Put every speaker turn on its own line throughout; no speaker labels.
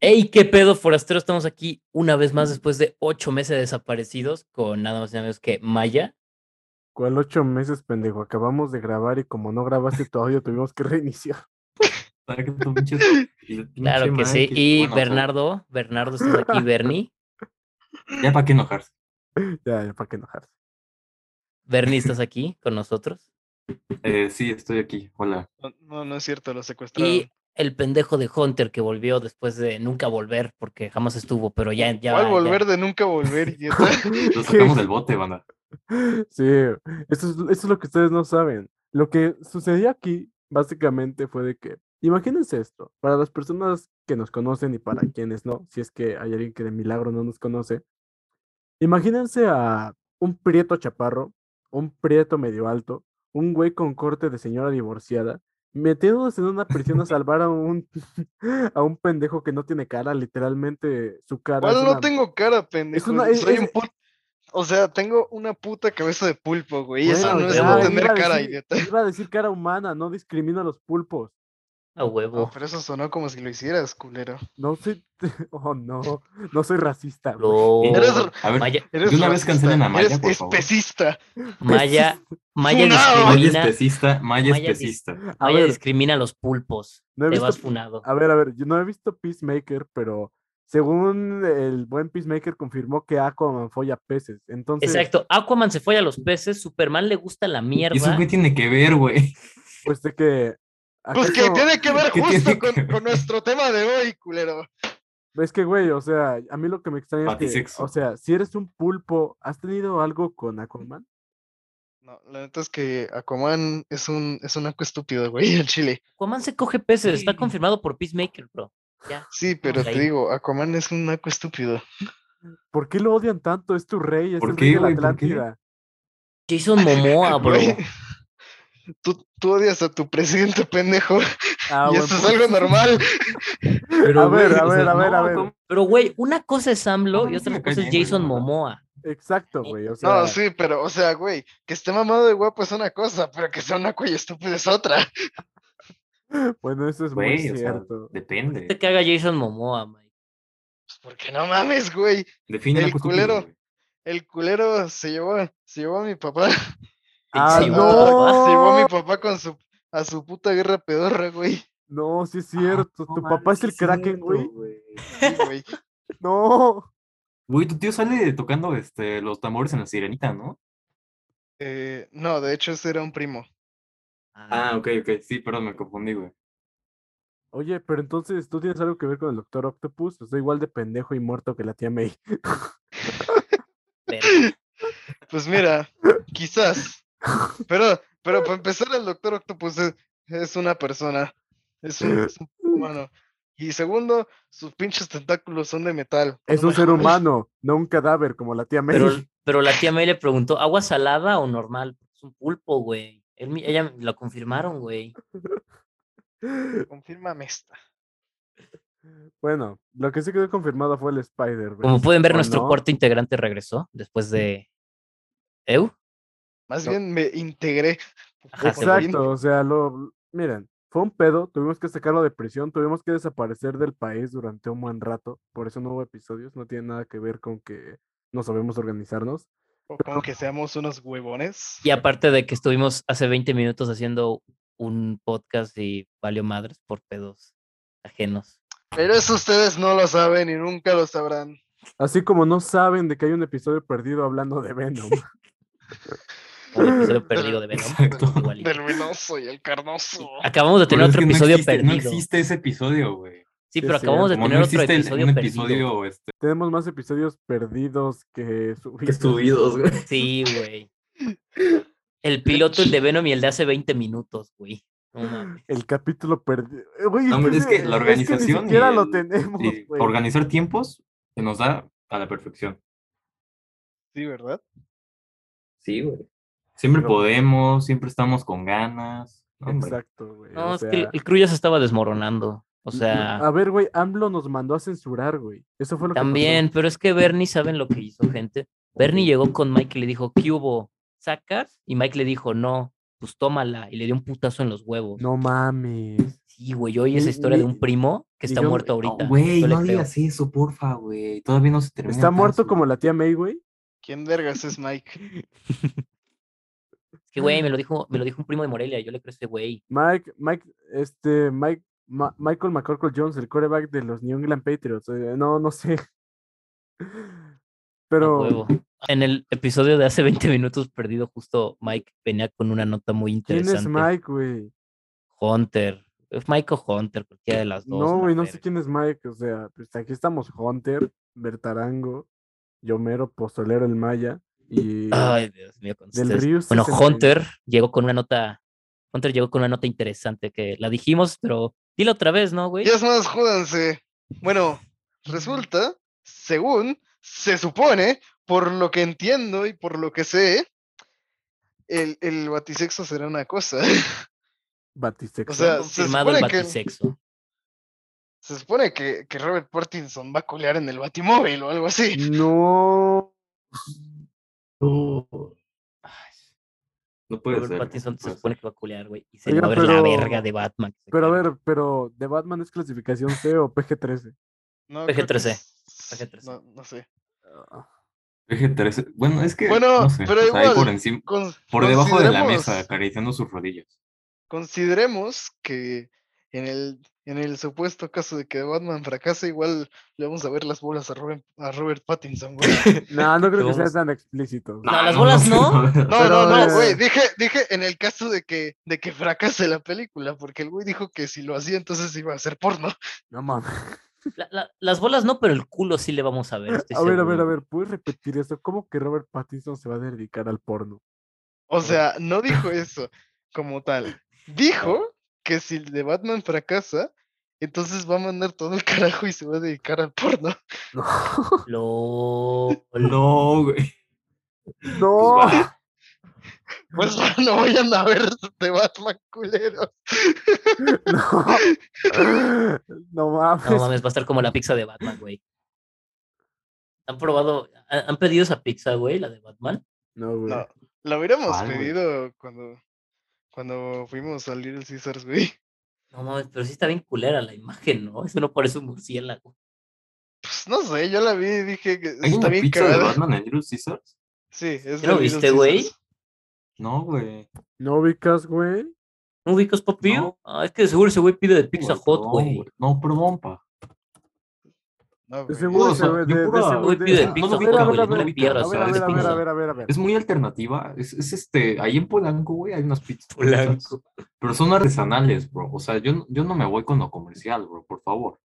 Hey, qué pedo, forastero. Estamos aquí una vez más después de ocho meses desaparecidos con nada más y nada menos que Maya.
¿Cuál ocho meses, pendejo? Acabamos de grabar y como no grabaste todavía tuvimos que reiniciar.
Claro
Claro
que sí. Y Bernardo, Bernardo, estás aquí, Bernie.
Ya para qué enojarse.
Ya, ya, para qué enojarse.
Bernie, estás aquí con nosotros.
Eh, sí, estoy aquí. Hola.
No, no, no es cierto, lo secuestraron.
Y el pendejo de Hunter que volvió después de nunca volver, porque jamás estuvo, pero ya. ya
¿Cuál
ya-
volver de nunca volver, idiota?
Lo sacamos del bote, banda.
Sí, eso es, eso es lo que ustedes no saben. Lo que sucedió aquí básicamente fue de que, imagínense esto, para las personas que nos conocen y para quienes no, si es que hay alguien que de milagro no nos conoce, imagínense a un prieto chaparro, un prieto medio alto, un güey con corte de señora divorciada, metiéndose en una prisión a salvar a un, a un pendejo que no tiene cara, literalmente su cara.
¿Cuál
es
no
una-
tengo cara, pendejo?
una- es-
Soy
es-
un pu- O sea, tengo una puta cabeza de pulpo, güey. y eso
Bueno,
no es
huevo.
no
Ah,
tener
iba a
cara,
decir-
idiota.
Iba a decir cara humana, no discrimina a los pulpos.
A huevo.
No, pero eso sonó como si lo hicieras, culero.
No soy. Oh, no. No soy racista. güey.
Lo-
Eres-
A ver,
Maya,
Eres
de una vez
racista,
cancelen a Maya,
eres
por favor.
especista.
Maya, Maya
Funado.
Maya
discrimina,
especista, Maya
Maya
especista.
A
Maya
ver.
discrimina a los pulpos.
No he
Te
visto-
vas funado.
A ver, a ver, yo no he visto Peacemaker, pero según el buen Peacemaker confirmó que Aquaman folla peces. Entonces,
Exacto. Aquaman se fue a los peces, Superman le gusta la mierda.
¿Y eso qué tiene que ver, güey?
pues de que.
Pues que
¿acaso-
tiene que ver
¿Qué
justo
tiene
con,
que ver?
con nuestro tema de hoy, culero.
Es que, güey, o sea, a mí lo que me extraña es que,
Patisexo.
o sea, si eres un pulpo, ¿has tenido algo con Aquaman?
No, la neta es que Aquaman es un, es un aco estúpido, güey, en Chile.
Aquaman se coge peces, está
Sí.
confirmado por Peacemaker, bro. Ya.
Sí, pero
ahí.
te digo, Aquaman es un naco estúpido.
¿Por qué lo odian tanto? Es tu rey, es
¿Por
el rey de
qué,
la
güey? ¿Por qué?
Atlántida.
Jason Momoa, bro.
Güey, Tú, tú odias a tu presidente, pendejo.
Ah,
y
buen
esto es
punto.
algo normal.
Pero,
a ver,
güey,
a
o sea,
ver, a ver, a
no,
ver.
¿cómo?
Pero, güey, una cosa es AMLO
Ajá,
y
sí
otra
me cae
cosa es
bien, güey,
Jason
la verdad.
Momoa.
Exacto, güey. O sea,
No, sí, pero, o sea, güey, que esté mamado de guapo es una cosa, pero que sea una y estúpido es otra.
bueno, eso es muy
Güey, o sea,
cierto.
Te
depende.
caga Este Jason Momoa, Mike.
Pues porque no mames, güey.
Define
El
algo estúpido,
culero.
güey.
El culero se llevó, se llevó a mi papá.
Ah,
Sí,
Ah,
no.
Se llevó a mi papá con su a su puta guerra pedorra, güey.
No, sí es
Ah,
cierto.
no
tu
mames,
papá es
sí
el Kraken, güey.
Sí, güey.
No.
Güey, tu tío sale tocando este, los tambores en la sirenita, ¿no?
Eh, no, de hecho, ese era un primo.
Ah, ok, ok. Sí, perdón, me confundí, güey.
Oye, pero entonces tú tienes algo que ver con el Doctor Octopus. Soy igual de pendejo y muerto que la tía May.
verga.
Pues mira, quizás. Pero, pero para empezar, el Doctor Octopus es, es una persona. Es un, es un humano. Y segundo, sus pinches tentáculos son de metal.
Es
No
un ser
mames.
humano, no un cadáver como la tía May.
Pero, pero la tía May le preguntó, ¿agua salada o normal? Es un pulpo, güey. Él mi- ella lo confirmaron, güey.
Confírmame esta.
Bueno, lo que sí quedó confirmado fue el Spider-Man.
Como pueden ver,
¿O
nuestro
no?
cuarto integrante regresó después de... ¿Eu?
Más
No.
bien me integré.
Ajá, se
Por fin.
Exacto, o sea, lo. Miren, fue un pedo, tuvimos que sacarlo de prisión, tuvimos que desaparecer del país durante un buen rato. Por eso no hubo episodios, no tiene nada que ver con que no sabemos organizarnos.
O como que seamos unos huevones.
Y aparte de que estuvimos hace 20 minutos haciendo un podcast y valió madres por pedos ajenos.
Pero eso ustedes no lo saben y nunca lo sabrán.
Así como no saben de que hay un episodio perdido hablando de Venom.
O el episodio perdido de Venom. pues
Exacto.
igualito.
Del venoso y el carnoso.
Acabamos de
Pero
tener
es
otro
que no
episodio
existe-
perdido.
No existe ese episodio, güey.
Sí,
Sí,
pero
es
acabamos de
Como
tener
no
otro
existe el-
episodio
un
perdido.
episodio este,
Tenemos más episodios perdidos que
que
subidos.
subidos, güey.
Sí, güey. El piloto, el de Venom y el de hace 20 minutos, güey. No mames.
El capítulo perdido. Eh, güey,
No, hombre, es que
ni-
la organización y
ni siquiera lo
el-
tenemos,
Sí,
güey.
organizar tiempos se nos da a la perfección.
Sí, ¿verdad?
Sí, güey. Siempre
Pero-
podemos, siempre estamos con ganas. No, hombre.
Exacto, güey.
No,
o
es que el,
sea,
el crew ya se estaba desmoronando. O
n-
sea,
A ver, güey, AMLO nos mandó a censurar, güey. Eso fue lo que pasó.
también, pero es que Bernie, ¿saben lo que hizo, gente? Bernie llegó con Mike y le dijo, ¿qué hubo? ¿Sacas? Y Mike le dijo, no, pues tómala. Y le dio un putazo en los huevos.
No mames.
Sí, güey, hoy esa
Ni-
historia de
ni-
un primo que está
digamos-
muerto
No,
ahorita.
Güey,
Duele
no
feo.
digas eso, porfa, güey. Todavía no se termina.
Está
el
muerto
caso.
como la tía May, güey.
¿Quién vergas es Mike?
Es que, güey, me lo dijo, me lo dijo un primo de Morelia, yo le creo a ese güey.
Mike, Mike, este, Mike, Ma- Michael McCorkle Jones, el coreback de los New England Patriots. eh, no, no sé.
a
Pero,
huevo. En el episodio de hace 20 minutos perdido, justo Mike venía con una nota muy
¿quién
interesante.
es Mike, güey?
Hunter. Es Mike o Hunter, cualquiera de las dos.
No,
la
güey, no
verga.
sé quién es Mike. O sea, pues aquí estamos Hunter, Bertarango, Yomero, Postolero el Maya y
Ay, Dios mío, con
del
ustedes.
Río
Bueno,
69.
Hunter llegó con una nota. Hunter llegó con una nota interesante que la dijimos, pero dila otra vez, ¿no, güey?
Ya es más, jódanse. Bueno, resulta, según, se supone, por lo que entiendo y por lo que sé, el, el batisexo será una cosa.
Batisexual.
O sea, se
Firmado el
supone que,
batisexo.
se supone que, que Robert Pattinson va a colear en el batimóvil o algo así.
No.
No puede
Oh. Robert
ser.
Pattinson se
puede
supone que va a culear, güey. Y se
Oigan,
va a ver la
pero-
verga de Batman. que se
Pero a
cuelga.
ver, pero ¿de Batman es clasificación C o PG-13?
No, creo que
PG-13,
es-
PG-13.
No, no sé.
Ah.
ser. Eje 13. Bueno, es que.
Bueno,
no sé, o
pero
sea, ahí
igual,
por encima.
Con-
Por debajo de la mesa,
consideremos-
acariciando sus rodillas.
Consideremos que en el, en el supuesto caso de que Batman fracase, igual le vamos a ver las bolas a, Robin- a Robert Pattinson, güey.
No, no creo que
Vamos.
sea tan explícito.
Ah,
No, las bolas no.
sé,
No,
Pero,
no, no,
eh,
güey. Dije, dije en el caso de que, de que fracase la película, porque el güey dijo que si lo hacía, entonces iba a hacer porno.
No mames.
La- la- las bolas no, pero el culo sí le vamos a ver. estoy
A ver, a ver, a
seguro.
ver, ¿puedes repetir eso? ¿Cómo que Robert Pattinson se va a dedicar al porno?
O sea, no dijo eso como tal. Dijo que si el de Batman fracasa, entonces va a mandar todo el carajo y se va a dedicar al porno.
No.
LOL.
No, güey.
No.
Pues
Pues no vayan a ver de Batman culero.
No. No mames.
No mames, va a estar como la pizza de Batman, güey. ¿Han probado, han han pedido esa pizza, güey, la de Batman?
No, güey.
No, Lo hubiéramos
¿Cuál, güey?
pedido cuando, cuando fuimos a Little Caesars, güey.
No mames, pero sí está bien culera la imagen, ¿no? Eso no parece un murciélago.
Pues no sé, yo la vi y dije que
¿Hay
está
una
bien
pizza de
cagada.
Batman en Little Caesars?
Sí, es de
¿Ya lo
Little
viste, güey?
Caesars.
No, güey.
¿No ubicas, güey?
¿No ubicas Papi?
No.
Ah, es que de seguro ese güey pide de Pizza
Güey,
Hot,
no,
güey.
No, perdón, pa.
No, güey.
Seguro
o
se
sea,
ve
yo
de, de
puro-
ese
Uy,
güey
pide
de-
el
A
pizza
ver,
hot,
a ver,
güey,
a
no
ver,
le pierdas,
A ver, a
¿sabes?
ver, a ver,
Pizza.
a ver, a ver, a ver.
Es muy alternativa. Es, es este, ahí en Polanco, güey, hay unas pizzas.
Polanco.
Pero son artesanales, bro. O sea, yo, no- yo no me voy con lo comercial, bro, por favor.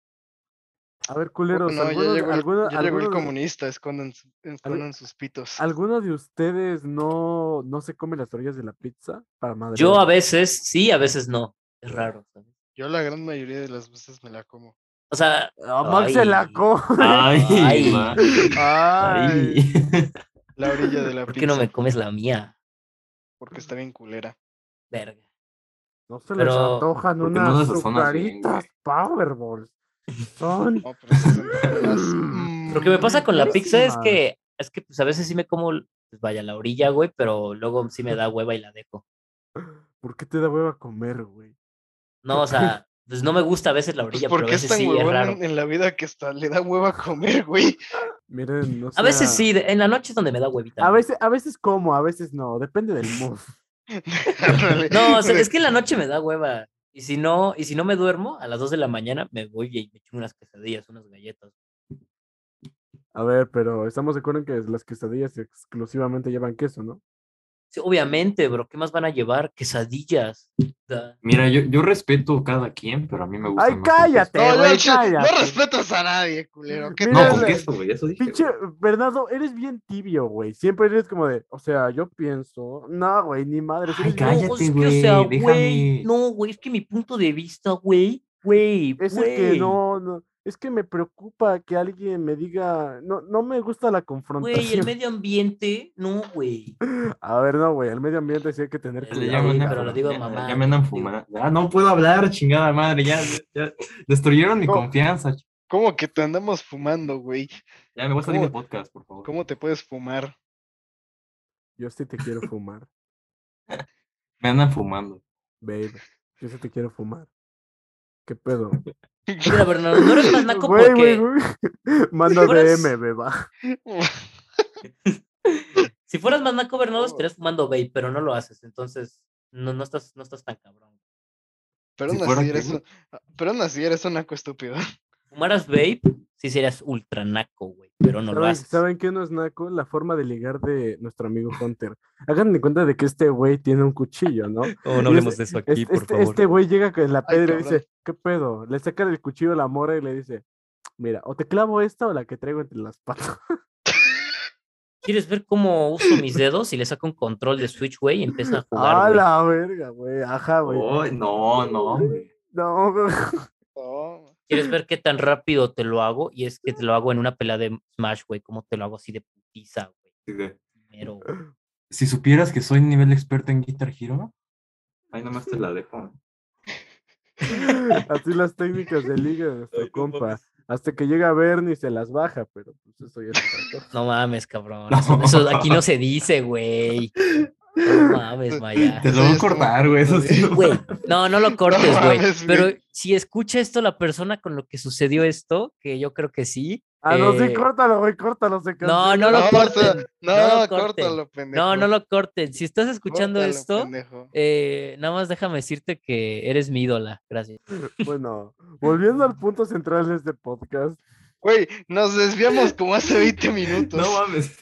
A ver, culeros.
no, ya
algunos-
llegó, el,
algunos-
ya llegó el
algunos-
comunista, escondan, su- escondan sus pitos.
¿Alguno de ustedes no, no se come las orillas de la pizza? Para madre.
Yo a veces sí, a veces no. Es raro. ¿sabes?
Yo la gran mayoría de las veces me la como.
O sea,
Ah, Max se la
Ay.
come.
Ay,
Ay.
ma-
Ay,
ay.
la orilla de la
¿por
pizza.
qué no me comes la mía?
Porque está bien culera.
Verga.
No se les
Pero-
antojan
Porque no
unas
las sazonas bien, güey.
azucaritas Powerballs. Son.
No, pero sí están culeras.
Mm.
Lo que me pasa con la pizza es
Riquísimas.
que, es que pues a veces sí me como, pues vaya, la orilla, güey, pero luego sí me da hueva y la dejo.
¿Por qué te da hueva comer, güey?
No, o sea, pues no me gusta a veces la
Pues
orilla, pero a
porque es
veces
tan
sí es
huevón
raro.
en, en la vida que está, le da hueva comer, güey.
Miren, no
A veces
sea-
sí, de- en la noche es donde me da huevita.
A
güey.
veces, a veces como, a veces no, depende del mood.
Ándale.
No, o sea,
De-
es que en la noche me da hueva. Y si no, y si no me duermo, a las 2 de la mañana me voy y me echo unas quesadillas, unas galletas.
A ver, pero estamos de acuerdo en que las quesadillas exclusivamente llevan queso, ¿no?
Sí, obviamente, bro, ¿qué más van a llevar? Quesadillas. O sea,
Mira, yo, yo respeto cada quien, pero a mí me gusta.
¡Ay, cállate,
No, yo
güey!
al chile-
cállate.
no respetas a nadie, culero. ¿Qué
Mira,
No,
tal?
con
la-
queso, güey, eso dije.
Pinche,
güey.
Bernardo, eres bien tibio, güey. Siempre eres como de, o sea, yo pienso, no, güey, ni madre.
Ay,
eres bien-
cállate,
es que, o sea,
güey,
güey,
déjame.
no, güey, es que mi punto de vista, güey, güey,
Es el
güey,
que no, no, es que me preocupa que alguien me diga, no, no me gusta la
güey, el
confrontación.
medio ambiente, no, güey.
A ver, no, güey, el medio ambiente sí hay que tener
Le
Le
Ay,
cuidado.
llaman a
pero lo
cabrón.
digo
fumar,
mamá,
Ya me andan
digo-
fumando. Ah, no puedo hablar, chingada madre. Ya, ya destruyeron mi
No.
confianza. ch-
¿Cómo que te andamos fumando, güey?
Ya me voy a salir
¿Cómo?
del podcast, por favor.
¿Cómo te puedes fumar?
Yo sí te quiero fumar,
Me andan fumando.
babe. Yo sí te quiero fumar. ¿Qué pedo?
Mira, Bernardo, no eres más naco
Güey,
porque.
güey, güey. Manda
Si fueras-
DM, beba.
Si fueras más naco, Bernardo,
No.
estarías fumando vape, pero no lo haces. Entonces, no, no, estás, no estás tan cabrón.
Pero
Si
aún
fuera
así eres
que-
un, ah, pero aún así eres un naco estúpido.
Fumaras vape, sí serías ultra naco, güey, pero no lo
¿Saben,
haces.
¿Saben qué no es naco? La forma de ligar de nuestro amigo Hunter. Hagan de cuenta de que este güey tiene un cuchillo, ¿no?
Oh,
no hablemos
de eso
Este- este, este güey llega con la
Ay,
pedra y
cabrón.
dice, ¿qué pedo? Le saca el cuchillo a la mora y le dice, mira, o te clavo esta o la que traigo entre las patas.
¿Quieres ver cómo uso mis dedos y le saco un control de Switch, güey, y empieza a
A
jugar, güey? Oh.
la verga, güey. Ajá, güey.
Ay, no, no, hombre.
No, güey.
No,
¿Quieres ver qué tan rápido te lo hago? Y es que te lo hago en una pelea de Smash, güey, cómo te lo hago así de putiza, güey.
Así de,
Pero, güey.
Si supieras que soy nivel experto en Guitar Hero, ahí nomás te la dejo.
Así las técnicas de liga de nuestro
Ay, no
compa.
mames.
Hasta que llega Bernie y se las baja, pero pues eso ya es otra cosa.
no mames, cabrón. Eso, eso aquí no se dice, güey. No mames, Maya.
Te
Eso
lo voy a
ya es como-
cortar, güey. Eso sí.
Güey, no, no lo cortes, güey.
mames, güey.
Pero si escucha esto la persona con lo que sucedió esto, que yo creo que sí.
Ah, no, sí,
eh,
córtalo, güey, córtalo, se
No,
cancela.
no lo
o sea,
corten.
no,
lo corten.
córtalo, pendejo.
No, no lo corten. Si estás escuchando
Córtalo,
esto,
pendejo.
eh, nada más déjame decirte que eres mi ídola. Gracias.
Ah, Bueno, volviendo al punto central de este podcast.
Güey, nos desviamos como hace 20 minutos.
No mames.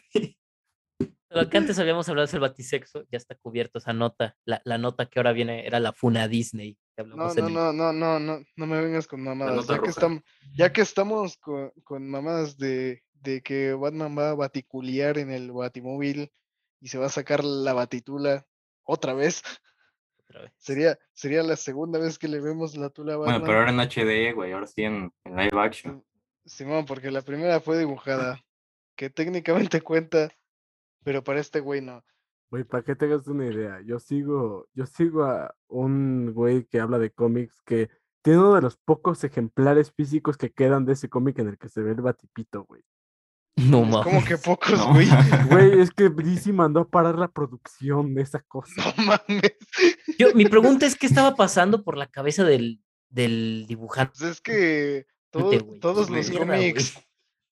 Lo que antes habíamos hablado es el batisexo, ya está cubierto esa nota. La, la nota que ahora viene era la funa Disney. que
No,
hablamos en
no,
el-
no, no, no, no, no me vengas con mamadas.
nota
Ya que,
roja.
estamos, ya que estamos con, con mamadas de, de que Batman va a baticuliar en el batimóvil y se va a sacar la batitula otra vez,
otra vez.
sería, sería la segunda vez que le vemos la tula a Batman.
Bueno, pero ahora en HD, güey. Ahora sí en, en live action.
Simón, porque la primera fue dibujada, que técnicamente cuenta, pero para este güey no.
Güey, para que te hagas una idea, yo sigo, yo sigo a un güey que habla de cómics que tiene uno de los pocos ejemplares físicos que quedan de ese cómic en el que se ve el batipito, güey.
No
Es
mames.
como que pocos,
No.
güey.
Güey, es que DC mandó a parar la producción de esa cosa.
No mames.
Yo- mi pregunta es: ¿qué estaba pasando por la cabeza del, del dibujante?
Pues es que todo-
güey?
todos los
Mierda, güey.
cómics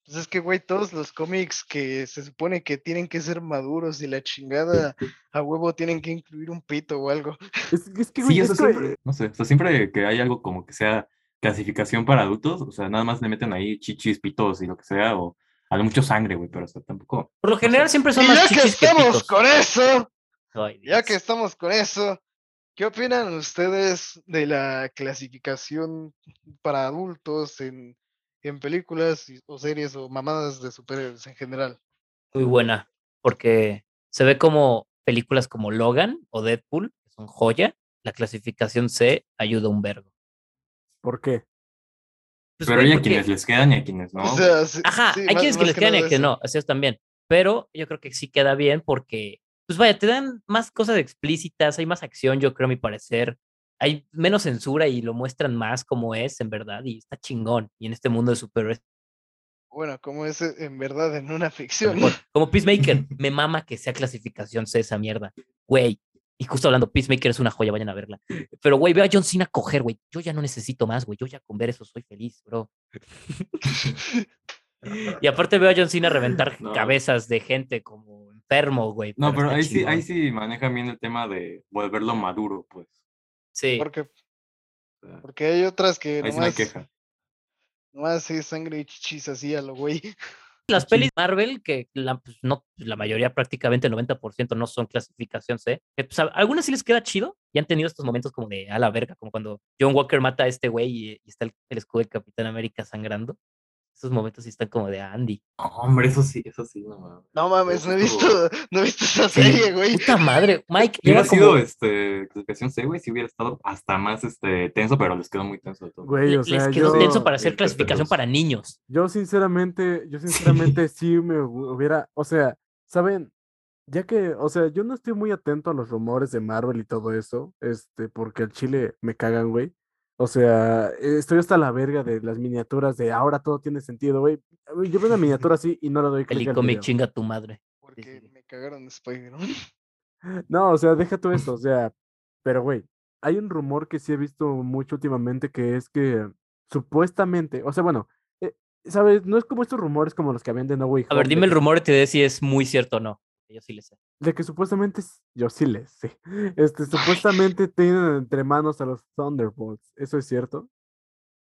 Pues es que, güey, todos los cómics que se supone que tienen que ser maduros y la chingada a huevo tienen que incluir un pito o algo.
Es, es que, güey,
Sí,
es
eso
que-
siempre. No sé. O sea, siempre que hay algo como que sea clasificación para adultos, o sea, nada más le meten ahí chichis, pitos y lo que sea, o a lo mucho sangre, güey, pero o sea, tampoco.
Por lo general siempre son
Y ya
más
que
chichis que
estamos
pitos.
con eso,
Ay,
ya
Dios.
que estamos con eso, ¿qué opinan ustedes de la clasificación para adultos en, en películas y- o series o mamadas de superhéroes en general?
muy buena, porque se ve como películas como Logan o Deadpool, que son joya, la clasificación C ayuda un vergo.
¿Por qué?
Pues,
pero
güey,
hay a
porque-
quienes les quedan y a quienes no.
o
güey.
sea, sí-
Ajá,
sí,
hay
más-
quienes que
más
les quedan y
nada
que
eso.
no, así es también. Pero yo creo que sí queda bien porque, pues vaya, te dan más cosas explícitas, hay más acción, yo creo, a mi parecer. Hay menos censura y lo muestran más como es, en verdad, y está chingón. Y en este mundo de superhéroes,
Bueno, como es eh, en verdad en una
lo
ficción.
mejor. como Peacemaker, me mama que sea clasificación C esa mierda, güey. Y justo hablando, Peacemaker es una joya, vayan a verla. Pero, güey, veo a John Cena coger, güey. Yo ya no necesito más, güey. Yo ya con ver eso soy feliz, bro. y aparte veo a John Cena reventar
No.
cabezas de gente como enfermo, güey.
No, pero
está
ahí sí, ahí
chingón.
sí manejan bien el tema de volverlo maduro, pues.
Sí,
Porque,
O
Ah.
sea,
porque hay otras que
ahí sí me
nomás,
queja.
nomás sí, sangre y chichis así a lo güey.
las pelis de Marvel, que la, pues, no, la mayoría, prácticamente el 90%, no son clasificación C. que, pues, a- algunas sí les queda chido y han tenido estos momentos como de a la verga, como cuando John Walker mata a este güey y, y está el, el escudo del Capitán América sangrando. Esos momentos sí están como de "Ah, Andy.
Hombre, eso sí, eso sí, no mames.
No mames,
Eso
no he
estuvo-
visto, no he visto esa
Sí.
serie, güey.
Puta madre, Mike.
Hubiera
Lleva
sido
como,
este, clasificación C, güey, si hubiera estado hasta más este, tenso, pero les quedó muy tenso de todo.
Güey,
le-
o sea,
les quedó
yo,
tenso para hacer
Sí,
clasificación
perfectos.
para niños.
yo sinceramente, yo sinceramente sí me hu- hubiera, o sea, ¿saben? Ya que, o sea, yo no estoy muy atento a los rumores de Marvel y todo eso, este, porque al chile me cagan, güey. O sea, eh, estoy hasta la verga de las miniaturas de ahora todo tiene sentido, güey. Yo veo una miniatura así y no le doy clic al
Pelicómic,
video.
chinga tu madre.
Porque
sí.
me cagaron Spider-Man.
No, o sea, deja tú eso, o sea, pero güey, hay un rumor que sí he visto mucho últimamente que es que supuestamente, o sea, bueno, eh, ¿sabes? No es como estos rumores como los que habían de No Way
A ver,
Home de
dime el
que-
rumor y te diré si es muy cierto o no. Yo sí le sé.
De que supuestamente, s- yo sí les sé, este, supuestamente tienen entre manos a los Thunderbolts, ¿eso es cierto?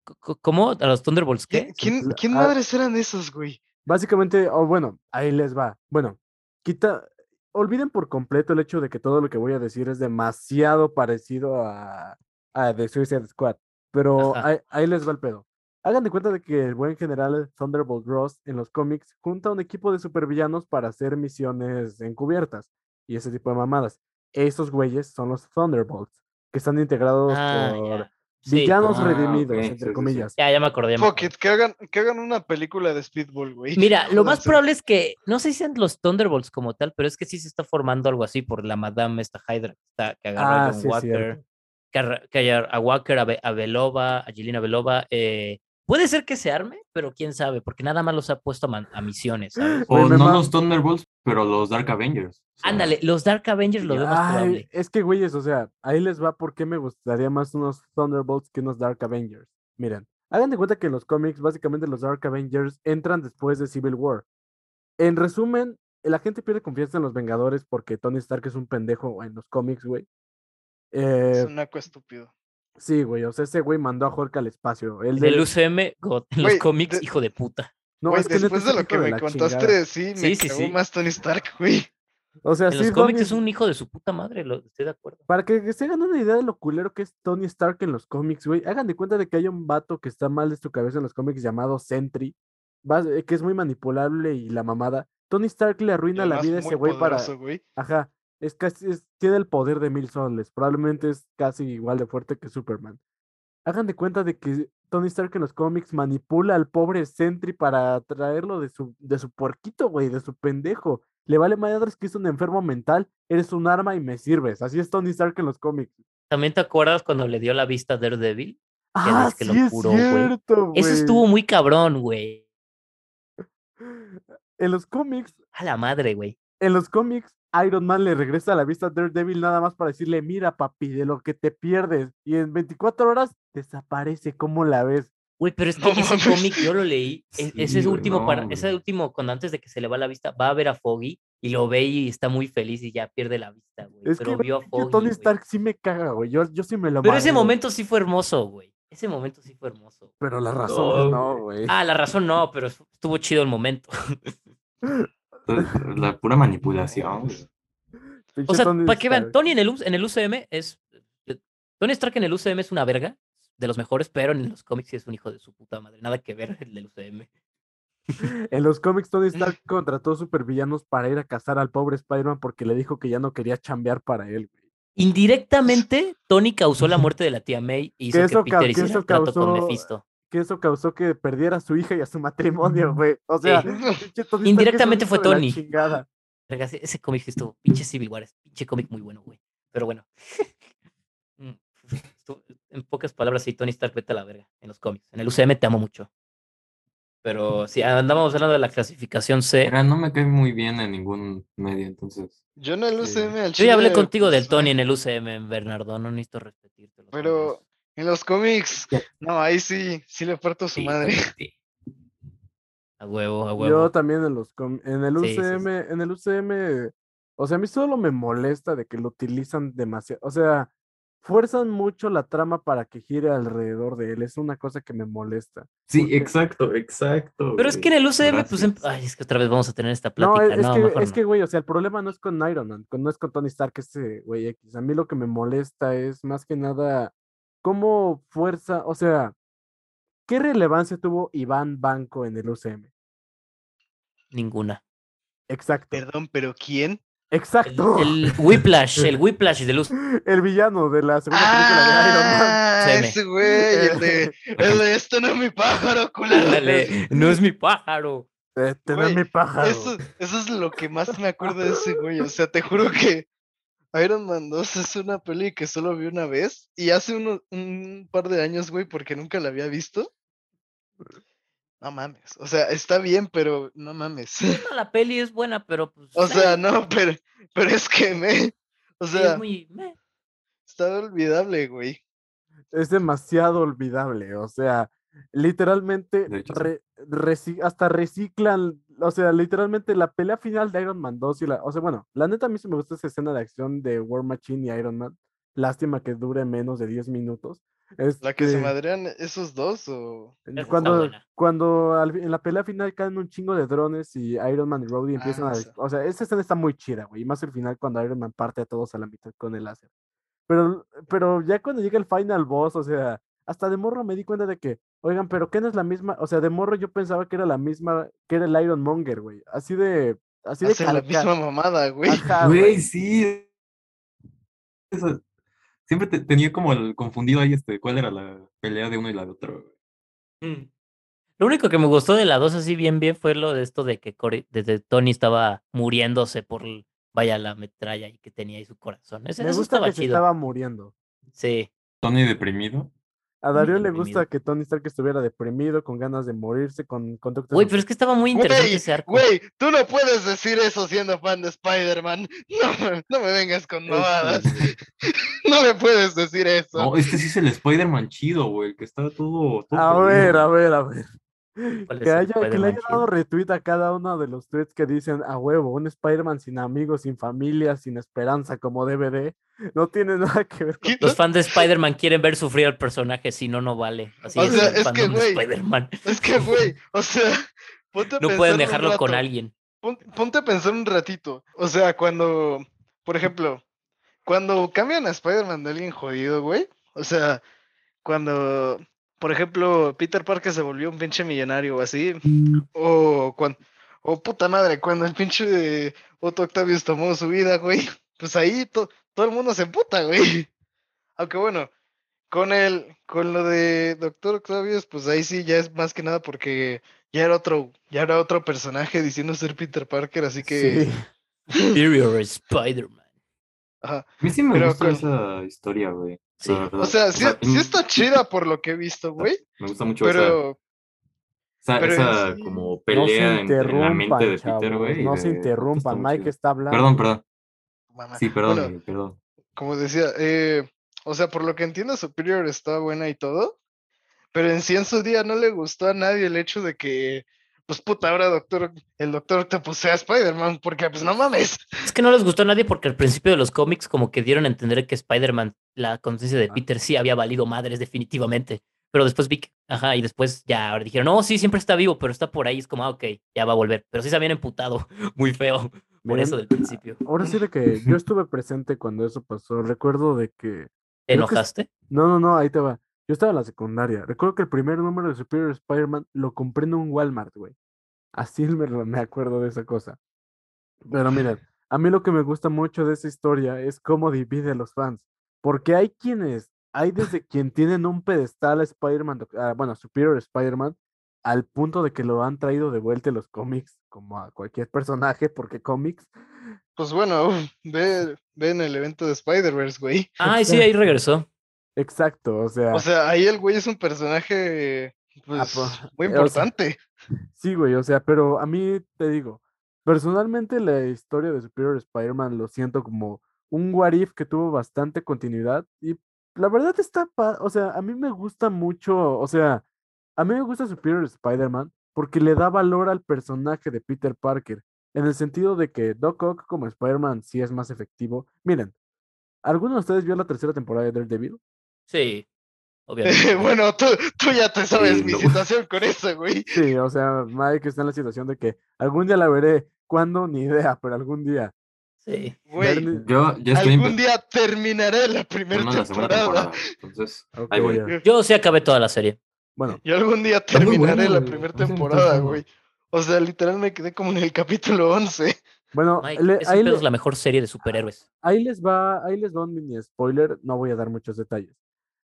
C- c- ¿Cómo? ¿A los Thunderbolts qué?
¿Qui- ¿Quién,
la-
quién
ah.
madres eran esos, güey?
Básicamente, o bueno, ahí les va. Bueno, quita, olviden por completo el hecho de que todo lo que voy a decir es demasiado parecido a, a The Suicide Squad, pero
Ajá.
ahí, ahí les va el pedo. Hagan de cuenta de que el buen general Thunderbolt Ross en los cómics junta un equipo de supervillanos para hacer misiones encubiertas y ese tipo de mamadas. Esos güeyes son los Thunderbolts, que están integrados
Ah,
por
ya. Sí,
villanos
Ah,
redimidos,
ok, sí, sí,
entre
sí.
comillas.
ya, ya me acordé. ya me
Fuck
acordé.
it, que hagan, que hagan una película de Speedball, güey.
Mira, lo más
Jódanse.
probable es que, no sé si sean los Thunderbolts como tal, pero es que sí se está formando algo así por la Madame esta Hydra que está- que agarró
Ah,
a John
sí, es
Walker,
cierto.
que, arra- que agar- a Walker, a, Be- a Belova, a Jelena Belova. eh, puede ser que se arme, pero quién sabe, porque nada más los ha puesto a, man- a misiones, ¿sabes?
Güey,
O
me
no
mam-
los Thunderbolts, pero los Dark Avengers. o sea,
Ándale, los Dark Avengers lo vemos
Ay,
probable.
es que, güeyes, o sea, ahí les va por qué me gustaría más unos Thunderbolts que unos Dark Avengers. Miren, hagan de cuenta que en los cómics, básicamente los Dark Avengers entran después de Civil War. En resumen, la gente pierde confianza en los Vengadores porque Tony Stark es un pendejo en los cómics, güey.
Es
Eh,
un naco estúpido.
sí, güey, o sea, ese güey mandó a Hulk al espacio. El
Del UCM, God, en los
Güey,
cómics,
de-
hijo de puta.
No,
Güey,
es que neta
Pues después
es
de
un
lo
hijo
que me
la
contaste,
chingada.
sí, me
Sí, sí,
cagó
sí.
más Tony Stark, güey.
O sea,
En los
sí,
cómics
Tony-
es un hijo de su puta madre, lo- estoy de acuerdo.
Para que se hagan una idea de lo culero que es Tony Stark en los cómics, güey, hagan de cuenta de que hay un vato que está mal de su cabeza en los cómics llamado Sentry, vas- eh, que es muy manipulable y la mamada. Tony Stark le
Y
arruina la
además
vida a
muy
ese güey para...
poderoso, güey.
Ajá, es casi, es- tiene el poder de mil soles, probablemente es casi igual de fuerte que Superman. Hagan de cuenta de que Tony Stark en los cómics manipula al pobre Sentry para traerlo de su, de su puerquito, güey, de su pendejo. Le vale madres que es un enfermo mental, eres un arma y me sirves. Así es Tony Stark en los cómics.
¿También te acuerdas cuando le dio la vista a Daredevil?
Ah,
ves que lo
sí es
curó, güey.
cierto,
Eso
güey.
estuvo muy cabrón, güey.
En los cómics,
A la madre, güey.
en los cómics, Iron Man le regresa la vista a Daredevil nada más para decirle, mira papi, de lo que te pierdes. Y en 24 horas desaparece, ¿cómo la ves?
Güey, pero es que
No
ese
mames.
cómic yo lo leí. e- ese
Sí,
es
güey,
último,
no,
para, ese
güey.
último, cuando antes de que se le va la vista, va a ver a Foggy y lo ve y está muy feliz y ya pierde la vista, güey.
Es
Pero
que,
vio a
güey,
Foggy.
Tony
güey.
Stark sí me caga, güey. Yo, yo sí me lo
Pero ese
madreo,
momento sí fue hermoso, güey. Ese momento sí fue hermoso.
Pero la razón
No,
no, güey.
Ah, la razón no, pero estu- estuvo chido el momento.
la- La pura manipulación. güey.
O
Pinche
sea,
Tony
para que vean,
Stark.
Tony en el, U- en el UCM es. eh, Tony Stark en el UCM es una verga, de los mejores, pero en los cómics sí es un hijo de su puta madre. Nada que ver el del UCM.
En los cómics, Tony
Mm.
Stark contrató supervillanos para ir a cazar al pobre Spider-Man porque le dijo que ya no quería chambear para él, güey.
Indirectamente, Tony causó la muerte de la tía May y hizo
Que
que,
eso cau-
Peter
que
hiciera
eso
el trato con
causó-
Mephisto.
Que eso causó que perdiera a su hija y a su matrimonio, güey. O
Sí.
sea, pinche Tony Stark es un
Indirectamente
hijo
fue
de la
Tony.
chingada.
Verga, ese- ese cómic sí estuvo, pinche Civil War, es pinche cómic muy bueno, güey. Pero bueno. Mm, estu- en pocas palabras, sí, Tony Stark, vete a la verga en los cómics. En el UCM te amo mucho. Pero sí, andábamos hablando de la clasificación C.
Mira, no me cae muy bien en ningún medio, entonces.
Yo en el
Sí.
UCM al
Yo ya hablé
chile,
contigo del
pues,
Tony en el UCM, Bernardo, no necesito repetirte.
Pero en los cómics, no, ahí sí, sí le parto su madre.
A huevo, a
Yo
huevo.
también en los com- en el
Sí, sí, sí.
UCM, en el UCM, o sea, a mí solo me molesta de que lo utilizan demasiado, o sea, fuerzan mucho la trama para que gire alrededor de él, es una cosa que me molesta.
Sí,
Porque-
exacto, exacto.
Pero es
güey.
que en el UCM, pues. em-
Gracias.
Ay, es que otra vez vamos a tener esta
No, e,
plática.
es,
No,
que,
mejor
es
no.
que, güey, o sea, el problema no es con Iron Man, con- no es con Tony Stark, ese güey X. A mí lo que me molesta es más que nada cómo fuerza, o sea, ¿qué relevancia tuvo Iván Banco en el UCM?
Ninguna.
Exacto,
Perdón, pero ¿quién?
El,
exacto. El,
el Whiplash, el Whiplash de luz.
villano de la segunda película de Iron Man.
Ah,
UCM.
ese güey, el de, el de esto no es mi pájaro, culero.
Ándale, no es mi pájaro.
Eh, tener
Güey,
mi pájaro.
Eso, eso es lo que más me acuerdo de ese güey. O sea, te juro que Iron Man 2 es una peli que solo vi una vez y hace uno- un par de años, güey, porque nunca la había visto. No mames. O sea, está bien, pero no mames.
No, la peli es buena, pero pues.
O
eh,
sea, no, pero, pero es que me. O
sí,
sea,
es muy. meh.
está olvidable, güey.
Es demasiado olvidable, o sea, literalmente
De hecho, sí.
re- reci- hasta reciclan, o sea, literalmente la pelea final de Iron Man 2 y la, o sea, bueno, la neta a mí sí me gusta esa escena de acción de War Machine y Iron Man. Lástima que dure menos de 10 minutos.
La que se
Este,
madrean esos dos o.
Esa está
Cuando,
buena.
cuando al fi- en la pelea final caen un chingo de drones y Iron Man y Rhodey empiezan
Ah,
a...
sí.
O sea, esa escena está muy chida, güey. Y más el final cuando Iron Man parte a todos a la mitad con el láser. Pero, pero ya cuando llega el final boss, o sea, hasta de morro me di cuenta de que, oigan, pero ¿qué no es la misma? O sea, de morro yo pensaba que era la misma, que era el Iron Monger, güey. Así de... Así de...
Hacen la
calca-
misma
Ah,
mamada, güey.
Ajá, Ah, güey.
Güey, sí. Eso- Siempre te- tenía como el confundido ahí este, cuál era la pelea de uno y la de otro. güey.
Mm. Lo único que me gustó de la 2 así bien bien fue lo de esto de que Corey- desde Tony estaba muriéndose por l- vaya la metralla y que tenía ahí su corazón. Ese,
Me
eso
gusta
estaba
que se
chido.
estaba muriendo.
Sí.
Tony deprimido.
A
Mm,
Darío le
deprimido.
gusta que Tony Stark estuviera deprimido, con ganas de morirse, con conductas...
Güey, pero es que estaba muy interesante
Güey,
ese arco.
Güey, tú no puedes decir eso siendo fan de Spider-Man. No, me- no me vengas con mamadas. No me puedes decir eso.
No, este sí es el Spider-Man chido, güey, el que está todo. todo
A
jodido,
ver, a
güey.
ver, a ver.
¿Cuál
Que,
es el
haya, que le
Spider-Man
haya dado retweet a cada uno de los tweets que dicen a huevo, un Spider-Man sin amigos, sin familia, sin esperanza como DVD, no tiene nada que ver con...
¿Qué-
Los fans de Spider-Man quieren ver sufrir al personaje, si no, no vale. Así
O
es,
sea,
el
es que,
fandom de
güey,
Spider-Man.
Es que, güey, o sea, ponte a
No
pensar
pueden
un
dejarlo con
rato.
alguien.
Pon- Ponte a pensar un ratito. O sea, cuando, por ejemplo, cuando cambian a Spider-Man de alguien jodido, güey. O sea, cuando, por ejemplo, Peter Parker se volvió un pinche millonario o así. O cuando, o puta madre, cuando el pinche de Otto Octavius tomó su vida, güey. Pues ahí to- todo el mundo se emputa, güey. Aunque bueno, con el, con lo de Doctor Octavius, pues ahí sí ya es más que nada porque ya era otro, ya era otro personaje diciendo ser Peter Parker, así que
Sí.
Superior Spider-Man.
ajá.
A mí sí me
Pero
gusta
con-
esa historia, güey.
Sí.
la verdad.
O sea, sí,
mm,
sí está chida por lo que he visto, güey.
Me gusta mucho
Pero
esa, esa,
pero
esa
en sí-
como
No se
pelea entre la mente
interrumpan,
de Peter,
chavos,
güey. y
no
de-
se
está
interrumpan,
muy
Mike
chido.
está hablando.
Perdón, perdón.
mamá,
Sí, perdón,
bueno,
güey, perdón.
como decía, eh, o sea, por lo que entiendo, Superior está buena y todo, pero en sí en su día no le gustó a nadie el hecho de que, pues puta, ahora doctor, el doctor Octopus sea Spider-Man, porque pues no mames.
Es que no les gustó a nadie porque al principio de los cómics como que dieron a entender que Spider-Man, la conciencia de
Ah.
Peter sí había valido madres definitivamente. Pero después vi que, ajá, y después ya ahora dijeron, no, sí, siempre está vivo, pero está por ahí. Es como, ah, ok, ya va a volver. Pero sí se habían emputado muy feo por
Miren,
eso del
ah,
principio.
Ahora sí de que yo estuve presente cuando eso pasó, recuerdo de
¿Te
que... creo que es-
enojaste?
No, no, no, ahí te va. Yo estaba en la secundaria. Recuerdo que el primer número de Superior Spider-Man lo compré en un Walmart, güey. Así me, lo- me acuerdo de esa cosa. Pero miren, a mí lo que me gusta mucho de esa historia es cómo divide a los fans. Porque hay quienes, hay desde quien tienen un pedestal a Spider-Man, doc- ah, bueno, a Superior Spider-Man, al punto de que lo han traído de vuelta en los cómics, como a cualquier personaje, porque cómics.
Pues bueno, ve, ve en el evento de Spider-Verse, güey.
Ah, sí, ahí regresó.
Exacto, o sea.
O sea, ahí el güey es un personaje, pues,
Ah. pues,
muy
eh, o sea,
importante.
Sí, güey, o sea, pero a mí te digo, personalmente la historia de Superior Spider-Man lo siento como un what if que tuvo bastante continuidad y la verdad está, pa- o sea, a mí me gusta mucho, o sea, a mí me gusta Superior Spider-Man porque le da valor al personaje de Peter Parker, en el sentido de que Doc Ock como Spider-Man sí es más efectivo. Miren, ¿alguno de ustedes vio la tercera temporada de Daredevil?
Sí, obviamente.
bueno, tú, tú ya te sabes mi
no.
situación con eso, güey.
Sí, o sea, Mike está en la situación de que algún día la veré, ¿cuándo? Ni idea, pero algún día.
Sí.
Güey,
Daredevil-
Yo ya estoy
algún
empezando
día terminaré la primera
Pues la segunda
temporada.
temporada. Entonces, ahí
Ok,
voy.
ya.
Yo sí acabé toda la serie.
Bueno,
Yo algún día
muy
terminaré
bueno,
la
güey.
primera
Está muy
temporada,
interesante.
güey. O sea, literal me quedé como en el capítulo 11.
bueno,
Mike,
le-
ese
ahí,
pedo
le-
es la mejor serie de superhéroes.
ahí les va, ahí les va un mini spoiler, no voy a dar muchos detalles.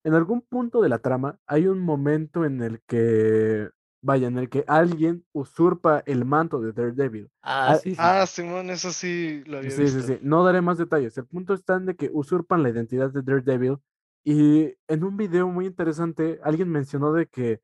En algún punto de la trama hay un momento en el que, vaya, en el que alguien usurpa el manto de Daredevil.
Ah,
Ah,
sí. sí.
Ah, Simón, eso sí lo había
Sí,
visto.
sí, sí. No daré más detalles. El punto está en de que usurpan la identidad de Daredevil. Y en un video muy interesante, alguien mencionó de que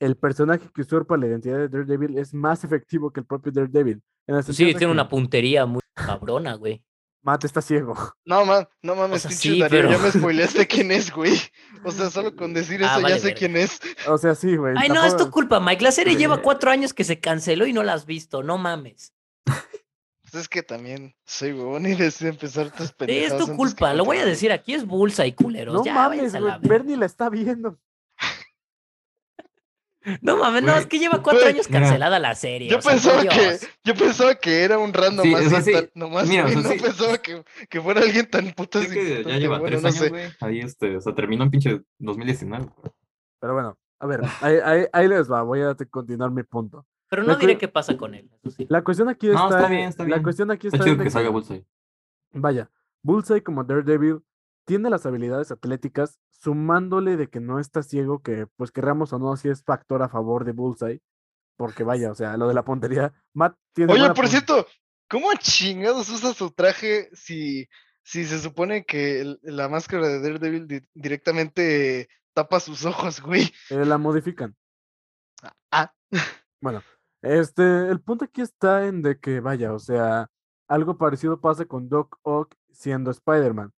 el personaje que usurpa la identidad de Daredevil es más efectivo que el propio Daredevil. En el
Pues
sentido
sí,
de
tiene
que-
una puntería muy cabrona, güey.
Matt está ciego.
No, man, no mames,
sea,
pinche
sí,
Darío,
pero-
ya me spoileaste quién es, güey. O sea, solo con decir
Ah,
eso
vale
ya sé
verga.
quién es.
O sea, sí, güey.
Ay, no, es tu
tampoco-
culpa, Mike. La serie lleva
Sí.
cuatro años que se canceló y no la has visto. No mames.
Pues es que también soy huevón y decidí empezar tus
Sí,
pendejadas.
es tu
antes que
culpa. Lo voy a
contarme.
decir aquí. Es bulsa y culeros.
No
ya,
mames,
váyanse a
güey.
la verga.
Bernie la está viendo.
No mames, no,
Güey.
es que lleva cuatro
Güey,
años
mira.
cancelada la serie.
Yo
o sea, por
pensaba que,
Dios.
yo pensaba que era un random
Sí,
más,
o sea,
y
sí.
tal- nomás,
Mira, o
güey,
sea,
no
sí.
pensaba que, que fuera alguien tan putas
Creo que ya
importante,
lleva
bueno,
tres
no
años,
sé.
güey. Ahí, este, o sea, terminó en pinche 2019. güey.
Pero bueno, a ver, ahí, ahí- ahí les va. Voy a te- continuar mi punto.
Pero
Me
no diré
acuer-
qué pasa con él. eso sí.
La cuestión aquí
No,
está.
está
en-
bien, está
La
bien.
cuestión aquí
Está
está.
chido
en
que
de
salga
que-
Bullseye.
Vaya, Bullseye como Daredevil tiene las habilidades atléticas, sumándole de que no está ciego, que pues querramos o no, si es factor a favor de Bullseye. Porque vaya, o sea, lo de la puntería. Matt tiene.
Oye,
buena
por
pun-
cierto, ¿cómo chingados usa su traje si, si se supone que el- la máscara de Daredevil di- directamente tapa sus ojos, güey?
eh, la modifican.
Ah,
Bueno, este, el punto aquí está en de que, vaya, o sea, algo parecido pasa con Doc Ock siendo Spider-Man.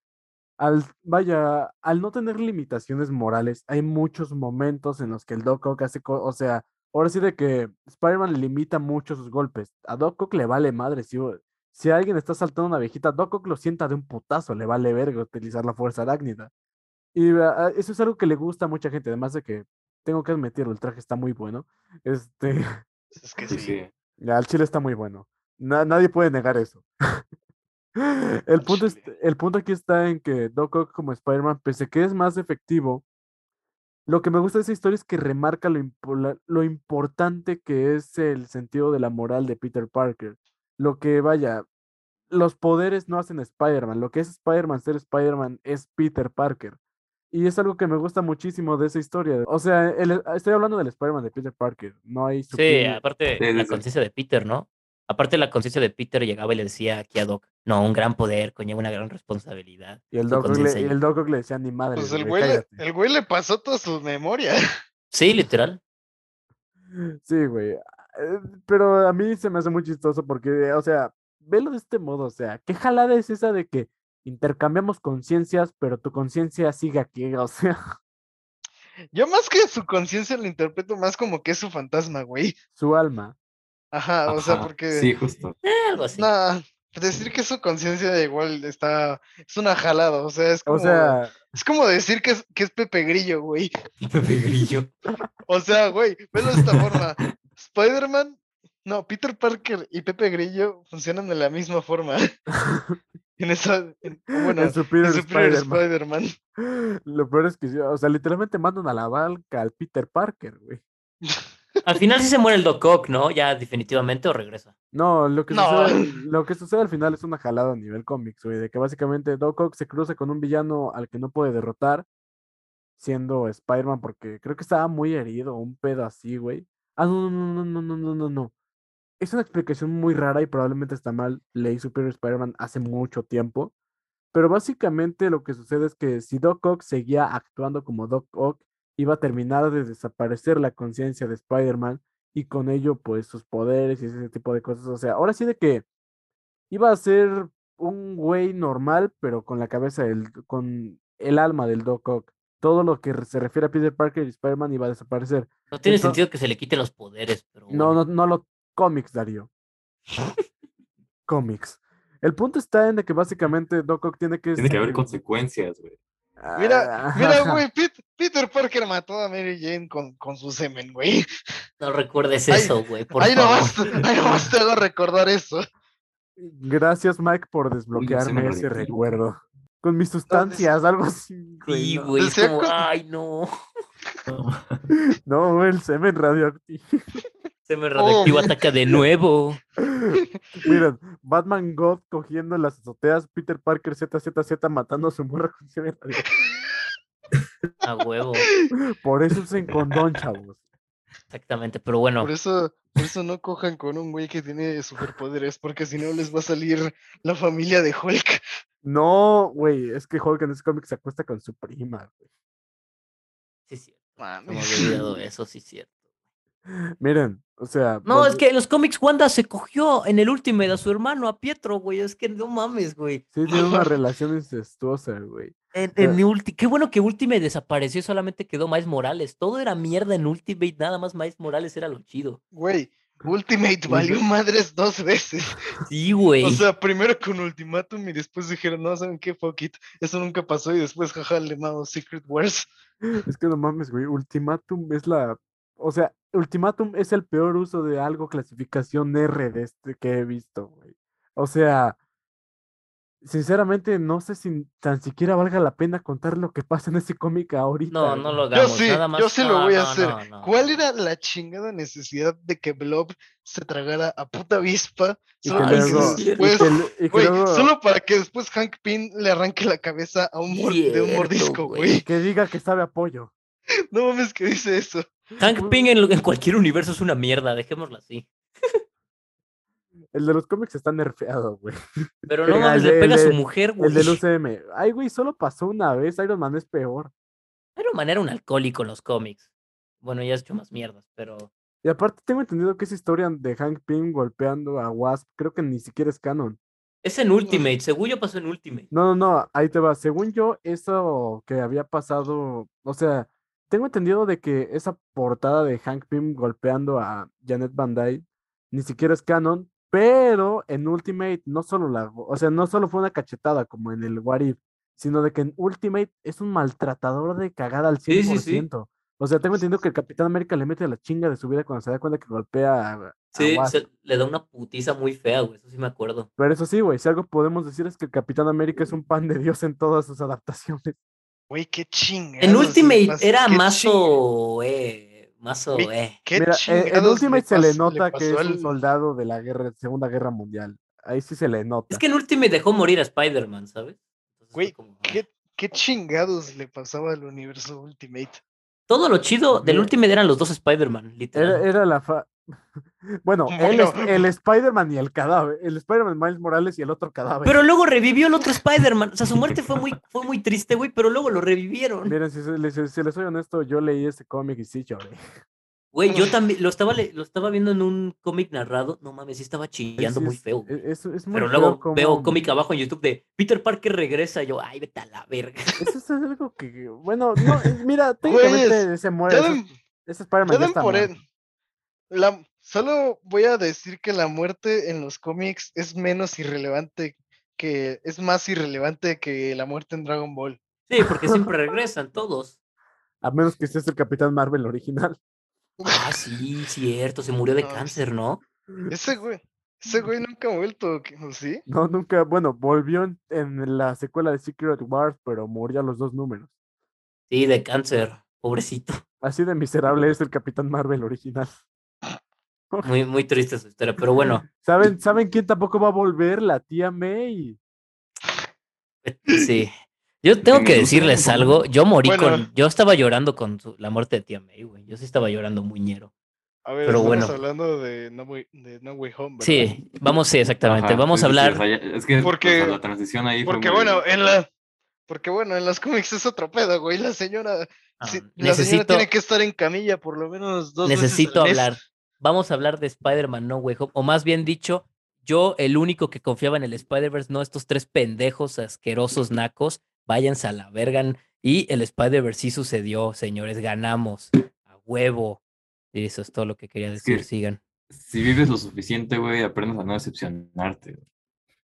Al, vaya, al no tener limitaciones morales, hay muchos momentos en los que el Doc Ock hace, co- o sea, ahora sí de que Spider-Man limita mucho sus golpes. A Doc Ock le vale madre, si, u- si alguien está saltando una viejita, Doc Ock lo sienta de un putazo, le vale verga utilizar la fuerza arácnida. Y ah, eso es algo que le gusta a mucha gente, además de que, tengo que admitirlo, el traje está muy bueno. Este...
es que
Sí,
sí.
sí.
Ya, el chile está muy bueno. Na- nadie puede negar eso. el,
Al
punto es-
chile.
el punto aquí está en que Doc Ock como Spider-Man, pese a que es más efectivo, lo que me gusta de esa historia es que remarca lo, impo- la- lo importante que es el sentido de la moral de Peter Parker. Lo que vaya, los poderes no hacen Spider-Man. Lo que es Spider-Man ser Spider-Man es Peter Parker. Y es algo que me gusta muchísimo de esa historia. O sea, el- estoy hablando del Spider-Man de Peter Parker. No hay...
Sí,
superior-
aparte
Sí, sí,
la
sí.
conciencia de Peter, ¿no? Aparte la conciencia de Peter llegaba y le decía aquí a Doc, no, un gran poder conlleva una gran responsabilidad.
Y el
Tu
Doc, Ock le,
conciencia
y
ya.
el Doc Ock le decía, ni madre.
Pues el
güey,
güey, le,
cállate".
el güey le pasó toda su memoria.
Sí, literal.
Sí, güey. eh, Pero a mí se me hace muy chistoso porque, o sea, velo de este modo, o sea, ¿qué jalada es esa de que intercambiamos conciencias, pero tu conciencia sigue aquí? O sea,
Yo más que su conciencia lo interpreto más como que es su fantasma, güey.
su alma.
Ajá, Ah, o sea,
Ajá,
porque...
Sí, justo.
Eh, algo así.
Nah, decir que su conciencia igual está... Es una jalada, o sea, es como...
O sea,
Es como decir que es, que es Pepe Grillo, güey.
Pepe Grillo.
O sea, güey, velo de esta forma. Spider-Man, no, Peter Parker y Pepe Grillo funcionan de la misma forma. en esa, en- bueno,
el
en
Superior
Superior
Spider-Man.
Spider-Man.
Lo peor es que, sí, o sea, literalmente mandan a la banca al Peter Parker, güey.
Al final sí se muere el Doc Ock, ¿no? Ya definitivamente o regresa.
No, lo que,
No.
Sucede, lo que sucede al final es una jalada a nivel cómics, güey, de que básicamente Doc Ock se cruza con un villano al que no puede derrotar, siendo Spider-Man, porque creo que estaba muy herido, un pedo así, güey. Ah, no, no, no, no, no, no, no, no. Es una explicación muy rara y probablemente está mal. Leí Superior Spider-Man hace mucho tiempo. Pero básicamente lo que sucede es que si Doc Ock seguía actuando como Doc Ock, iba a terminar de desaparecer la conciencia de Spider-Man y con ello, pues, sus poderes y ese tipo de cosas. O sea, ahora sí de que iba a ser un güey normal, pero con la cabeza del, con el alma del Doc Ock. Todo lo que se refiere a Peter Parker y Spider-Man iba a desaparecer.
No tiene
Entonces-
sentido que se le quiten los poderes, pero
No,
bueno.
no, no los cómics, Darío. cómics. El punto está en de que básicamente Doc Ock tiene que... Ah,
Tiene que haber
sacrificar-
consecuencias, güey.
Mira, mira,
Ajá.
güey, Pit- Peter Parker mató a Mary Jane con, con su semen, güey.
No recuerdes
Ay,
eso, güey, por
Ahí
favor.
nomás, ahí nomás te hago recordar eso.
Gracias, Mike, por desbloquearme ese
radioactivo.
recuerdo. Con mis sustancias, algo así. güey,
Sí,
no.
güey, es
Decía
como,
cosas-
ay, no.
No, güey, el semen radioactivo.
Se me radioactivo
mira.
ataca de nuevo.
Miren, Batman God cogiendo las azoteas, Peter Parker ZZZ matando a su morra con semen radioactivo.
A huevo,
Por eso usen condón, chavos.
exactamente. Pero bueno,
Por eso, por eso no cojan con un güey que tiene superpoderes, porque si no les va a salir la familia de Hulk.
No, güey, es que Hulk en ese cómic se acuesta con su prima, güey.
sí, sí, se me
Mames.
había olvidado eso, sí, es cierto.
Miren, o sea.
No, es
volvi-
que en los cómics Wanda se cogió en el último a su hermano, a Pietro, güey. Es que no mames, güey.
Sí, tiene una relación incestuosa, güey.
En,
Pero-
en Ulti- Qué bueno que Ultimate desapareció y solamente quedó Miles Morales. Todo era mierda en Ultimate, nada más Miles Morales era lo chido.
Güey, Ultimate valió madres dos veces.
Sí, güey.
O sea, primero con Ultimatum y después dijeron, no, ¿saben qué? Fuck it. Eso nunca pasó y después, jaja, le llamado Secret Wars.
Es que no mames, güey. Ultimatum es la. O sea, Ultimatum es el peor uso de algo clasificación R de este que he visto, güey. O sea. Sinceramente, no sé si tan siquiera valga la pena contar lo que pasa en ese cómic ahorita.
no, no lo
güey.
hagamos.
sí,
nada más.
yo sí lo
no,
voy a
no,
hacer.
no, no,
¿Cuál
no.
era la chingada necesidad de que Blob se tragara a puta avispa?
Y
Solo
Ah,
que
para
sí,
luego.
es
que
y
después,
que l- y que
güey,
luego-
solo para que después Hank Pym le arranque la cabeza a un mor- de un
Cierto,
mordisco,
güey.
güey.
que diga que sabe apoyo.
No mames que dice eso.
Hank Ping en, lo- en cualquier universo es una mierda, dejémoslo así.
El de los cómics está nerfeado, güey.
Pero no
Venga,
mames,
el
le
de-
pega a
el
su
de-
mujer, güey.
El del UCM. Ay, güey, solo pasó una vez. Iron Man es peor.
Iron Man era un alcohólico en los cómics. Bueno, ya has hecho más mierdas, pero.
Y aparte tengo entendido que esa historia de Hank Pym golpeando a Wasp, creo que ni siquiera es canon.
Es en Ultimate, según yo pasó en Ultimate.
No, no, no, ahí te va. Según yo, eso que había pasado, o sea, tengo entendido de que esa portada de Hank Pym golpeando a Janet Van Dyne ni siquiera es canon, pero en Ultimate no solo la, go- o sea, no solo fue una cachetada como en el What If, sino de que en Ultimate es un maltratador de cagada al 100%.
Sí, sí, sí.
O sea, tengo entendido que el Capitán América le mete la chinga de su vida cuando se da cuenta que golpea a, a
Sí,
Wasp.
se- le da una putiza muy fea, güey. Eso sí me acuerdo.
Pero eso sí, güey, si algo podemos decir es que el Capitán América es un pan de Dios en todas sus adaptaciones.
Güey, qué chingados.
En
le
Ultimate
pas-
era
qué
mazo, eh. Mazo,
Mi-
eh.
ching- qué
Mira, eh, en
chingados
Ultimate se le
pas-
nota que
pasó
es
al-
un soldado de la guerra, Segunda Guerra Mundial. Ahí sí se le nota.
Es que en Ultimate dejó morir a Spider-Man, ¿sabes? Entonces fue
Güey,
como, ah.
¿qué, qué chingados le pasaba al universo Ultimate?
Todo lo chido del
Mira.
Ultimate eran los dos Spider-Man, literal.
era, era la fa... Bueno, él es-
Bueno.
el Spider-Man y el cadáver. El Spider-Man Miles Morales y el otro cadáver.
Pero luego revivió el otro Spider-Man. O sea, su muerte fue muy, fue muy triste, güey, pero luego lo revivieron.
Miren, si, se- les- si- si les soy honesto, yo leí ese cómic y sí lloré.
Güey, yo también lo estaba, le- lo estaba viendo en un cómic narrado. No mames, sí estaba chillando
Sí,
muy
es-
feo. güey.
Es, es muy
Pero
feo
luego veo
cómo-
cómic abajo en YouTube de Peter Parker regresa. y Yo, ay, vete a la verga.
Eso es algo que, bueno, no, es- mira, técnicamente se muere.
Ya
eso-
den-
Ese
ya
Spider-Man ya
den
está
por
muerto.
en- la- solo voy a decir que la muerte en los cómics es menos irrelevante que es más irrelevante que la muerte en Dragon Ball.
Sí, porque siempre regresan todos.
A menos que estés el Capitán Marvel original.
Ah, sí, cierto, se murió de
No, sí.
cáncer, ¿no?
Ese güey, ese güey nunca ha vuelto, ¿qué- ¿o ¿sí?
No, nunca, bueno, volvió en, en la secuela de Secret Wars, pero murió a los dos números.
Sí, de cáncer, pobrecito.
Así de miserable es el Capitán Marvel original.
Muy, muy triste su historia, pero bueno,
¿Saben, ¿Saben quién tampoco va a volver? La tía May.
sí. Yo tengo que decirles algo. Yo morí
Bueno.
con. Yo estaba llorando con su- la muerte de tía May, güey. Yo sí estaba llorando muñero.
A ver,
Pero
estamos
bueno.
hablando de No Way, de No Way Home, ¿verdad?
Sí, vamos, sí, exactamente.
Ajá,
vamos a
sí, sí, sí,
hablar.
o sea, ya- es que o sea,
Porque-
la transición ahí fue
Porque
muy-
bueno, en la porque bueno, en los cómics es otro pedo, güey. La señora,
ah,
sí, la señora
necesito
tiene que estar en camilla por lo menos dos veces al
necesito
mes.
hablar. Vamos a hablar de Spider-Man No Way Home. O más bien dicho, yo, el único que confiaba en el Spider-Verse, no estos tres pendejos asquerosos nacos, váyanse a la vergan. Y el Spider-Verse sí sucedió, señores, ganamos. A huevo. Y eso es todo lo que quería
que-
decir, sigan.
Si vives lo suficiente, güey, aprendes a no decepcionarte. güey.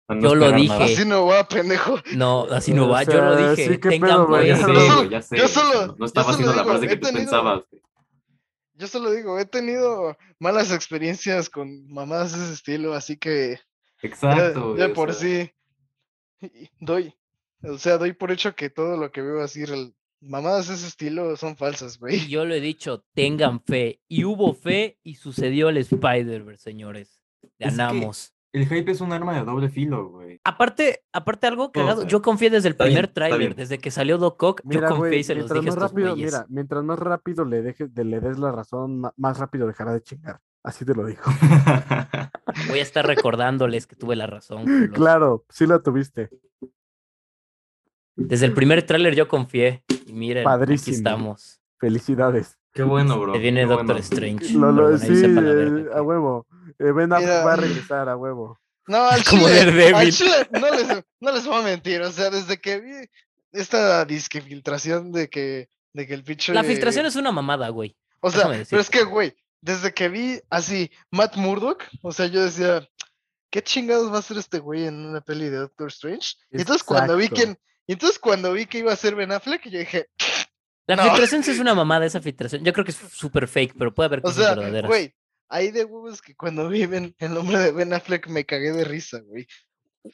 A no
Yo lo
esperar nada.
dije.
Así no va, pendejo.
No, así no
O
va, yo lo
sea,
dije.
sí, qué
Tengan
pedo,
buen
güey.
Ya
Yo
sé,
fe.
solo-
güey, ya sé.
yo solo-
no estaba
yo solo
haciendo la
digo,
frase que
he
tú
tenido-
pensabas. güey.
Yo se lo digo, he tenido malas experiencias con mamás de ese estilo, así que ya-
Exacto.
ya,
güey, o
por
sea,
sí y- doy, o sea, doy por hecho que todo lo que veo así, rel- mamadas de ese estilo son falsas,
Y
güey.
yo lo he dicho, tengan fe. Y hubo fe y sucedió el Spider-Verse, señores.
que-
Ganamos.
El hype es un arma de doble filo, güey.
Aparte, aparte algo
Todo,
cagado,
o sea,
yo confié desde el
está bien,
primer
está
tráiler,
bien.
desde que salió Doc Ock, yo
Mira,
confié
güey,
y se los
mientras
dije a
más
estos
rápido,
güeyes.
mira, mientras más rápido le dejes, de- le des la razón, ma- más rápido dejará de chingar. Así te lo digo.
Voy a estar recordándoles que tuve la razón. culos.
Claro, sí la tuviste.
Desde el primer tráiler yo confié y miren, aquí
Padrísimo.
estamos.
Felicidades.
Qué bueno, bro.
Te viene
qué
Doctor
bueno.
Strange.
Lo- lo-
pero bueno, ahí
sí,
sepa la
eh,
verga.
a huevo. Eh, Ben Affleck
Mira. mm.
va a regresar a huevo.
No, al
Como
chile,
Daredevil.
al chile no, les, no les voy a mentir. O sea, desde que vi esta disque filtración de que, de que el pinche.
La filtración es una mamada, güey.
O sea,
déjame
pero es que, güey, desde que vi así Matt Murdock, o sea, yo decía, ¿qué chingados va a hacer este güey en una peli de Doctor Strange? Y entonces cuando vi
Exacto.
que, y entonces cuando vi que iba a ser Ben Affleck, yo dije,
La
No.
filtración sí es una mamada, esa filtración. Yo creo que es súper fake, pero puede haber
o
cosas
sea,
verdaderas.
güey, ahí de huevos que cuando vi Ben- el nombre de Ben Affleck me cagué de risa, güey.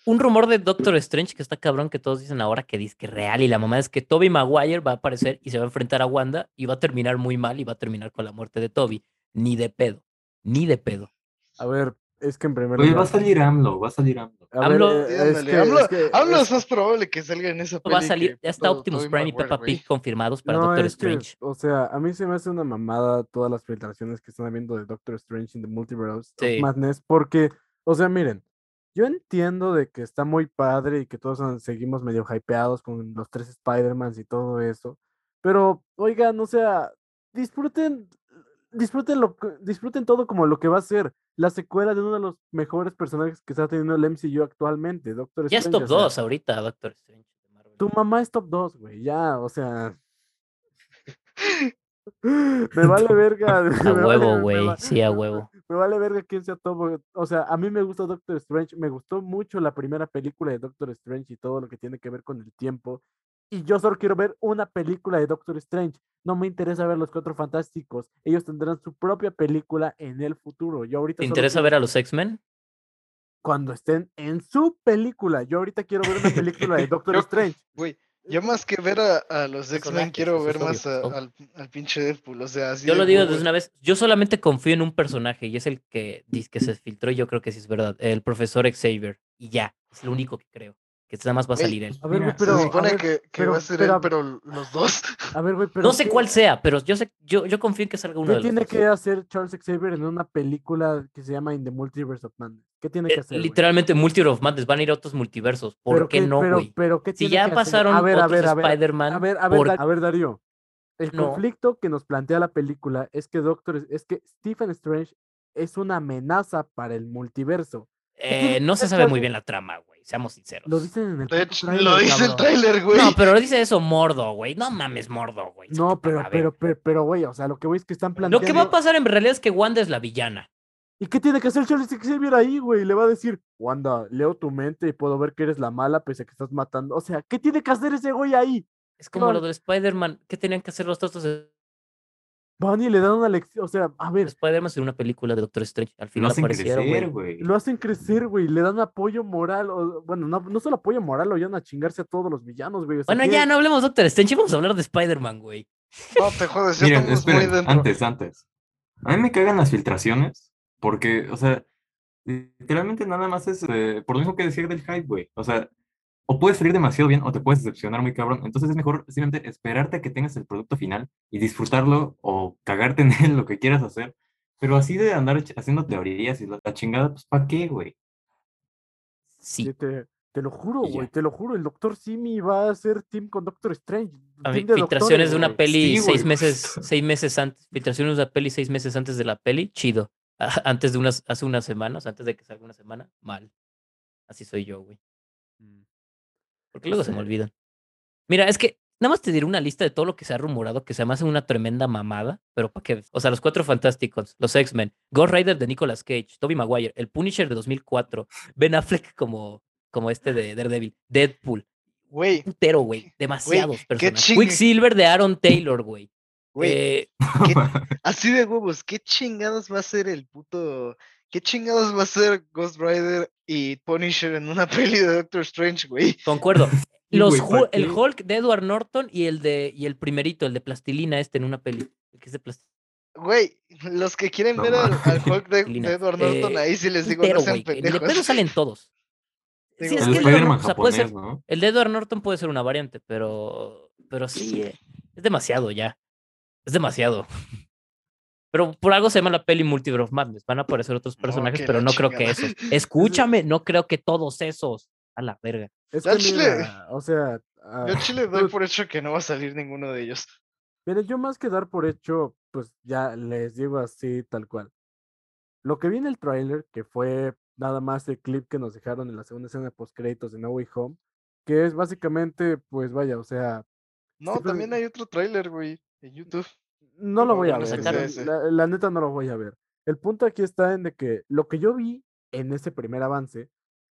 Un rumor de Doctor Strange que está cabrón que todos dicen ahora que dice que es real y la mamada es que Toby Maguire va a aparecer y se va a enfrentar a Wanda y va a terminar muy mal y va a terminar con la muerte de Toby. Ni de pedo. Ni de pedo.
A ver, es que en primer
Oye, va a
lugar.
salir AMLO, va a salir AMLO.
a ver,
AMLO-
eh,
Sí,
es
ándale,
que-
AMLO-
es que-
Hablo
es-
es más probable que salga en esa peli.
Va a salir,
que
ya está
todo-
Optimus
Tobey
Prime y
Maguire,
Peppa
güey.
Pig confirmados para
no,
Doctor
es que,
Strange.
o sea, a mí se me hace una mamada todas las filtraciones que están habiendo de Doctor Strange in the Multiverse of
Sí.
Madness, porque, o sea, miren, yo entiendo de que está muy padre y que todos an- seguimos medio hypeados con los tres Spider-Mans y todo eso, pero, oigan, o sea, disfruten, disfruten, lo, que- disfruten todo como lo que va a ser la secuela de uno de los mejores personajes que está teniendo el MCU actualmente, Doctor
Ya es
Strange.
top
o sea,
2 ahorita, Doctor Strange. de Marvel.
tu mamá es top 2, güey, ya, o sea. Me vale verga.
A
me vale-
huevo,
me
güey.
va-
Sí, a
me-
huevo.
Me vale verga quién sea top. O sea, a mí me gusta Doctor Strange. Me gustó mucho la primera película de Doctor Strange y todo lo que tiene que ver con el tiempo. Y yo solo quiero ver una película de Doctor Strange. No me interesa ver los cuatro fantásticos. Ellos tendrán su propia película en el futuro. Yo ahorita
¿Te
solo
interesa
quiero-
ver a los X-Men?
cuando estén en su película. Yo ahorita quiero ver una película de Doctor
Yo-
Strange.
Güey, yo más que ver a, a los
Personajes,
X-Men, quiero
eso
ver
es obvio,
más a-
¿no?
al, al pinche Deadpool, o sea, así
Yo
de
lo digo
huevo,
desde una vez. Yo solamente confío en un personaje y es el que dice que se filtró. y Yo creo que sí es verdad. El profesor Xavier. Y ya. Es lo único que creo. Que nada más va a
Güey,
salir él.
A ver, güey,
Mira, se
pero.
se
a
supone
ver,
que, que
pero-
va a ser
pero-
él, pero los dos.
A ver, güey, pero.
No sé
¿qué-
cuál sea, pero yo sé, yo, yo confío en que salga uno
¿Qué
de los
tiene
dos.
que hacer Charles Xavier en una película que se llama In the Multiverse of Madness? ¿Qué tiene que
Eh,
hacer? güey?
literalmente, Multiverse of Madness. Van a ir a otros multiversos. ¿Por
¿Pero
qué no,
pero,
güey?
pero ¿qué
Si
tiene que
ya
hacer?
pasaron
a ver, a
otros
ver, a ver,
Spider-Man,
a ver, a ver,
¿por
Da- a ver, Darío. El
No.
conflicto que nos plantea la película es que Doctor es que Stephen Strange es una amenaza para el multiverso.
eh, no se
es
sabe
que-
muy bien la trama, güey. Seamos sinceros.
Lo dicen en el
De
puto
hecho,
tráiler,
lo dice el
cabrón.
tráiler, güey.
No, pero dice eso Mordo, güey. No mames, Mordo, güey. sácate
No,
a
pero
la verga.
pero pero pero güey, o sea, lo que voy es que están planteando
Lo que va a pasar en realidad es que Wanda es la villana.
¿Y qué tiene que hacer Charles Xavier ahí, güey? Le va a decir, Wanda, leo tu mente y puedo ver que eres la mala pese a que estás matando. O sea, ¿qué tiene que hacer ese güey ahí?
Es como
No.
lo de Spider-Man. ¿Qué tenían que hacer los tontos de
Van y le dan una lección. O sea, a ver,
Spider-Man en una película de Doctor Strange? Al
Lo
final
hacen
aparecieron, güey.
crecer, güey.
lo hacen crecer, güey. Le dan apoyo moral. o- bueno, no, no solo apoyo moral, lo llevan a chingarse a todos los villanos, güey. o sea,
Bueno,
¿qué-
ya no hablemos de Doctor Strange, vamos a hablar de Spider-Man, güey.
No, te jodes, ya
Miren,
estamos muy
esperen,
dentro.
antes, antes. A mí me cagan las filtraciones porque, o sea, literalmente nada más es eh, por lo mismo que decía del hype, güey. O sea, o puedes salir demasiado bien o te puedes decepcionar muy cabrón. Entonces es mejor simplemente esperarte a que tengas el producto final y disfrutarlo o cagarte en él, lo que quieras hacer. Pero así de andar ch- haciendo teorías y la, la chingada, pues ¿para qué, güey?
Sí.
que Eh, Te, te lo juro,
Y ya.
güey. Te lo juro. El Doctor Simi va a ser team con Doctor Strange.
A mí,
team de
filtraciones
doctores,
de una
güey.
peli
eh, Sí, güey.
seis meses, seis meses antes. Filtraciones de una peli seis meses antes de la peli, chido. Ah, Antes de unas, hace unas semanas, antes de que salga una semana, mal. Así soy yo, güey.
Mm.
Porque luego se me
Este
Sí.
olvidan. Mira, es que nada más te diré una lista de todo lo que se ha rumorado, que se me hace una tremenda mamada, pero para qué. O sea, los cuatro fantásticos, los X-Men, Ghost Rider de Nicolas Cage, Tobey Maguire, el Punisher de 2004, Ben Affleck como, como este de Daredevil, Deadpool,
Güey,
putero, güey, demasiados personajes.
chingue-
Quicksilver de Aaron Taylor, güey.
güey,
Eh,
¿qué- así de huevos, ¿qué chingados va a ser el puto... ¿Qué chingados va a ser Ghost Rider y Punisher en una peli de Doctor Strange, güey?
concuerdo.
Sí,
Los
güey, ¿para
Hul- el
qué?
Hulk de Edward Norton y el de y el primerito, el de plastilina este en una peli, el que es de plastilina.
Güey, los que quieren
No
ver al,
mames.
al Hulk de,
Lina,
de Edward Norton,
eh,
ahí sí les digo,
Putero,
no sean
güey, que De
pendejos.
pedo salen todos.
Digo,
Sí, es
el
que Edward
Spider-Man
Norton, o sea, puede
japonés,
ser-
¿no?
El de Edward Norton puede ser una variante, pero, pero sí, eh, es demasiado ya. Es demasiado. Pero por algo se llama la peli Multiverse of Madness. Van a aparecer otros
No,
personajes,
que
pero
la
no creo que
chingada.
esos. Escúchame, no creo que todos esos. A la verga.
Es
Al
que
chile-
mira, o sea. ah,
Yo a Chile doy
dude.
por hecho que no va a salir ninguno de ellos.
Mira, yo más que dar por hecho pues ya les digo así tal cual. Lo que vi en el tráiler, que fue nada más el clip que nos dejaron en la segunda escena post créditos de No Way Home, que es básicamente, pues vaya, o sea,
No,
Sí, pues-
también hay otro tráiler, güey, en YouTube.
no lo
No,
voy a
no
ver.
sacaron
la-
ese.
La, la neta no lo voy a ver. El punto aquí está en de que lo que yo vi en ese primer avance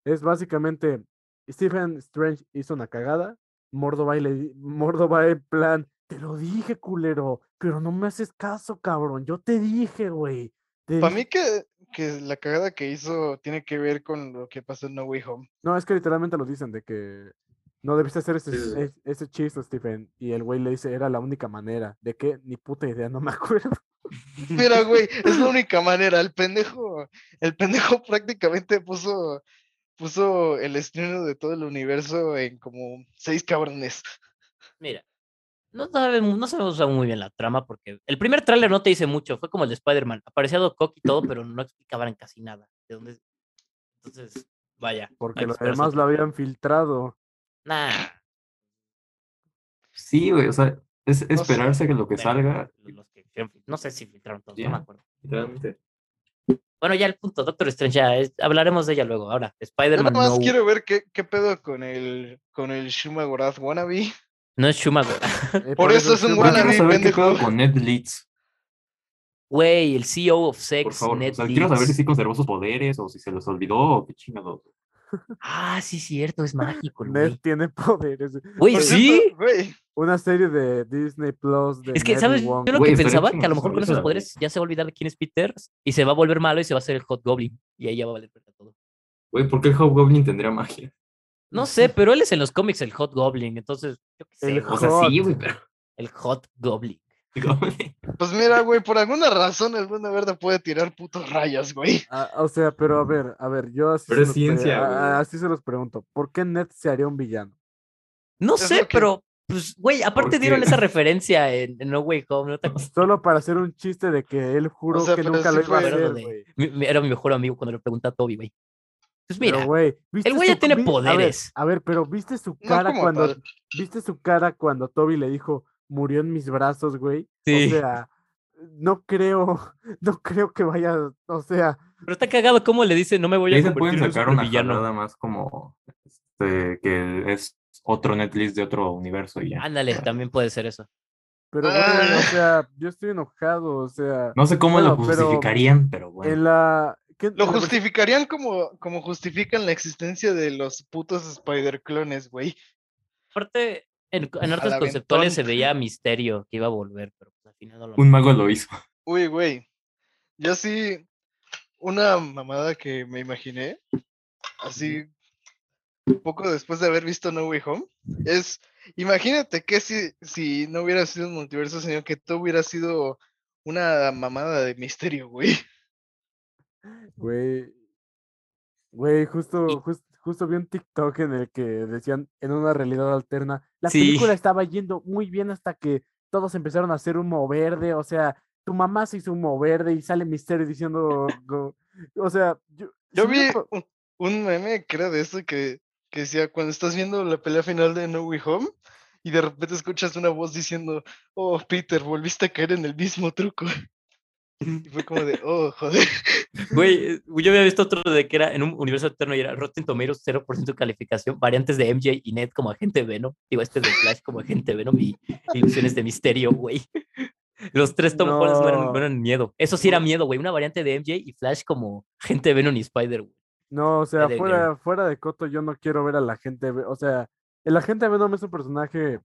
es básicamente Stephen Strange hizo una cagada, Mordovai le di- Mordovai en plan, te lo dije, culero, pero no me haces caso, cabrón. Yo te dije, güey. te
Para
dije".
mí que, que la cagada que hizo tiene que ver con lo que pasó en No Way Home.
No, es que literalmente lo dicen de que no debiste hacer ese,
Sí, sí, sí.
es- ese chiste, Stephen. Y el güey le dice, era la única manera. ¿De qué? Ni puta idea, no me acuerdo.
Mira, güey, es la única manera. El pendejo, el pendejo prácticamente puso, puso el estreno de todo el universo en como seis cabrones.
Mira, no sabemos, no sabemos aún muy bien la trama porque el primer tráiler no te dice mucho, fue como el de Spider-Man. Aparecía Doc Ock y todo, pero no explicaban casi nada. De dónde... es. Entonces, vaya.
Porque los demás lo habían filtrado.
Nah,
Sí, güey, o sea, es
sé,
esperarse que lo que
bueno,
salga,
los que hicieron fil- no sé si filtraron todo,
Ya.
no me acuerdo.
literalmente.
Bueno, ya el punto, Doctor Strange, ya es- hablaremos de ella luego. Ahora,
Yo nada
Spider-Man
más
no,
quiero ver qué, qué pedo con el, con el Shuma Gorath Wannabe.
no es Shumago.
Eh,
Por eso es un
siempre-
Yo
Wannabe,
quiero saber qué
pendejo.
juego con Ned Leeds,
Güey, el CEO of
por
Sex,
favor. O sea,
Netflix.
quiero saber si sí conservó sus poderes o si se los olvidó o qué chingados.
Ah, sí, cierto, es mágico, el
Ned
güey.
tiene poderes.
Güey,
Por
sí.
cierto, güey,
Una serie de Disney Plus de
Es que,
Ned y
¿sabes? Yo
Wong.
lo
Güey,
que
estaría
pensaba,
chido
que a lo
que
mejor con
saliese
esos
la
poderes ya se va a olvidar de quién es Peter y se va a volver malo y se va a hacer el Hot Goblin. Y ahí ya va a valer verga todo.
Güey, ¿por qué el Hobgoblin tendría magia?
No sé, pero él es en los cómics el Hot Goblin, entonces, yo qué sé,
El
güey,
O sea, sí, güey, pero.
el Hot Goblin.
Pues mira, güey, por alguna razón el Duende Verde puede tirar putos rayos, güey.
Ah, o sea, pero a ver, a ver, yo así,
Pero es
los pre-
ciencia,
a- a-
güey.
así se los pregunto. ¿Por qué Ned se haría un villano?
No
Es
sé,
lo que-
pero, pues, güey, aparte dieron
qué?
esa referencia en, en No Way Home, no te acuerdas.
Solo para hacer un chiste de que él juró
sea,
que
pero
nunca
sí
lo iba a
fue-
hacer,
Acuérdate.
güey.
Mi- mi- Era mi mejor amigo cuando le pregunté a Toby, güey. Pues
Pero,
mira,
güey, ¿viste
güey ya
su-
tiene
vi- a ver,
poderes.
A ver, pero viste su
No
cara
como
cuando
tal.
viste su cara cuando Toby le dijo, "Murió en mis brazos, güey."
Sí.
O sea, no creo, no creo que vaya, o sea,
pero está cagado cómo le dice, no me voy
Ahí
a
se
convertir
pueden
en un
sacar una
supervillano.
jalada más como este, que es otro Netlist de otro universo y ya.
Ándale,
Ah.
también puede ser eso.
pero
Ah.
güey, o sea, yo estoy enojado, o sea,
No sé cómo lo
Bueno, pero-
justificarían, pero bueno.
en la ¿qué-
Lo
en la versión-
justificarían como, como justifican la existencia de los putos Spider clones, güey.
Aparte, en, en artes
Jalaventón.
conceptuales se veía misterio que iba a volver, pero pues, al final no lo
Un mago lo hizo.
Uy, güey. Yo sí, una mamada que me imaginé, así poco después de haber visto No Way Home, es, imagínate que si, si no hubiera sido un multiverso, sino que tú hubiera sido una mamada de misterio, güey.
Güey. Güey, justo,
Y-
jus- justo, vi un TikTok en el que decían en una realidad alterna, la
Sí.
película estaba yendo muy bien hasta que todos empezaron a hacer humo verde, o sea, tu mamá se hizo humo verde y sale Misterio diciendo, go- o sea, yo,
Yo
si
vi
hubiera pa-
un, un meme que era de eso que, que decía, cuando estás viendo la pelea final de No Way Home y de repente escuchas una voz diciendo, oh, Peter, volviste a caer en el mismo truco. Y fue como de, oh, joder.
Güey, eh, yo había visto otro de que era en un universo alterno y era Rotten Tomatoes 0% de calificación, variantes de MJ y Ned como agente Venom, digo este de Flash como agente Venom y ilusiones de misterio, güey. Los tres Tom Hollands no eran, no
No.
eran miedo. Eso sí era miedo, güey. Una variante de MJ y Flash como agente Venom y Spider, güey.
no, o sea,
de
fuera, fuera de Coto yo no quiero ver a la gente, ve- o sea, el agente Venom es un personaje,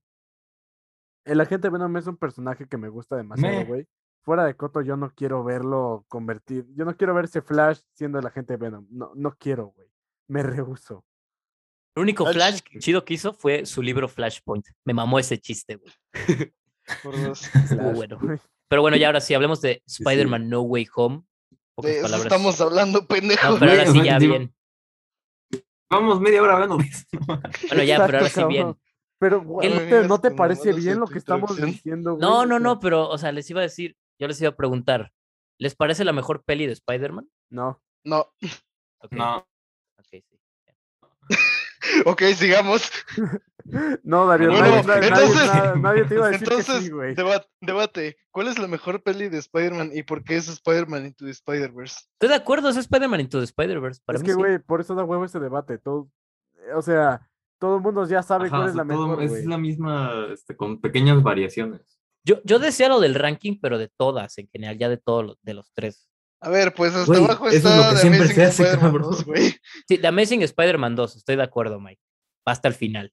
el agente Venom es un personaje que me gusta demasiado,
Meh.
güey. Fuera de Coto yo no quiero verlo convertir, yo no quiero verse Flash siendo el agente Venom, no, no quiero, güey, me rehuso.
El único
Ah,
Flash chido que hizo fue su libro Flashpoint. Me mamó ese chiste, güey.
Por dos.
Estuvo
Flash,
bueno.
güey.
Pero bueno, ya ahora sí, hablemos de
sí.
Spider-Man No Way Home. Pocas
De eso
palabras.
estamos hablando, pendejo.
No, pero ahora
Güey, o
sí
sea,
ya
digo-
bien.
Vamos media hora hablando de eso.
Bueno, ya, pero
Exacto,
ahora sí bien.
cabrón. Pero, güey,
Él-
¿no te, no te
Con
parece
mamadas de
bien lo
tu
que estamos
introducción.
diciendo, güey?
No,
O
no,
sea,
no, pero, o sea, les iba a decir, yo les iba a preguntar, ¿les parece la mejor peli de Spider-Man?
No.
No,
Ok,
No,
ok, sí.
Ok, sigamos.
No, Darío,
Bueno,
nadie, nadie-
entonces-
nadie- nadie te iba a decir que
Entonces,
sí, güey.
deba- debate. ¿Cuál es la mejor peli de Spider-Man y por qué es Spider-Man into the Spider-Verse?
Estoy de acuerdo, es Spider-Man Into the Spider-Verse. Para
Es
mí
que,
sí.
güey, por eso da huevo ese debate. Todo, eh, o sea, todo el mundo ya sabe
Ajá,
cuál
o
es
sea,
la
todo
mejor,
es
güey.
la misma, este, con pequeñas variaciones.
Yo, yo decía lo del ranking, pero de todas, en general, ya de todos los- de los tres.
A ver, pues hasta
Güey,
abajo
eso es lo
está
que
The
siempre
Amazing
se hace,
Spider-Man
cabrón.
2, güey.
Sí, The Amazing Spider-Man 2, estoy de acuerdo, Mike. Va hasta el final.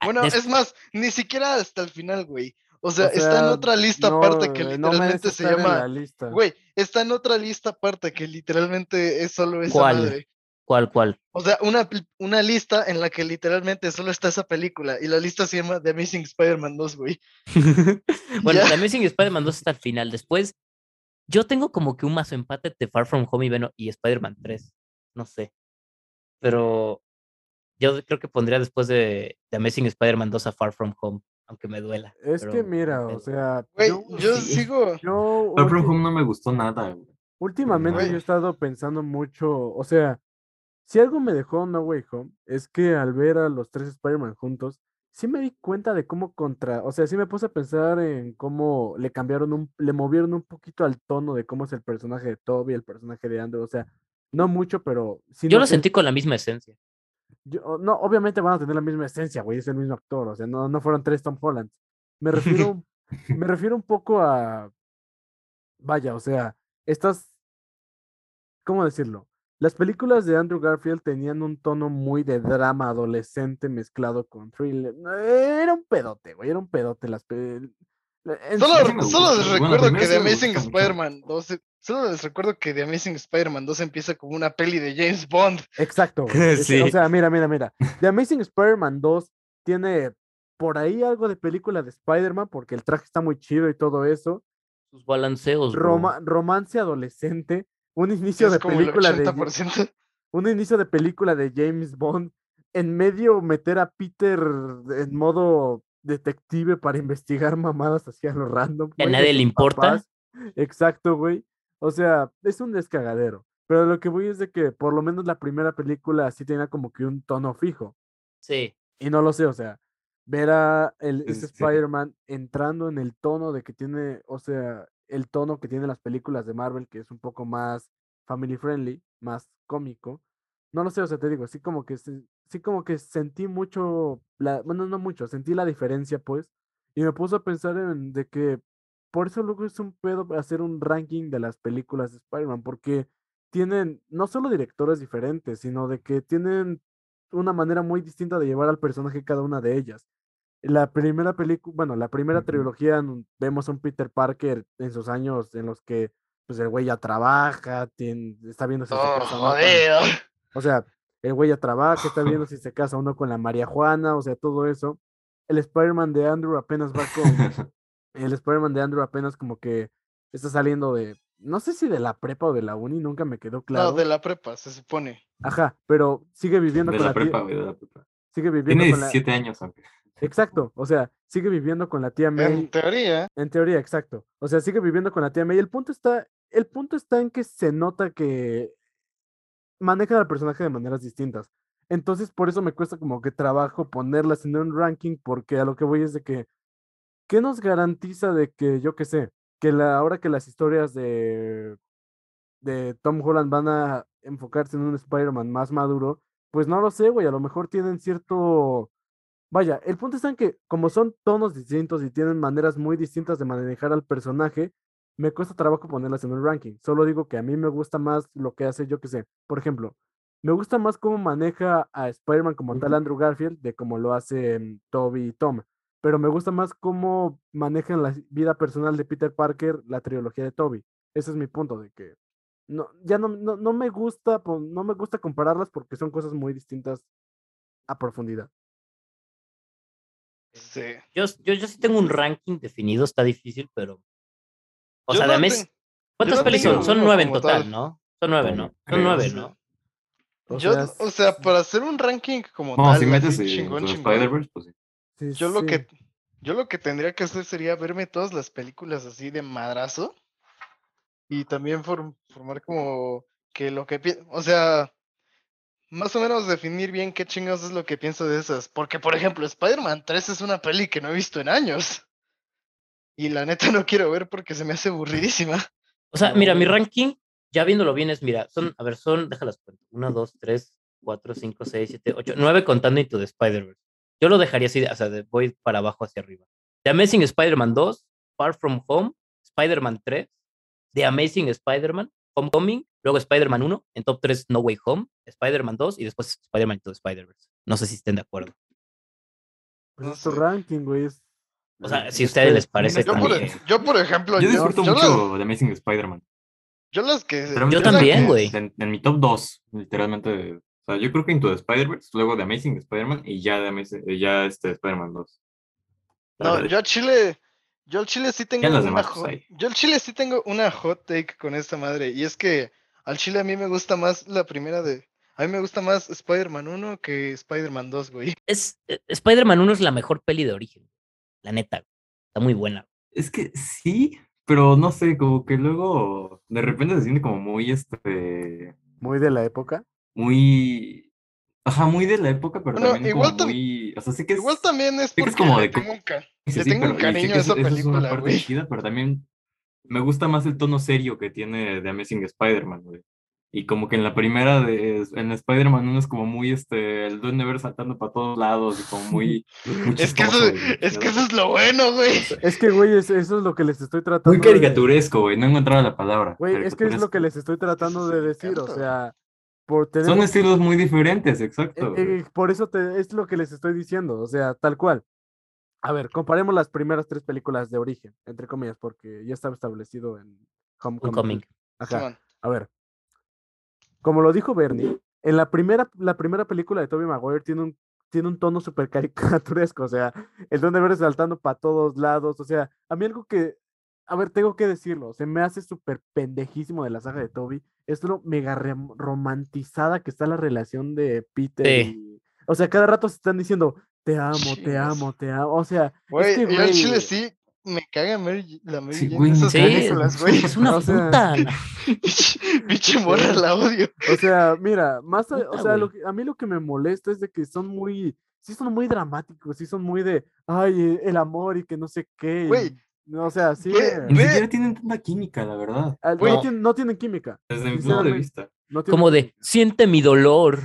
Ah,
Bueno,
des-
es más, ni siquiera hasta el final, güey. O sea,
O
está en
sea,
otra lista
No,
aparte que
eh, no
literalmente
merece
se
estar en
llama.
la lista.
Güey, está en otra lista aparte que literalmente es solo esa
¿Cuál?
madre.
¿Cuál, cuál?
O sea, una, pel- una lista en la que literalmente solo está esa película. Y la lista se llama The Amazing Spider-Man 2, güey.
Bueno,
Ya.
The Amazing Spider-Man 2 hasta el final. Después, yo tengo como que un mazo empate de Far From Home y, Venom- y Spider-Man 3. No sé. Pero yo creo que pondría después de The Amazing Spider-Man 2 a Far From Home, aunque me duela.
Es que
pero ni
mira, o
pedo.
sea,
Güey,
yo,
yo
sí.
sigo.
yo
Far From
ulti-
Home no me gustó nada, güey.
últimamente
Güey.
yo he estado pensando mucho, o sea, si algo me dejó No Way Home es que al ver a los tres Spider-Man juntos, sí me di cuenta de cómo contra, o sea, sí me puse a pensar en cómo le cambiaron un, le movieron un poquito al tono de cómo es el personaje de Toby, el personaje de Andrew, o sea, no mucho, pero sí
Yo lo
noté-
sentí con la misma esencia.
Yo- o- no, obviamente van a tener la misma esencia, güey, es el mismo actor, o sea, no, no fueron tres Tom Holland. Me refiero, un- me refiero un poco a, vaya, o sea, estas, ¿cómo decirlo? Las películas de Andrew Garfield tenían un tono muy de drama adolescente mezclado con thriller. Era un pedote, güey, era un pedote las pel- la- en sí-
sí me
Solo, solo
gusta.
les
Bueno,
recuerdo
primero
que
sí
The
me
Amazing
gusta mucho.
Spider-Man 2. e- Solo les recuerdo que The Amazing Spider-Man 2 empieza como una peli de James Bond.
Exacto. güey, es- O
Sí.
sea, mira, mira, mira. The Amazing Spider-Man 2 tiene por ahí algo de película de Spider-Man porque el traje está muy chido y todo eso.
Sus balanceos. bro.
Roma- romance adolescente, un
que
inicio
Pues, es
de
como el
película de Ja-
80%.
un inicio de película de James Bond, en medio meter a Peter en modo detective para investigar mamadas hacia lo random.
Que a
güey, de
nadie le
sus
importa.
papás. Exacto, güey. O sea, es un descagadero. Pero lo que voy es de que por lo menos la primera película sí tenía como que un tono fijo.
Sí.
Y no lo sé, o sea, ver a el,
Sí,
ese
sí.
Spider-Man entrando en el tono de que tiene, o sea, el tono que tienen las películas de Marvel, que es un poco más family friendly, más cómico. No lo sé, o sea, te digo, sí como que se- sí como que sentí mucho, la, bueno, no mucho, sentí la diferencia, pues, y me puso a pensar en de que por eso luego es un pedo hacer un ranking de las películas de Spider-Man, porque tienen no solo directores diferentes, sino de que tienen una manera muy distinta de llevar al personaje cada una de ellas. La primera película, bueno, la primera
Ujú.
trilogía n- vemos a un Peter Parker en sus años en los que pues el güey ya trabaja, tien- está viendo si se
Oh,
casa o no con-
jodido.
o sea, el güey ya trabaja, está viendo si se casa o no con la María Juana, o sea, todo eso. El Spider-Man de Andrew apenas va con el Spider-Man de Andrew apenas como que está saliendo de, no sé si de la prepa o de la uni, nunca me quedó claro.
No, de la prepa, se supone.
Ajá, pero sigue viviendo
de
con
la
la tía-
prepa, güey, de la prepa.
sigue viviendo
Tiene
con la
17 años, aunque.
Exacto, o sea, sigue viviendo con la tía
En
May,
teoría,
en teoría, exacto. O sea, sigue viviendo con la tía May. El punto está, el punto está en que se nota que manejan al personaje de maneras distintas. Entonces, por eso me cuesta como que trabajo ponerlas en un ranking, porque a lo que voy es de que, ¿qué nos garantiza de que, yo qué sé, que la, ahora que las historias de, de Tom Holland van a enfocarse en un Spider-Man más maduro, pues no lo sé, güey, a lo mejor tienen cierto... Vaya, el punto está en que como son tonos distintos y tienen maneras muy distintas de manejar al personaje, me cuesta trabajo ponerlas en un ranking. Solo digo que a mí me gusta más lo que hace, yo que sé. Por ejemplo, me gusta más cómo maneja a Spider-Man como tal
Ujú.
Andrew Garfield de cómo lo hace em, Toby y Tom. Pero me gusta más cómo manejan la vida personal de Peter Parker, la trilogía de Toby. Ese es mi punto de que no, ya no, no, no me gusta, pon- no me gusta compararlas porque son cosas muy distintas a profundidad.
sí.
Yo, yo, yo sí tengo un ranking definido, está difícil, pero. O
Yo
sea,
no
de mes.
ten-
¿Cuántas
no
pelis
tengo
son? Son
uno
nueve en
como
total,
tal.
¿no? Son nueve, ¿no? Son
Creo,
nueve,
sí.
¿no?
O
yo,
sea,
o sea, para hacer un ranking como
No,
tal,
si
así
metes eh,
chingón,
tu
chingón,
Spider-Verse, pues sí.
sí,
yo lo
sí.
que yo lo que tendría que hacer sería verme todas las películas así de madrazo y también form- formar como que lo que pi- o sea, más o menos definir bien qué chingados es lo que pienso de esas. Porque, por ejemplo, Spider-Man 3 es una peli que no he visto en años. Y la neta no quiero ver porque se me hace aburridísima.
O sea, mira, mi ranking, ya viéndolo bien, es, mira, son, a ver, son, déjalas cuento. 1, 2, 3, 4, 5, 6, 7, 8, 9 contando Into the Spider-Verse. Yo lo dejaría así, de- o sea, de- voy para abajo hacia arriba. The Amazing Spider-Man 2, Far From Home, Spider-Man 3, The Amazing Spider-Man, Homecoming, luego Spider-Man 1, en top 3 No Way Home, Spider-Man 2 y después Spider-Man Into the Spider-Verse. No sé si estén de acuerdo.
Pues
No
es tu
sé.
ranking, güey. es-
O sea,
es-
si a ustedes les
es-
parece
Yo, por,
también.
yo, por ejemplo,
Yo
yo,
disfruto
yo las,
mucho de Amazing Spider-Man.
yo las que.
Literalmente
Yo
es la
también,
que-
las
güey.
En, en mi top 2, literalmente. O sea, yo creo que Into the Spider-Verse, luego de Amazing Spider-Man y ya, de Amazing- eh, ya este Spider-Man 2.
que-
La
No,
verdad.
yo al Chile. Yo al Chile sí tengo
las
una
demás, pues,
hot,
ahí.
Yo al Chile sí tengo una hot take con esta madre. Y es que al Chile a mí me gusta más la primera de. A mí me gusta más Spider-Man 1 que Spider-Man 2, güey.
Es, eh, Spider-Man 1 es la mejor peli de origen. La neta, güey. está muy buena.
Es que sí, pero no sé, como que luego de repente se siente como muy este.
Muy de la época.
Muy. Ajá, muy de la época, pero
Bueno,
también
igual
como
tam-
muy. O sea, sí que es.
Igual también es
que es
porque
como de
le tengo un ca-
Sí,
le
sí,
tengo un
pero- y sé
cariño
que
a
eso- eso
esa
es una
película,
parte
güey.
chida, pero también me gusta más el tono serio que tiene The Amazing Spider-Man, güey. Y como que en la primera de en Spider-Man uno es como muy este el Duende Verde saltando para todos lados y como muy, muy
Es que, eso,
chistoso, güey,
es que
¿no?
eso es lo bueno, güey.
Es que, güey, es- eso es lo que les estoy tratando.
muy
de-
caricaturesco, güey, no encontraba la palabra.
Güey, es que es lo que
caricaturesco.
les estoy tratando
es
de
el
decir. O
encanto.
sea, por tener.
Son estilos muy diferentes,
Eh,
exacto. güey.
eh, por eso te, es lo que les estoy diciendo, o sea, tal cual. A ver, comparemos las primeras tres películas de origen, entre comillas, porque ya estaba establecido en Homecoming.
Homecoming.
Ajá.
Simón.
A ver. Como lo dijo Bernie, en la primera, la primera película de Tobey Maguire tiene un, tiene un tono súper caricaturesco, o sea, el don de ver saltando para todos lados, o sea, a mí algo que, a ver, tengo que decirlo, se me hace súper pendejísimo de la saga de Toby, es lo mega rem- romantizada que está la relación de Peter.
Sí.
y- o sea, cada rato se están diciendo, te amo, te
Chingas.
amo, te amo, o sea,
Güey,
que,
yo al
güey.
chile sí me caga Mary, la Mary
Sí,
Jane
güey,
de esas
Sí,
películas, güey.
es una
O sea,
puta. na-
Pinche- Pinche morra la odio.
O sea, mira, más a, o
Puta,
sea, lo
güey.
que- a mí lo que me molesta es de que son muy, sí son muy dramáticos, sí son muy de, ay, eh, el amor y que no sé qué. y
Güey,
no, O sea, sí.
güey,
eh,
Ni
Ve-
siquiera tienen tanta química, la verdad.
al-
güey.
no, tienen, no tienen química.
Desde mi punto de
Sinceramente.
vista.
no tienen
Como de, siente mi dolor.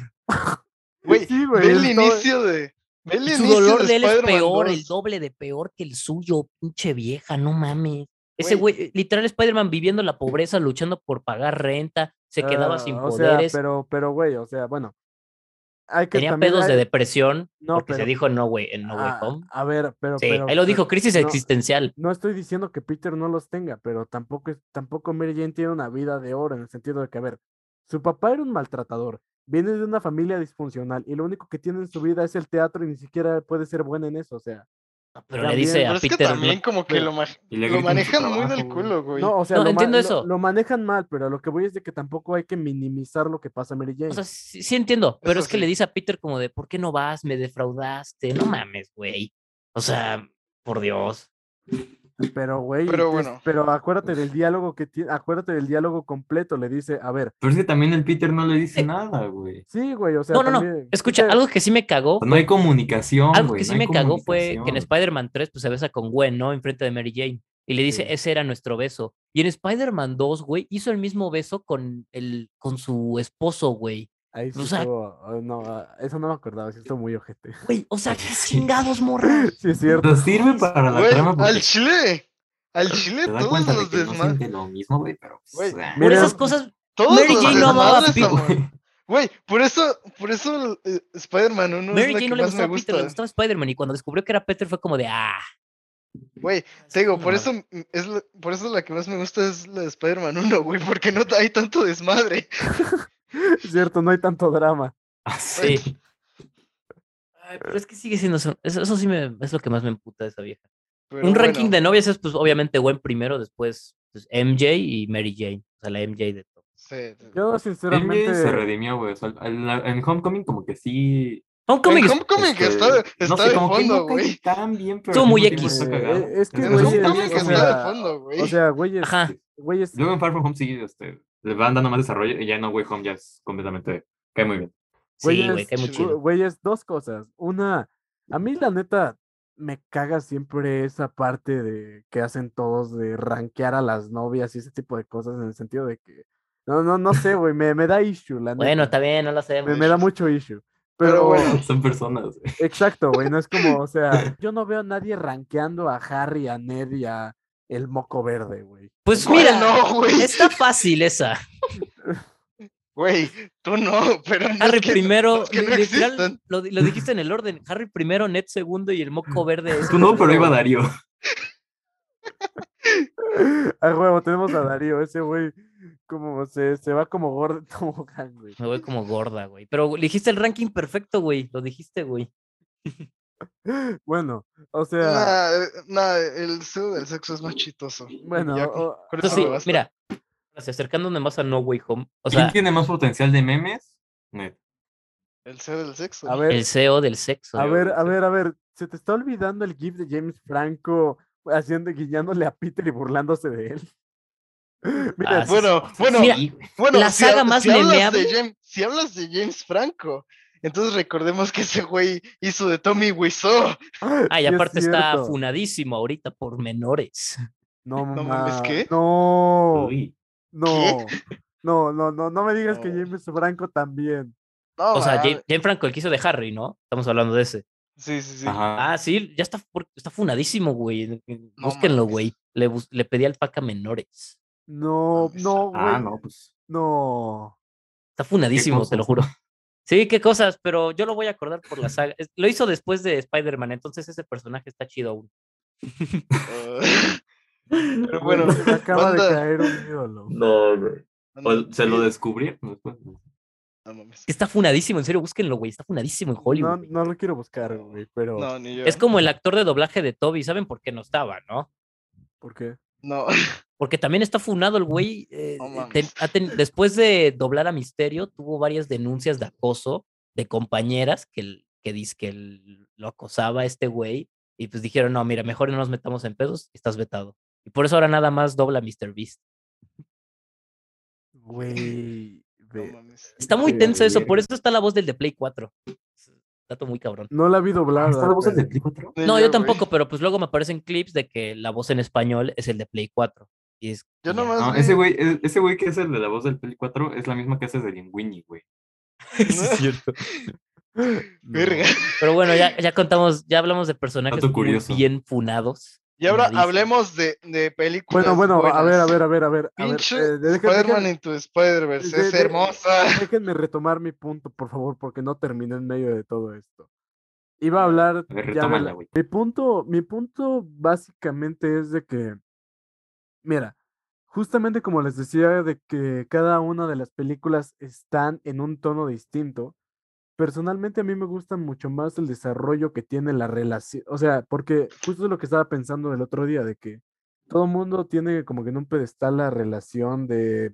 güey,
Sí, güey,
ve el
es todo-
inicio de. Ve el
Y
inicio
su dolor de él es
Spider-Man
peor,
2.
el doble de peor que el suyo, pinche vieja, no mames. Ese
Güey.
güey, eh, literal Spider-Man viviendo la pobreza, luchando por pagar renta, se quedaba
Ah,
sin
o sea,
poderes,
pero, pero, güey, o sea, bueno. Hay que
tenía
también
pedos de
hay-
depresión,
No,
porque se
pero-
dijo no, güey, en No Way
ah,
Home.
A ver, pero.
Sí,
pero-
ahí lo
pero-
dijo, crisis
no,
existencial.
No estoy diciendo que Peter no los tenga, pero tampoco, es- tampoco Mary Jane tiene una vida de oro en el sentido de que, a ver, su papá era un maltratador, viene de una familia disfuncional y lo único que tiene en su vida es el teatro y ni siquiera puede ser buena en eso, o sea.
Pero le
también,
dice
Pero
a
es que
Peter,
también, como que
Ve.
lo, ma-
Y le
lo
gritan en su
manejan muy del
trabajo, güey.
culo, güey.
No, o sea,
Mm, No,
lo, ma-
entiendo
lo-
eso.
lo manejan mal, pero lo que voy es de que tampoco hay que minimizar lo que pasa a Mary Jane.
o sea, sí, sí entiendo, pero
Eso
es que le
sí.
dice a Peter como de, ¿por qué no vas? Me defraudaste, no mames, güey. O sea, por Dios.
pero, güey,
pero
es-
bueno.
pero acuérdate del diálogo que tiene, acuérdate del diálogo completo, le dice, a ver,
Pero es que también el Peter no le dice
Eh,
Sí.
nada, güey.
sí, güey, o sea,
No, no, no,
también-
Escucha,
Peter-
algo que sí me cagó
O sea, No hay comunicación,
Algo
güey,
que
no
sí
hay
me cagó fue que en
comunicación.
Spider-Man 3 pues se besa con Gwen, ¿no? Enfrente de Mary Jane. Y le dice,
Sí.
ese era nuestro beso. Y en Spider-Man 2, güey, hizo el mismo beso con, el, con su esposo, güey.
Ahí sí
O sea-
estuvo, ah, no, ah, eso no me acordaba, sí estuvo muy ojete.
Güey, o sea, qué
Sí.
chingados, morra.
Sí, es cierto.
O sea, Pues, sirve para la
Güey,
trama
al
porque
chile. Al chile,
te da
todos
cuenta de
los
que no
desmadres.
siente lo mismo, güey, pero pues,
Güey,
ah,
Por
Mira.
esas cosas,
Todos
Mary
los
Jane no amaba a Peter,
desmadres, amor.
güey.
Güey, por eso, por eso eh, Spider-Man 1
Mary
es la
Jane
que
no le
más me
gustaba a Peter, le
gusta.
gustaba Spider-Man. Y cuando descubrió que era Peter fue como de, ah.
Güey, Te digo, por
No,
eso, m- es la, por eso la que más me gusta es la de Spider-Man 1, güey, porque no hay tanto desmadre.
Es cierto, no hay tanto drama.
Ah,
güey.
sí.
Ay, pero es que sigue siendo eso. Eso, eso sí me, es lo que más me emputa de esa vieja.
Pero
Un ranking
bueno,
de novias es, pues, obviamente Gwen primero, después pues, MJ y Mary Jane. O sea, la MJ de todo.
sí, sí.
Yo
MJ se
sinceramente,
redimió, güey. o sea, en la- en Homecoming como que sí...
Homecoming
El
es-
Homecoming que
este,
está, de-
no
está
sé,
de
como que
fondo,
no cae
güey.
tan bien, pero...
Estuvo
al
muy
mismo tiempo
X.
está
eh,
cagado.
es que,
El
güey,
Homecoming
es-
que
o
está de
sea,
fondo, güey.
o sea, güeyes,
Ajá.
güeyes,
Luego en Far From Home sí, este, le van dando más desarrollo y ya en No Way Home ya es completamente... Cae muy bien.
Sí,
Güeyes,
güey, cae muy
chido.
chido.
Güey, es dos cosas. Una, a mí la neta me caga siempre esa parte de que hacen todos de rankear a las novias y ese tipo de cosas en el sentido de que no, no, no sé, güey, me, me da issue, la
Bueno,
neta.
está bien, no lo hacemos.
Me, me da mucho issue. Pero,
Pero bueno.
Son personas, güey.
exacto, güey, no es como, o sea, yo no veo a nadie rankeando a Harry, a Ned y a el moco verde, güey.
Pues
Güey,
mira,
no, güey.
está fácil esa.
Güey, tú no, pero no.
Harry
es que-
primero,
no es que no
li- literal,
existan.
lo, di- lo dijiste en el orden. Harry primero, Ned segundo y el moco verde. ese
Tú no,
que-
pero iba Darío.
A huevo, tenemos a Darío, ese güey, como se, se va como gordo, en tobogán, güey.
Me voy como gorda, güey. Pero güey, dijiste el ranking perfecto, güey. Lo dijiste, güey.
Bueno, o sea.
Nah, eh, nah, el pseudo del sexo es más chistoso. Y
Bueno,
ya con-
o-
con
Entonces,
eso
sí,
me basta.
mira, así, acercándome más a No Way Home. O
¿Quién
sea,
tiene más potencial de memes? Ned.
El pseudo del sexo.
a ver,
el CEO del sexo.
a
güey.
ver, a ver, a ver, se te está olvidando el GIF de James Franco haciendo guiñándole a Peter y burlándose de él. Mira,
Ah,
pues,
sí, sí, sí,
bueno, bueno,
mira,
Sí, güey.
Bueno,
la
ha-
saga más
hablas de
memeable.
James- si hablas de James Franco, entonces recordemos que ese güey hizo de Tommy Wiseau.
Ah, y
sí es
aparte está
cierto.
funadísimo ahorita por menores.
No,
No mames,
mames,
¿qué?
No,
Uy.
no, no, no, no, no me digas que
No.
James Franco también.
No,
O sea,
mames.
Jane, Jane Franco, el que hizo de Harry, ¿no? Estamos hablando de ese.
Sí, sí, sí.
Ajá.
Ah, sí, ya está, por- está funadísimo, güey. Búsquenlo,
mames.
güey. Le, bus- le pedí alpaca menores.
No,
mames,
no, güey,
Ah, no, pues.
no.
Está funadísimo, te
cosas,
lo
no?
juro. Sí, qué cosas, pero yo lo voy a acordar por la saga. Es- Lo hizo después de Spider-Man, entonces ese personaje está chido aún.
Eh,
güey,
Pero bueno,
se acaba
banda.
de caer un ídolo.
No, güey.
anda,
Pues, ¿Se lo
sí,
descubrieron después?
No, mames.
Está funadísimo, en serio, búsquenlo, güey. Está funadísimo en Hollywood.
No,
güey.
no lo quiero buscar, güey, pero
No, ni yo.
Es como el actor de doblaje de Toby, ¿saben por qué no estaba, no?
¿por qué?
No,
Porque también está funado el güey. eh,
No mames.
ten- ha ten- después de doblar a Misterio, tuvo varias denuncias de acoso de compañeras que, el- que dice que el- lo acosaba este güey. Y pues dijeron, no, mira, mejor no nos metamos en pedos, estás vetado. Y por eso ahora nada más dobla a Mr. Beast.
Güey,
no
ve-
mames.
Está muy
Verga,
tenso eso, por
verga.
eso está la voz del de Play 4. Es un Dato muy cabrón.
no la vi doblada.
¿Está la voz
pero-
del Play 4?
Ni
No, yo
güey.
tampoco, pero pues luego me aparecen clips de que la voz en español es el de Play 4. Y es,
Yo
y ya.
nomás-
No,
güey.
ese güey, e- ese güey que es el de la voz del Play 4 es la misma que hace de Linguini, güey.
Sí, es cierto.
Verga.
Pero bueno, ya, ya contamos, ya hablamos de personajes
Dato
muy
curioso.
bien funados.
Y ahora
Funadísimo.
hablemos de, de películas.
Bueno, bueno, a ver, a
buenas.
ver, a ver, a ver. A ver
Pinche
eh, de- deja-
Spider-Man
déjenme-
into Spider-Verse
de-
es
de-
hermosa.
déjenme retomar mi punto, por favor, porque no terminé en medio de todo esto. Iba a hablar
A ver,
ya de
retómala,
la-
güey.
mi punto, mi punto básicamente es de que, mira, justamente como les decía de que cada una de las películas están en un tono distinto, personalmente a mí me gusta mucho más el desarrollo que tiene la relación, o sea, porque justo es lo que estaba pensando el otro día, de que todo el mundo tiene como que en un pedestal la relación de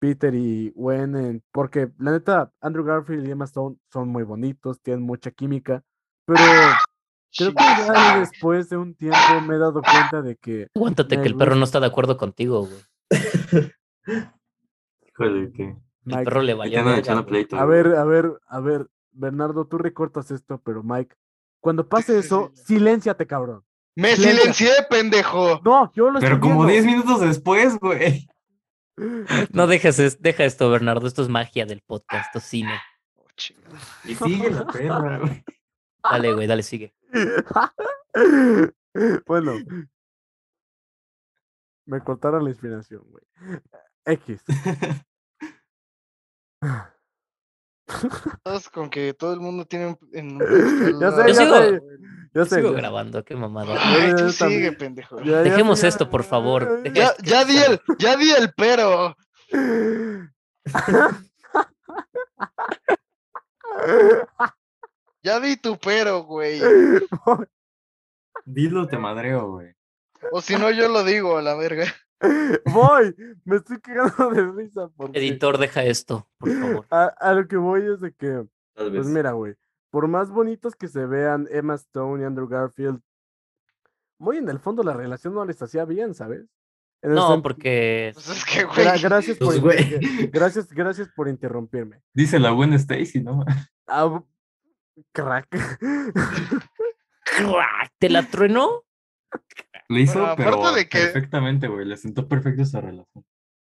Peter y Gwen, en- porque la neta, Andrew Garfield y Emma Stone son muy bonitos, tienen mucha química, pero... Creo que ya después de un tiempo me he dado cuenta de que
Aguántate
Me
que el perro no está de acuerdo contigo, güey.
Híjole, que.
El
Mike-
perro le
Ahí
valió.
te andan
verga,
echando
güey.
pleito.
A
güey.
ver, a ver, a ver, Bernardo, tú recortas esto, pero Mike, cuando pase
sí, sí,
eso,
ya.
silénciate, cabrón.
Me
Lenta.
silencié, pendejo.
No, yo lo estoy
Pero como
viendo.
10 minutos después, güey.
No dejes, es- deja esto, Bernardo. Esto es magia del podcast, esto es cine.
Oh, chingada.
Y sigue la perra, güey.
Dale, güey, dale, sigue.
bueno, me cortaron la inspiración, güey. X.
Todos con que todo el mundo tiene un- en un
Ya sé,
Yo
ya
sigo-
sé. Ya
Yo
sé.
sigo
ya-
grabando, qué mamada.
Ah, Ay, tú
Yo
sigue,
también.
pendejo.
ya- ya sé,
Dejemos
ya-
esto, por favor,
ya-
Ya, ya di el, ya di el pero. Ya di tu pero, güey.
Dilo, te madreo, güey.
O si no, yo lo digo a la verga.
Voy, me estoy cagando de risa porque
Editor, deja esto, por favor.
a, a lo que voy es de que,
Tal
pues
vez.
mira, güey, por más bonitos que se vean Emma Stone y Andrew Garfield, muy en el fondo la relación no les hacía bien, ¿sabes? En ese
No,
sentido-
porque
Pues es que, güey.
Gra- gracias, por
Pues, güey.
interrumpir- gracias, gracias por interrumpirme.
Dice la buena Stacy, ¿no?
Ah, bu- crack.
¡crack! te la truenó.
Le hizo,
Bueno,
pero
aparte de que-
perfectamente, güey. Le sentó perfecto esa relación.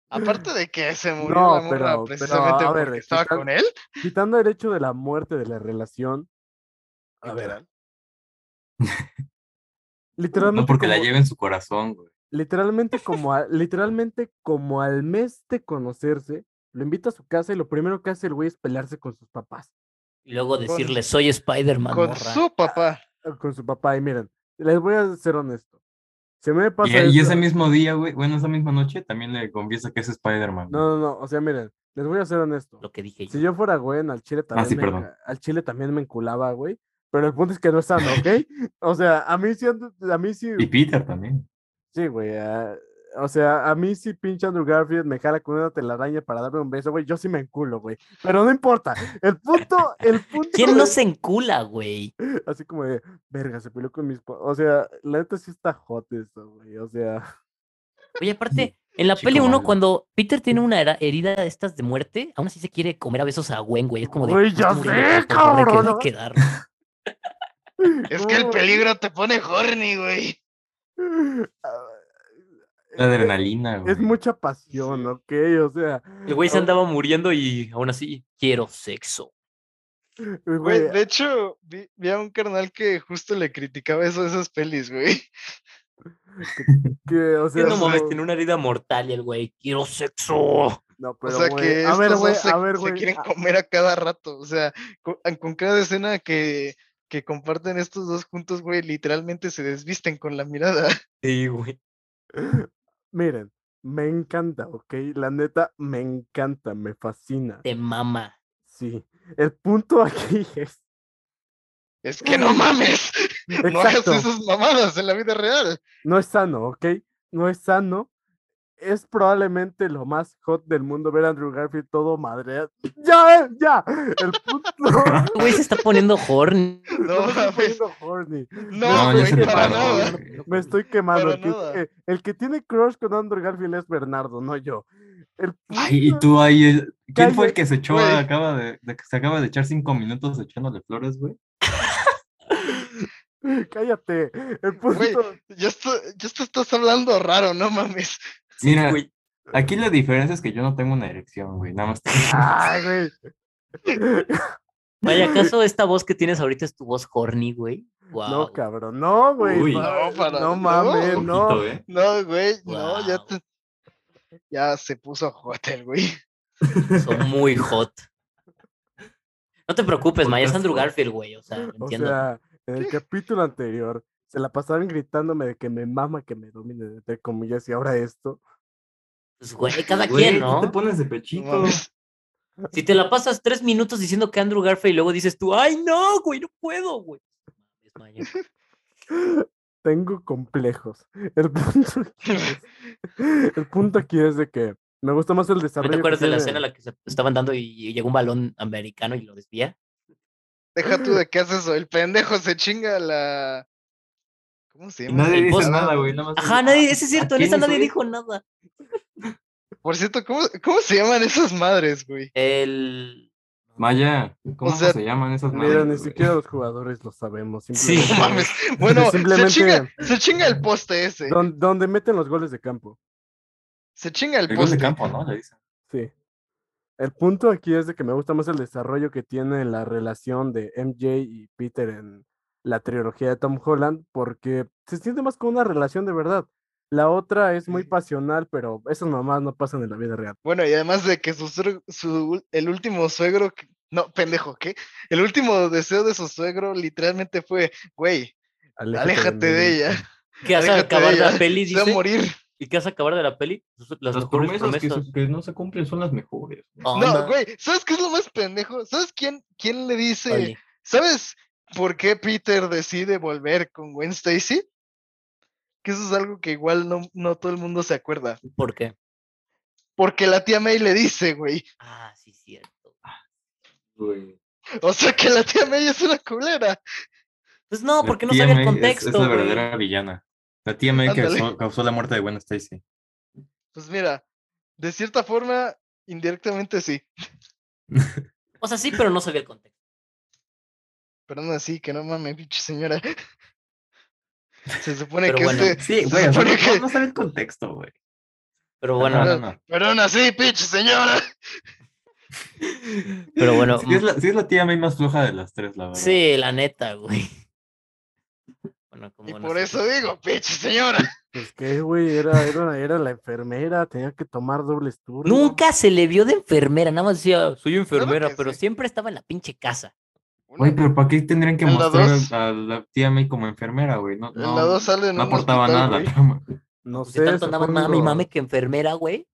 Aparte de que se murió
No,
la morra
pero- pero,
precisamente
a
porque
ver,
estaba
estás-
con él.
Quitando el hecho de la muerte de la relación. A ver, ah,
literal.
literalmente.
no porque la
como-
lleve en su corazón, güey.
Literalmente como, a- literalmente como al mes de conocerse, lo invita a su casa y lo primero que hace el güey es pelearse con sus papás.
Y luego
Con-
decirle, soy Spider-Man,
Con
morra".
su papá.
eh, Con su papá. Y miren, les voy a ser honesto. Se me pasa.
Y, y
eso-
ese mismo día, güey, bueno, esa misma noche, también le confiesa que es Spider-Man. güey.
No, no, no. O sea, miren, les voy a ser honesto.
Lo que dije
Si
yo.
yo fuera Gwen, al Chile también,
Ah, sí,
me,
perdón.
enca- al Chile también me enculaba, güey. Pero el punto es que no es sano, ¿ok? O sea, a mí sí, ando- a mí sí,
Y Peter también.
sí, güey. ah, o sea, a mí sí pinche Andrew Garfield me jala con una telaraña para darme un beso, güey. Yo sí me enculo, güey. Pero no importa. El punto, el punto.
¿Quién no
es-
se encula, güey?
Así como de, verga, se peleó con mis... pa-". O sea, la neta sí está hot eso, güey. O sea,
Oye, aparte, en la
chico
peli uno,
malo.
cuando Peter tiene una hera- herida de estas de muerte, aún así se quiere comer a besos a Gwen, güey. Es como de.
Güey,
"Me
ya
estoy muriendo,
sé,
por favor, hay que-
cabrón,
hay
¿no?
que dar".
Es que el
no,
peligro te pone horny, güey.
ah, eh,
La adrenalina, güey.
Es mucha pasión, ¿ok? O sea,
El güey se
ah,
andaba muriendo y aún así, quiero sexo.
Güey,
güey, eh
de hecho, vi, vi a un carnal que justo le criticaba eso a esas pelis, güey.
que, o
Sí,
sea,
no mames,
no-
tiene una herida mortal y el güey, quiero sexo.
No,
O
pero
sea
güey,
que
a
estos
ver,
dos
güey,
se,
a ver,
se
güey.
quieren
a-
comer a cada rato. O sea, con, con cada escena que, que comparten estos dos juntos, güey, literalmente se desvisten con la mirada.
Sí, güey.
Miren, me encanta, ¿ok? La neta, me encanta, me fascina.
Te mama.
Sí. El punto aquí es.
Es que no mames. No hagas
Exacto.
esas mamadas en la vida real.
No es sano, ¿ok? No es sano. Es probablemente lo más hot del mundo ver a Andrew Garfield todo madre. ¡Ya! eh! ¡Ya! El punto.
El güey se está poniendo horny.
No
me estoy
mames.
poniendo horny.
No,
No, ya
güey,
se te
para
paró,
nada.
güey.
Me estoy quemando.
Para
El que,
nada.
eh, el que tiene crush con Andrew Garfield es Bernardo, no yo. El
Ay, y tú ahí. el- ¿Quién fue el
Cállate,
que se echó,
güey.
a- acaba de, de que se acaba de echar cinco minutos echándole flores, güey?
punto- Cállate. El punto.
Güey, ya, esto- ya esto estás hablando raro, no mames.
Mira,
güey.
aquí la diferencia es que yo no tengo una erección, güey. Nada más tengo-
Ay, güey.
Vaya, ¿acaso esta voz que tienes ahorita es tu voz horny, güey? Wow.
No, cabrón, no, güey.
Uy.
no,
No, para-
no
no.
mames,
Un
no.
poquito, ¿eh?
No, güey, no, ya
Guau.
te- Ya se puso hot el güey.
Son muy hot. No te preocupes, Maya, es Andrew
Podcast.
Garfield, güey. O sea,
O
entiendo.
sea, en el capítulo anterior se la pasaron gritándome de que me mama que me domine, entre comillas, y ahora esto.
Pues, güey, cada
Güey,
quien,
tú
¿no?
te pones de
No
pechito.
mames.
Si te la pasas tres minutos diciendo que Andrew Garfield y luego dices tú, ay, no, güey, no puedo, güey. Es Maya.
Tengo complejos. El punto, aquí es- el punto aquí es de que me gusta más el
¿No
desarrollo.
te
que
acuerdas de la
tiene-
escena en la que se estaban dando y llegó un balón americano y lo desvía?
Deja tú de qué haces eso. El pendejo se chinga la. ¿Cómo se
Y
llama?
nadie
El
dice
boss-
nada, güey. Nada más
Ajá,
dice,
nadie,
"Ah,
ese es cierto,
¿a
en esa
quién es,
nadie
güey?".
dijo nada.
Por cierto, ¿cómo, cómo se llaman esas madres, güey?
El.
Maya, ¿cómo
sea,
se llaman esas
Mira,
madres,
ni
güey?
siquiera los jugadores lo sabemos.
Sí.
simplemente
No mames.
es
Bueno,
simplemente-
se, chinga, se chinga el poste ese.
don- donde meten los goles de campo.
Se chinga el
El gol de
poste.
campo, ¿no? Le dicen.
Sí. El punto aquí es de que me gusta más el desarrollo que tiene la relación de MJ y Peter en la trilogía de Tom Holland, porque se siente más como una relación de verdad. La otra es muy
Sí.
pasional, pero esas mamás no pasan en la vida real.
Bueno, y además de que su, sueg- su ul- el último suegro. que- No, pendejo, ¿qué? El último deseo de su suegro literalmente fue, güey, aléjate de
mí.
ella.
¿Qué vas a
Aléjate de
acabar de la
ella,
peli?
Se va a
dice?
morir.
¿Y qué vas a acabar de la peli? Sus- Las,
Las
mejores
promesas, que,
promesas.
se- que no se cumplen son las mejores. güey.
Oh,
No, güey, ¿sabes qué es lo más pendejo? ¿Sabes quién, quién le dice?
Tony.
¿Sabes por qué Peter decide volver con Gwen Stacy? Que eso es algo que igual no, no todo el mundo se acuerda.
¿Por qué?
Porque la tía May le dice, güey.
Ah, sí, cierto.
Güey.
O sea que la tía May es una culera.
Pues no,
La
porque no
tía
sabía el
May es-
contexto.
Es, la
güey.
verdadera villana. La tía May que
Ándale.
causó, causó la muerte de Gwen Stacy.
Pues mira, de cierta forma, indirectamente sí,
O sea, sí, pero no sabía el contexto.
pero no así, que no mames, pinche señora. Se supone
Pero
que
bueno,
este.
Sí,
se
güey, o sea,
supone
no,
que-
no sabe el contexto, güey.
Pero bueno,
no, no.
Pero aún así, pinche señora.
Pero bueno, mm,
Sí es, la, sí es la tía May más floja de las tres, la verdad.
sí, la neta, güey. Bueno, como este
Y
no
por
sé.
eso digo, pinche señora.
Pues que, güey, era, era, era la enfermera, tenía que tomar dobles turnos.
Nunca se le vio de enfermera, nada más decía, soy enfermera,
que
pero
sí.
siempre estaba en la pinche casa.
Güey,
Una-
pero ¿para qué tendrían que
En la
mostrar
dos-
a la tía May como enfermera, güey? No,
en la
no,
2 sale en
no
un
aportaba
hospital,
nada a la
güey.
trama.
No
Si
sé.
tanto andaban
supongo.
mami, mami que enfermera, güey.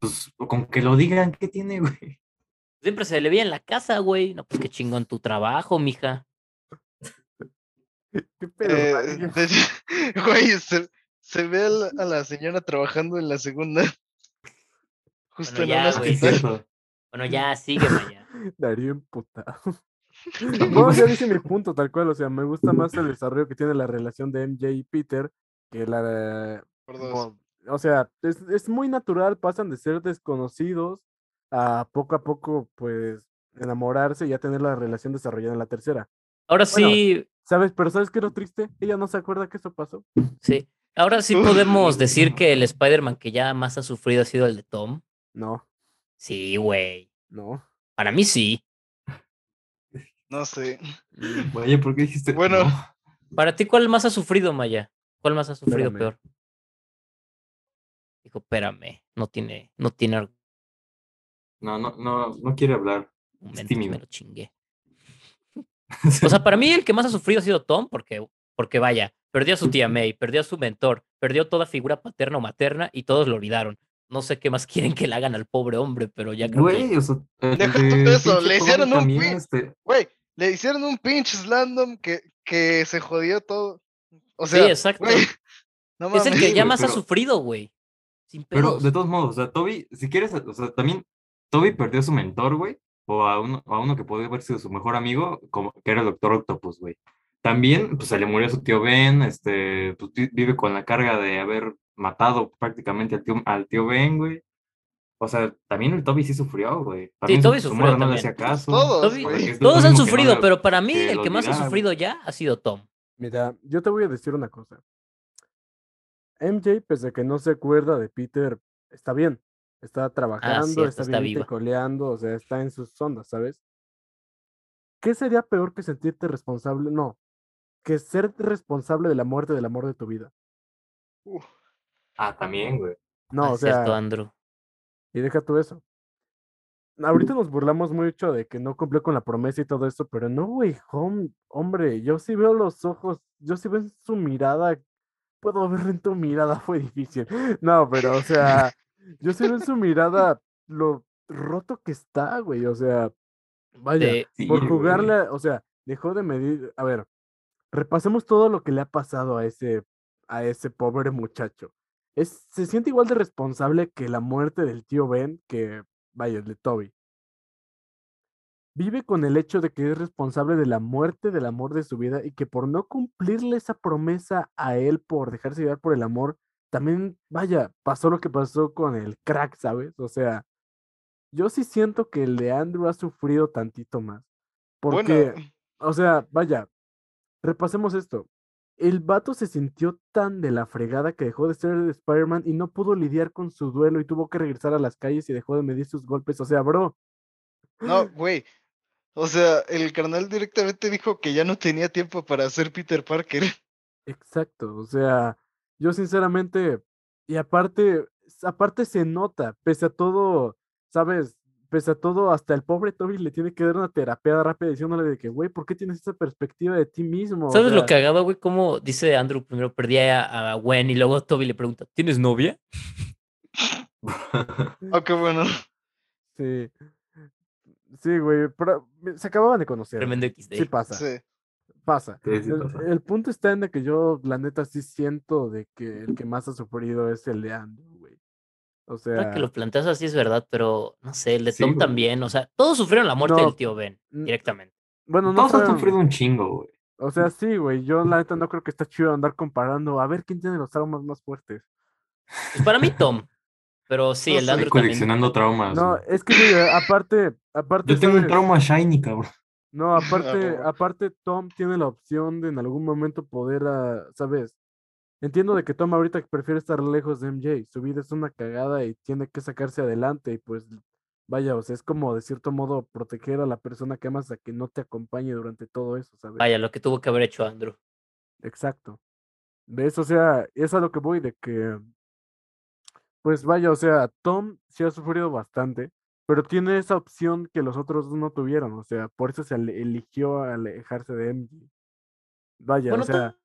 Pues con que lo digan, ¿qué tiene, güey?
Siempre se le veía en la casa, güey. No, pues qué chingón tu trabajo, mija.
¿Qué
Eh,
pedo? güey?
de- güey, se, se ve al- a la señora trabajando en la segunda. Justo
Bueno,
en
ya,
un
güey.
hospital.
Bueno, ya, sigue, Maya.
Darío emputado. Bueno, ya dice mi punto, tal cual. O sea, me gusta más el desarrollo que tiene la relación de MJ y Peter que la.
Por dos.
mo- O sea, es, es muy natural, pasan de ser desconocidos a poco a poco, pues, enamorarse y a tener la relación desarrollada en la tercera.
Ahora
Bueno.
sí,
¿Sabes? Pero ¿sabes qué es lo triste? Ella no se acuerda que eso pasó.
sí. Ahora sí
Uf.
podemos decir que el Spider-Man que ya más ha sufrido ha sido el de Tom.
No,
Sí, güey.
no.
Para mí sí.
No sé.
Oye, ¿por qué dijiste?
Bueno.
no?
Para ti, ¿cuál más ha sufrido, Maya? ¿Cuál más ha sufrido
Espérame.
peor? Dijo, espérame, no tiene, no tiene
No, no, no, no quiere hablar.
argumentos,
tímido.
me lo chingué. O sea, para mí el que más ha sufrido ha sido Tom, porque, porque vaya, perdió a su tía May, perdió a su mentor, perdió toda figura paterna o materna y todos lo olvidaron. No sé qué más quieren que le hagan al pobre hombre, pero ya creo que...
Güey, o sea, el
Deja
de
tú de eso,
pinche
le
Tom
hicieron un
también,
pi-
este,
Güey, le hicieron un pinche slam que, que se jodió todo. O
Sí,
sea,
exacto.
güey, no
Es
mames.
el que ya
güey,
más ha
pero-
sufrido, güey. Sin
Pero
pedos.
de todos modos, o sea, Toby, si quieres, o sea, también Toby perdió a su mentor, güey, o a uno, a uno que podía haber sido su mejor amigo, como que era el Doctor Octopus, güey. También, pues se le murió su tío Ben, este, pues vi- vive con la carga de haber matado prácticamente al tío, al tío Ben, güey. O sea, también el Toby sí sufrió, güey. También
Toby
su
sufrió
morra no le
también.
hacía caso.
Todos,
Toby-
güey.
porque es lo
Todos han
mismo que no
sufrido,
le-
pero para mí
que
el
lo
que más ha
olvidara, güey.
sufrido ya ha sido Tom.
Mira, yo te voy a decir una cosa. MJ, pese a que no se acuerda de Peter, está bien. Está trabajando,
Ah, cierto,
está
está
bien
viva.
coleando, o sea, está en sus ondas, ¿sabes? ¿Qué sería peor que sentirte responsable? No, que ser responsable de la muerte del amor de tu vida.
Uf,
Ah, también, güey.
No,
Ah,
o sea,
cierto, Andrew.
y deja tú eso. Ahorita nos burlamos mucho de que no cumplió con la promesa y todo eso, pero no, güey, hom- hombre, yo sí veo los ojos, yo sí veo en su mirada, puedo ver en tu mirada, fue difícil. No, pero, o sea, yo sí veo en su mirada lo roto que está, güey, o sea, vaya,
Sí,
Sí,
por
güey.
jugarle, o sea, dejó de medir, a ver, repasemos todo lo que le ha pasado a ese, a ese pobre muchacho. Es, se siente igual de responsable que la muerte del tío Ben que, vaya, el de Toby. Vive con el hecho de que es responsable de la muerte del amor de su vida y que por no cumplirle esa promesa a él, por dejarse llevar por el amor, también, vaya, pasó lo que pasó con el crack, ¿sabes? O sea, yo sí siento que el de Andrew ha sufrido tantito más. Porque,
bueno,
o sea, vaya, repasemos esto. El vato se sintió tan de la fregada que dejó de ser el Spider-Man y no pudo lidiar con su duelo y tuvo que regresar a las calles y dejó de medir sus golpes. O sea, bro,
no, güey. O sea, el carnal directamente dijo que ya no tenía tiempo para ser Peter Parker.
Exacto, o sea, yo sinceramente, y aparte, s- aparte se nota, pese a todo, ¿sabes? Pese a todo, hasta el pobre Toby le tiene que dar una terapia rápida diciéndole de que, güey, ¿por qué tienes esa perspectiva de ti mismo? O
¿Sabes lo
sea,
que cagado, güey? Como dice Andrew, primero perdí a, a Gwen y luego Toby le pregunta, ¿tienes novia?
Aunque bueno,
Sí, sí, güey, pero eh, se acababan de conocer.
Tremendo XD.
Sí pasa,
sí.
pasa.
Sí, sí
El,
pasa.
el punto está en de que yo, la neta, sí siento de que el que más ha sufrido es el de Andrew, güey. O
Ahora
sea,
que lo planteas así es verdad, pero no sé, el de
Sí,
Tom
güey.
también, o sea, todos sufrieron la muerte
No,
del tío Ben
n-
directamente.
bueno, no
Todos han
fueron-
sufrido un chingo, güey.
O sea, sí, güey, yo la neta no creo que está chido andar comparando a ver quién tiene los traumas más fuertes.
Pues para mí, Tom. Pero sí,
No
el
sé,
Andrew también.
coleccionando traumas.
No,
güey.
es que mira, aparte, aparte,
Ah, Yo tengo un
¿sabes?
trauma shiny, cabrón.
no, aparte,
huevo.
aparte Tom tiene la opción de en algún momento poder, ah, ¿sabes? Entiendo de que Tom ahorita prefiere estar lejos de MJ, su vida es una cagada y tiene que sacarse adelante y pues vaya, o sea, es como de cierto modo proteger a la persona que amas a que no te acompañe durante todo eso, ¿sabes?
Vaya, lo que tuvo que haber hecho Andrew.
Exacto. De eso, o sea, es a lo que voy, de que, pues vaya, o sea, Tom sí ha sufrido bastante, pero tiene esa opción que los otros dos no tuvieron, o sea, por eso se ale- eligió alejarse de MJ. Vaya,
Bueno,
o sea,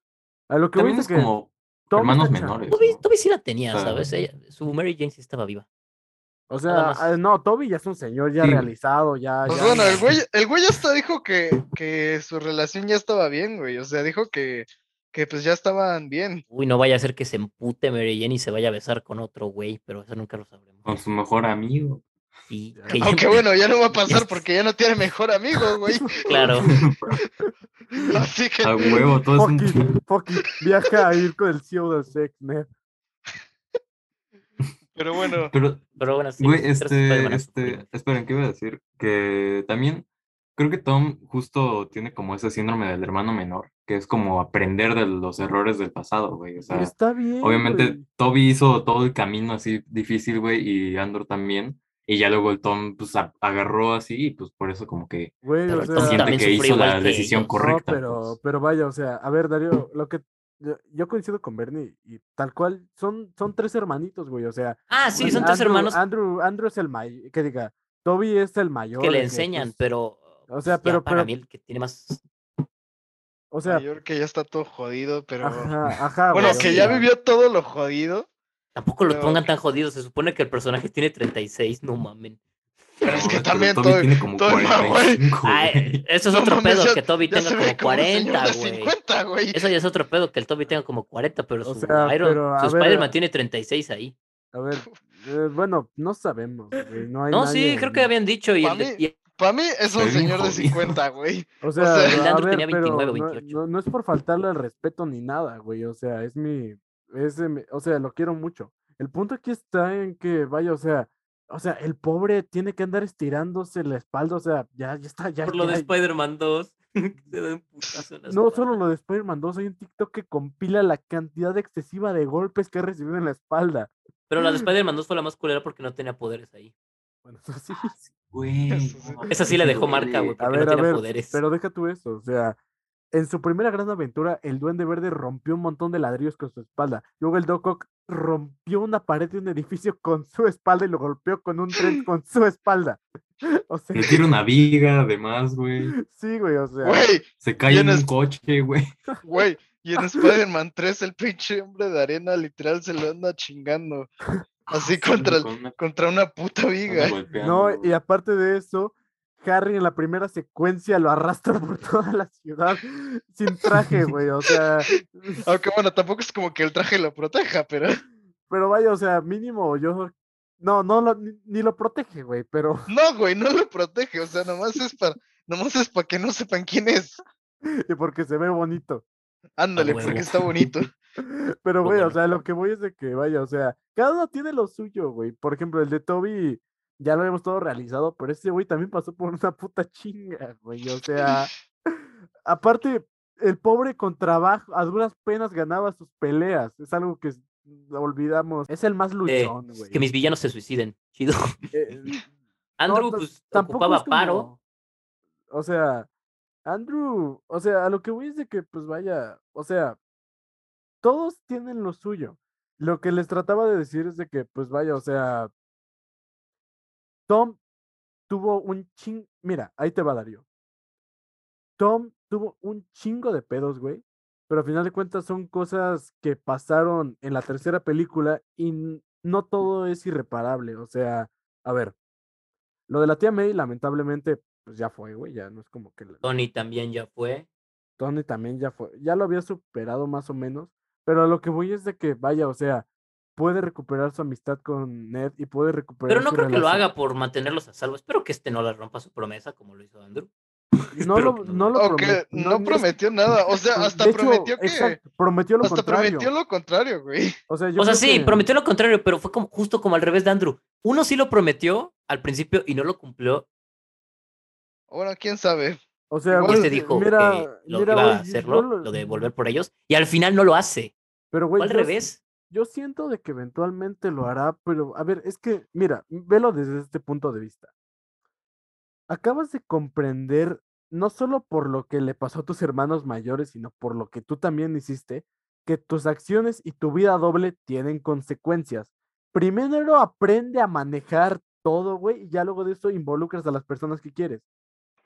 a lo que voy
También
es
es
que
como
Tom
hermanos
está cha-
menores.
Toby,
¿no?
Toby sí la tenía,
Claro.
¿sabes? Ella- su Mary Jane sí estaba viva.
O sea,
nada
ah,
más.
no, Toby ya es un señor ya
Sí.
realizado, ya,
Pues
ya-
bueno, el güey, el güey hasta dijo que, que su relación ya estaba bien, güey. O sea, dijo que, que pues ya estaban bien.
Uy, no vaya a ser que se empute Mary Jane y se vaya a besar con otro güey, pero eso nunca lo sabremos.
Con su mejor amigo.
Y
Oh, Ya.
que ya-
Aunque bueno, ya no va a pasar porque ya no tiene mejor amigo, güey.
Claro.
Así que.
A huevo, todo es
Fuck
un
it, fuck it, viaja a ir con el CEO del sex, man.
Pero bueno,
Pero,
Pero bueno, sí.
güey,
tres Spider-Man
este,
han sufrido.
este, esperen, ¿qué iba a decir? Que también creo que Tom justo tiene como ese síndrome del hermano menor, que es como aprender de los errores del pasado, güey. O sea,
Está bien,
obviamente
güey.
Toby hizo todo el camino así difícil, güey, y Andor también. Y ya luego el Tom, pues, a- agarró así y pues por eso como que
Güey,
Pero
o
el
sea,
Tom
siente
también
que
sufrió
hizo
igual
la
que
decisión
ellos. No,
correcta.
No, pero,
pues.
pero vaya, o sea, a ver, Darío, lo que yo, yo coincido con Bernie y tal cual, son, son tres hermanitos, güey, o sea,
Ah, sí,
pues,
son tres
Andrew-
hermanos
Andrew, Andrew es el mayor, que diga, Toby es el mayor.
que le
el
enseñan,
pues,
pero.
o sea,
pues, ya
pero-
Para
pero-
mí, el que tiene más.
O sea,
mayor que ya está todo jodido, pero.
ajá, ajá.
Bueno,
güey, o
que ya
sea,
vivió todo lo jodido.
Tampoco lo
Pero-
pongan tan jodido. Se supone que el personaje tiene 36, no mamen.
Pero es que
Pero
también
Toby
todo.
tiene como
todo el mamá, güey.
45, güey.
Ay, eso es
No
otro
mames,
pedo,
ya-
que Toby
Ya
tenga
se
como,
ve como un señor
40,
de
güey.
50, güey.
Eso ya es otro pedo, que el Toby tenga como 40, pero
O
su,
sea,
Iron-
pero, a
su
ver,
Spider-Man
eh,
tiene 36 ahí.
A ver, eh, bueno, no sabemos, güey, no hay
No, sí,
nadie,
creo que
güey.
habían dicho. Y
Pa'
el, de-
mí-
y el-
Para mí es
Se
un
ve bien
señor de
jodido.
50, güey.
O sea,
sea,
el
a
Andrew
ver,
tenía
pero
29,
no-
28.
No, no es por faltarle al respeto ni nada, güey. O sea, es mi, es de mi- o sea, lo quiero mucho. El punto aquí está en que, vaya, o sea, o sea, el pobre tiene que andar estirándose la espalda, o sea, ya, ya está, ya.
por lo de
ya-
Spider-Man 2. que se da un putazo en la
no
espalda.
solo lo de Spider-Man 2, hay un TikTok que compila la cantidad excesiva de golpes que ha recibido en la espalda.
Pero la de Spider-Man 2 fue la más culera porque no tenía poderes ahí.
Bueno, eso sí.
Güey,
Eso
no
sí.
mames,
Esa sí la dejó
duele.
marca, güey, porque no
ver, a
tenía
ver,
poderes.
Pero deja tú eso, o sea, en su primera gran aventura, el Duende Verde rompió un montón de ladrillos con su espalda. Luego el Doc Ock rompió una pared de un edificio con su espalda y lo golpeó con un tren con su espalda. O sea,
Le tira una viga, además, güey.
sí, güey, o sea.
Güey,
Se cae en
Tienes-
un coche, güey.
güey. Y en Spider-Man 3, el pinche hombre de arena literal se lo anda chingando. Así contra, el-
Con una-
contra una puta viga.
No,
golpeando,
y
güey.
aparte de eso, Harry en la primera secuencia lo arrastra por toda la ciudad sin traje, güey, o sea.
Aunque bueno, tampoco es como que el traje lo proteja, pero.
Pero vaya, o sea, mínimo yo. No, no, lo- ni- ni lo protege, güey, pero.
No, güey, no lo protege. O sea, nomás es para. Nomás es para que no sepan quién es.
Y porque se ve bonito.
Ándale,
Ah,
huevo.
porque está bonito.
Pero, güey, o
bueno.
sea, lo que voy es de que, vaya, o sea, cada uno tiene lo suyo, güey. Por ejemplo, el de Toby ya lo habíamos todo realizado, pero ese güey también pasó por una puta chinga, güey. O sea, aparte, el pobre con trabajo, a duras penas ganaba sus peleas. Es algo que s- olvidamos. Es el más luchón, güey.
Eh, Que mis villanos se suiciden. Chido.
Eh, no,
Andrew,
tam-
pues,
tampoco
ocupaba
es
paro.
como- O sea, Andrew, o sea, a lo que voy es de que, pues vaya, o sea, todos tienen lo suyo. Lo que les trataba de decir es de que, pues vaya, o sea, Tom tuvo un ching... Mira, ahí te va Darío. Tom tuvo un chingo de pedos, güey. Pero al final de cuentas son cosas que pasaron en la tercera película y n- no todo es irreparable. O sea, a ver, lo de la tía May, lamentablemente, pues ya fue, güey. Ya no es como que la-
Tony también ya fue.
Tony también ya fue, ya lo había superado más o menos, pero a lo que voy es de que vaya, o sea, puede recuperar su amistad con Ned y puede recuperar
Pero no
su
creo que lo
relación-
haga por mantenerlos a salvo. Espero que este no le rompa su promesa como lo hizo Andrew.
No
Espero que
lo,
no.
no lo
O que
prometió.
no prometió nada. O sea, hasta
de hecho,
prometió que.
exacto, prometió lo
hasta
contrario.
prometió lo contrario, güey.
O sea, yo
O sea,
creo
sí,
que-
prometió lo contrario, pero fue como justo como al revés de Andrew. Uno sí lo prometió al principio y no lo cumplió.
Bueno, quién sabe.
O
Y
sea,
Igual
güey,
se este dijo
mira,
que lo
mira,
iba
güey,
a
yo
hacerlo,
lo-
lo de volver por ellos, y al final no lo hace.
Pero,
Fue
güey,
al
yo-
revés.
Yo siento de que eventualmente lo hará, pero a ver, es que, mira, velo desde este punto de vista. Acabas de comprender, no solo por lo que le pasó a tus hermanos mayores, sino por lo que tú también hiciste, que tus acciones y tu vida doble tienen consecuencias. Primero aprende a manejar todo, güey, y ya luego de eso involucras a las personas que quieres.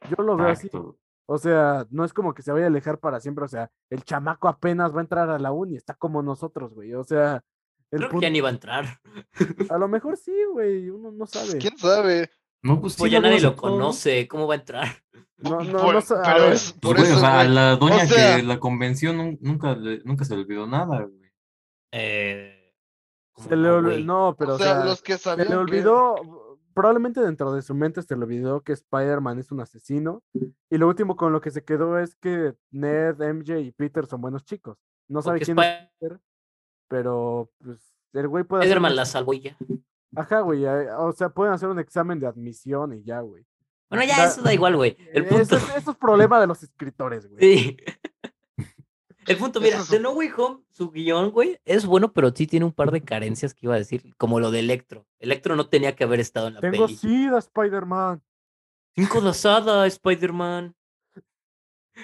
Yo lo veo así.
Exacto.
O sea, no es como que se vaya a alejar para siempre. O sea, el chamaco apenas va a entrar a la uni, está como nosotros, güey. O sea, el
Creo que
punto-
ya ni iba a entrar.
a lo mejor sí, güey. Uno no sabe.
¿Quién sabe?
No, pues sí,
Pues ya
luego
nadie lo
aceptó, ¿no?
conoce. ¿Cómo va a entrar?
No, no,
Por-
no sa- a
pero
ver,
es por
Pues, güey,
eso.
o sea, a
güey.
la doña
sea-
que la convenció nun- nunca, le- nunca se le olvidó nada, güey.
Eh, ¿cómo
se le ol-
güey?
no, pero
o sea, los que
se
sabían.
le
que-
olvidó. bu- Probablemente dentro de su mente se le olvidó que Spider-Man es un asesino. Y lo último con lo que se quedó es que Ned, MJ y Peter son buenos chicos. No sabe
Porque
quién es
Spider-
Peter, pero pues el güey puede hacer.
Spider-Man
un
la
ex-
salvó y ya.
Ajá, güey. eh, O sea, pueden hacer un examen de admisión y ya, güey.
Bueno, ya
Da-
eso da igual, güey. El
Eh, Eso
punto.
es, eso es problema de los escritores, güey.
Sí. El punto, mira,
Eso es
de
un-
No Way Home, su guión, güey, es bueno, pero sí tiene un par de carencias que iba a decir, como lo de Electro. Electro no tenía que haber estado en la
Tengo
peli.
sida, Spider-Man.
Cinco de asada, Spider-Man.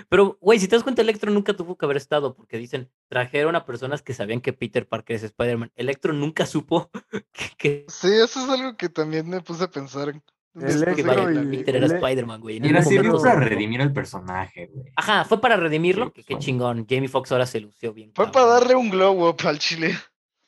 Pero, güey, si te das cuenta, Electro nunca tuvo que haber estado, porque dicen, trajeron a personas que sabían que Peter Parker es Spider-Man. Electro nunca supo que, que-
Sí, eso es algo que también me puse a pensar. después de
que
Electro
vaya,
que la
y-
vi.
Peter era
Ele-
Spider-Man, güey. en
Era
algún
así
momento-
para
momento.
redimir al personaje, güey.
Ajá, fue para redimirlo,
Sí,
que
pues,
qué
bueno.
chingón. Jamie Foxx ahora se lució bien.
Fue para
cabrón.
darle un glow up al chile.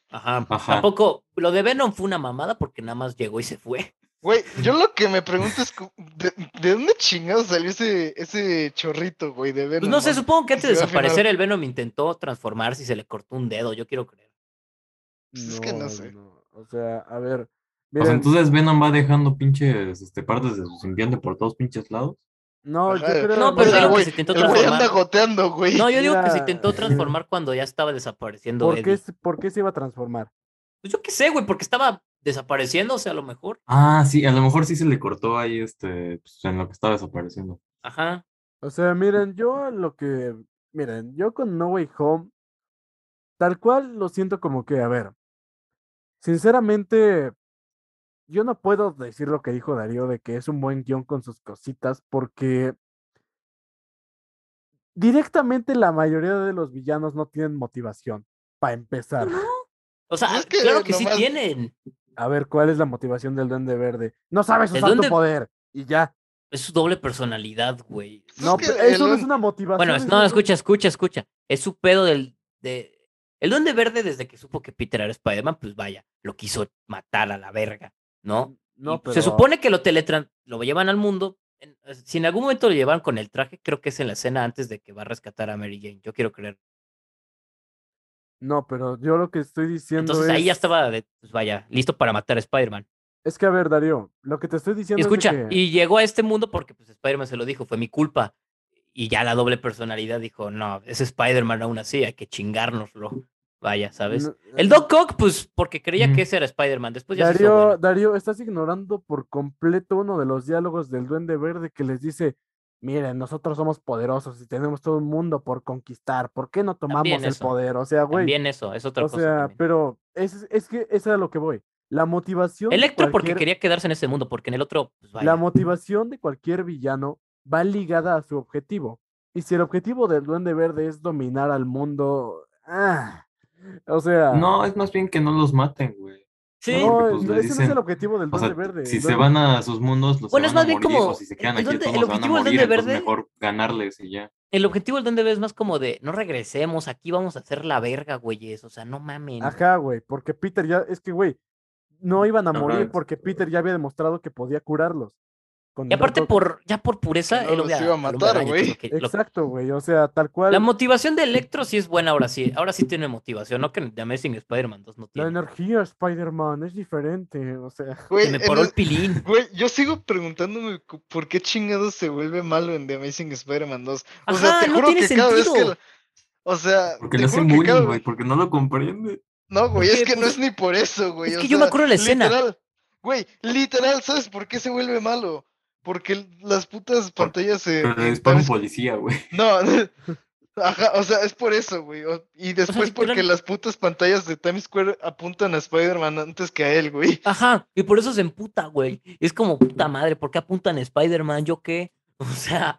Ajá. pues,
Ajá.
Tampoco, lo de Venom fue una mamada porque nada más llegó y se fue.
Güey, yo lo que me pregunto es cu- de, de dónde chingados salió ese, ese chorrito, güey, de
Pues
Venom.
no sé, supongo que antes de
Llegó al final.
desaparecer el Venom intentó transformarse y se le cortó un dedo, yo quiero creer.
Pues es que no sé.
O sea, a ver.
O sea,
Miren,
entonces Venom va dejando pinches este, partes de su simbionte por todos pinches lados.
no, yo
Ajá,
creo.
No,
O
pero
sea,
digo que
güey,
se intentó
El güey anda
transformar.
goteando, güey.
No, yo digo que se intentó
Mira.
transformar cuando ya estaba desapareciendo
¿por,
Eddie.
qué, se- ¿Por qué se iba a transformar?
Pues yo qué sé, güey, porque estaba desapareciéndose a lo mejor.
Ah, sí, a lo mejor sí se le cortó ahí este, pues, en lo que estaba desapareciendo.
Ajá.
O sea, miren, yo lo que. Miren, yo con No Way Home. Tal cual lo siento como que, a ver. Sinceramente. Yo no puedo decir lo que dijo Darío de que es un buen guión con sus cositas, porque. Directamente la mayoría de los villanos no tienen motivación. Para empezar.
O sea,
Pues Es que
claro que sí
nomás-
tienen.
A ver, ¿cuál es la motivación del Duende Verde? No sabes
¿El
usar tu
Duende-
poder. Y ya.
Es su doble personalidad, güey.
Pues es
No,
que
pero
el
eso no es
un-
una motivación.
Bueno, es-
eso
no,
es-
escucha, escucha, escucha. Es su pedo del. De... El Duende Verde, desde que supo que Peter era Spider-Man, pues vaya, lo quiso matar a la verga, ¿no?
No,
Y
pero...
Se supone que lo teletran, lo llevan al mundo. en- eh, Si en algún momento lo llevan con el traje, creo que es en la escena antes de que va a rescatar a Mary Jane. Yo quiero creer.
No, pero yo lo que estoy diciendo
Entonces ahí ya
es-
estaba, de- pues vaya, listo para matar a Spider-man.
Es que, a ver, Darío, lo que te estoy diciendo
Y escucha,
es de que...
y llegó a este mundo porque pues Spider-Man se lo dijo, fue mi culpa. Y ya la doble personalidad dijo, no, es Spider-Man aún así, hay que chingárnoslo. Vaya, ¿sabes?
Mm. no- eh,
El Doc Ock, pues, porque creía
Mm.
que ese era Spider-Man. Después ya se hizo
Darío,
bueno.
Darío, estás ignorando por completo uno de los diálogos del Duende Verde que les dice... Miren, nosotros somos poderosos y tenemos todo un mundo por conquistar. ¿Por qué no tomamos el
eso.
poder? O sea, güey,
También eso, es otra
o
cosa.
sea,
también.
pero es, es que esa es a lo que voy. La motivación de
Electro porque
cualquier-
quería quedarse en ese mundo, porque en el otro, pues vaya.
La motivación de cualquier villano va ligada a su objetivo. Y si el objetivo del Duende Verde es dominar al mundo. ah, o
Ah.
sea.
No, es más bien que no los maten, güey.
sí.
no,
porque, pues,
no,
le
ese no es el
dicen,
objetivo del
O
Duende
sea,
Verde.
si
el
se
duende-
van a sus mundos, los
Bueno,
se
es
van
más
a
bien
morir,
como
o si se quedan
el
aquí,
duende-
todos
el
nos van a
objetivo del
morir,
Duende
entonces
Verde-
mejor ganarles y ya.
El objetivo del Duende Verde es más como de no regresemos, aquí vamos a hacer la verga, güeyes. O sea, no mamen.
Ajá, güey. Porque Peter ya. Es que, güey. No iban a
Ajá,
morir
es-
porque Peter ya había demostrado que podía curarlos. con
Y aparte,
dato-
por, ya por pureza,
No
él
los
odia
iba a
al Hombre
matar,
Araña,
güey.
que es lo que- lo-
Exacto, güey. O sea, tal cual.
La motivación de Electro sí es buena ahora sí. Ahora sí tiene motivación, no que en The Amazing Spider-Man 2 no
La
tiene.
energía, Spider-Man, es diferente. O sea,
Güey,
Se me
en
paró el
el-
pilín.
güey, yo sigo preguntándome cu- por qué chingados se vuelve malo en The Amazing Spider-Man 2. O sea,
Ajá,
te
no
juro
tiene
que cada vez que...
sentido.
lo- O sea,
Porque
te
le hacen
juro que cada-
bullying, güey, porque no lo comprende.
No, güey, es
Porque,
que no
pues,
es ni por eso, güey.
es
o
que yo me
sea,
acuerdo de la escena.
Literal, güey, literal, ¿sabes por qué se vuelve malo? Porque l- las putas pantallas se...
Pero le dispara
están
un
es-
policía, güey.
No, ajá, o sea, es por eso, güey. o- Y después porque
literal-
las putas pantallas de Times Square apuntan a Spider-Man antes que a él, güey.
Ajá, y por eso se emputa, güey. Es como puta madre, ¿por qué apuntan a Spider-Man? ¿Yo qué? O sea,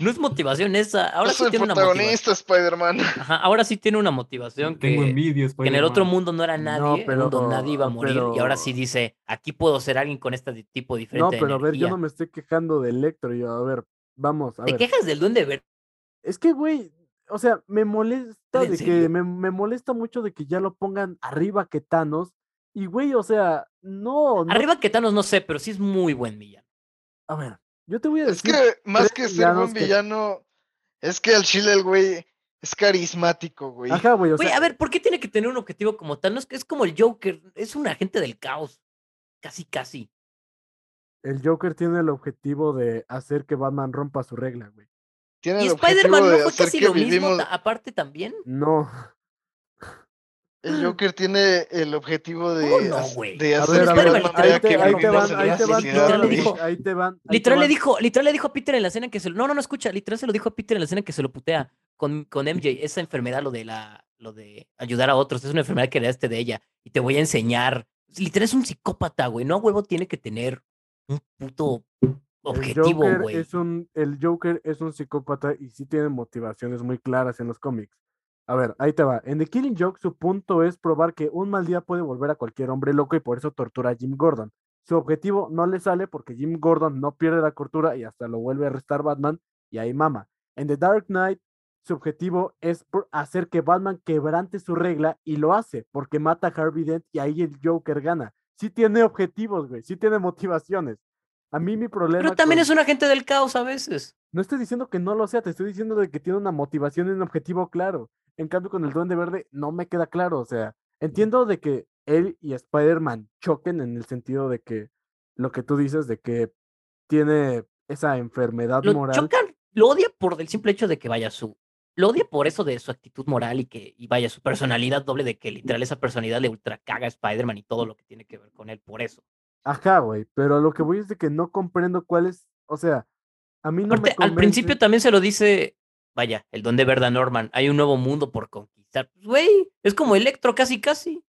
no es motivación esa. Ahora
Yo
sí
soy
tiene una motivación.
protagonista, Spider-man.
Ajá, ahora sí tiene una motivación
Tengo
que,
envidia,
que en el otro
Spider-Man.
mundo no era
No,
nadie, en el
pero-
mundo nadie iba a morir, y ahora sí
pero-
dice, aquí puedo ser alguien con este tipo
no,
diferente de
pero a ver, yo
energía".
no me estoy quejando de Electro. Yo, a ver, vamos, a
¿Te
ver.
quejas del duende verde?
Es que, güey, o sea, me molesta
¿En
de que
serio?
me, me molesta mucho de que ya lo pongan arriba que Thanos. Y, güey, o sea, no, no.
Arriba que Thanos no sé, pero sí es muy buen villano.
A ver, yo te voy a
Es
decir.
que más
tres
que ser
villanos
buen
que-
villano, es que al chile el güey es carismático, güey.
Ajá, güey, o
Güey,
sea,
a ver, ¿por qué tiene que tener un objetivo como Thanos? Que es como el Joker, es un agente del caos. Casi, casi.
el Joker tiene el objetivo de hacer que Batman rompa su regla, güey.
Tiene
Y
el objetivo
Spider-Man no
de
fue
hacer
casi
que
lo mismo,
vivimos.
ta- aparte también.
No.
El Joker tiene el objetivo de,
¿Cómo no,
hac-
güey?
de
A
hacer
ver, a
que
ver,
Spider-Man
Batman
ahí
tenga
te,
que
ahí te
vivir
van,
en
ahí te
la
van
sociedad,
todas
Literal
las-
dijo-
güey.
ahí te van, ahí te
Literal le
van-
dijo, literal le dijo a Peter en la escena que se lo, no, no, no escucha, literal se lo dijo a Peter en la escena que se lo putea con, con MJ, esa enfermedad, lo de la, lo de ayudar a otros, es una enfermedad que heredaste de ella y te voy a enseñar. Literal es un psicópata, güey, no a huevo tiene que tener un puto objetivo,
el Joker
güey.
es un, el Joker es un psicópata y sí tiene motivaciones muy claras en los cómics. A ver, ahí te va. En The Killing Joke, su punto es probar que un mal día puede volver a cualquier hombre loco y por eso tortura a Jim Gordon. Su objetivo no le sale porque Jim Gordon no pierde la cordura y hasta lo vuelve a arrestar Batman y ahí mama. En The Dark Knight, su objetivo es pro- hacer que Batman quebrante su regla y lo hace porque mata a Harvey Dent y ahí el Joker gana. Sí tiene objetivos, güey, sí tiene motivaciones. A mí mi problema
Pero también
con-
es un agente del caos a veces.
no estoy diciendo que no lo sea, te estoy diciendo de que tiene una motivación y un objetivo claro. En cambio, con el Duende Verde no me queda claro. O sea, entiendo de que él y Spider-Man choquen en el sentido de que lo que tú dices de que tiene esa enfermedad
lo
moral.
chocan, lo odia por el simple hecho de que vaya su. Lo odia por eso de su actitud moral y que y vaya su personalidad doble de que literal esa personalidad le ultra caga a Spider-Man y todo lo que tiene que ver con él por eso.
Ajá, güey. Pero a lo que voy es de que no comprendo cuál es. O sea, a mí no
Aparte,
me
al
convence.
principio también se lo dice, vaya, el don de verdad Norman, hay un nuevo mundo por conquistar. Pues, Güey, es como Electro casi casi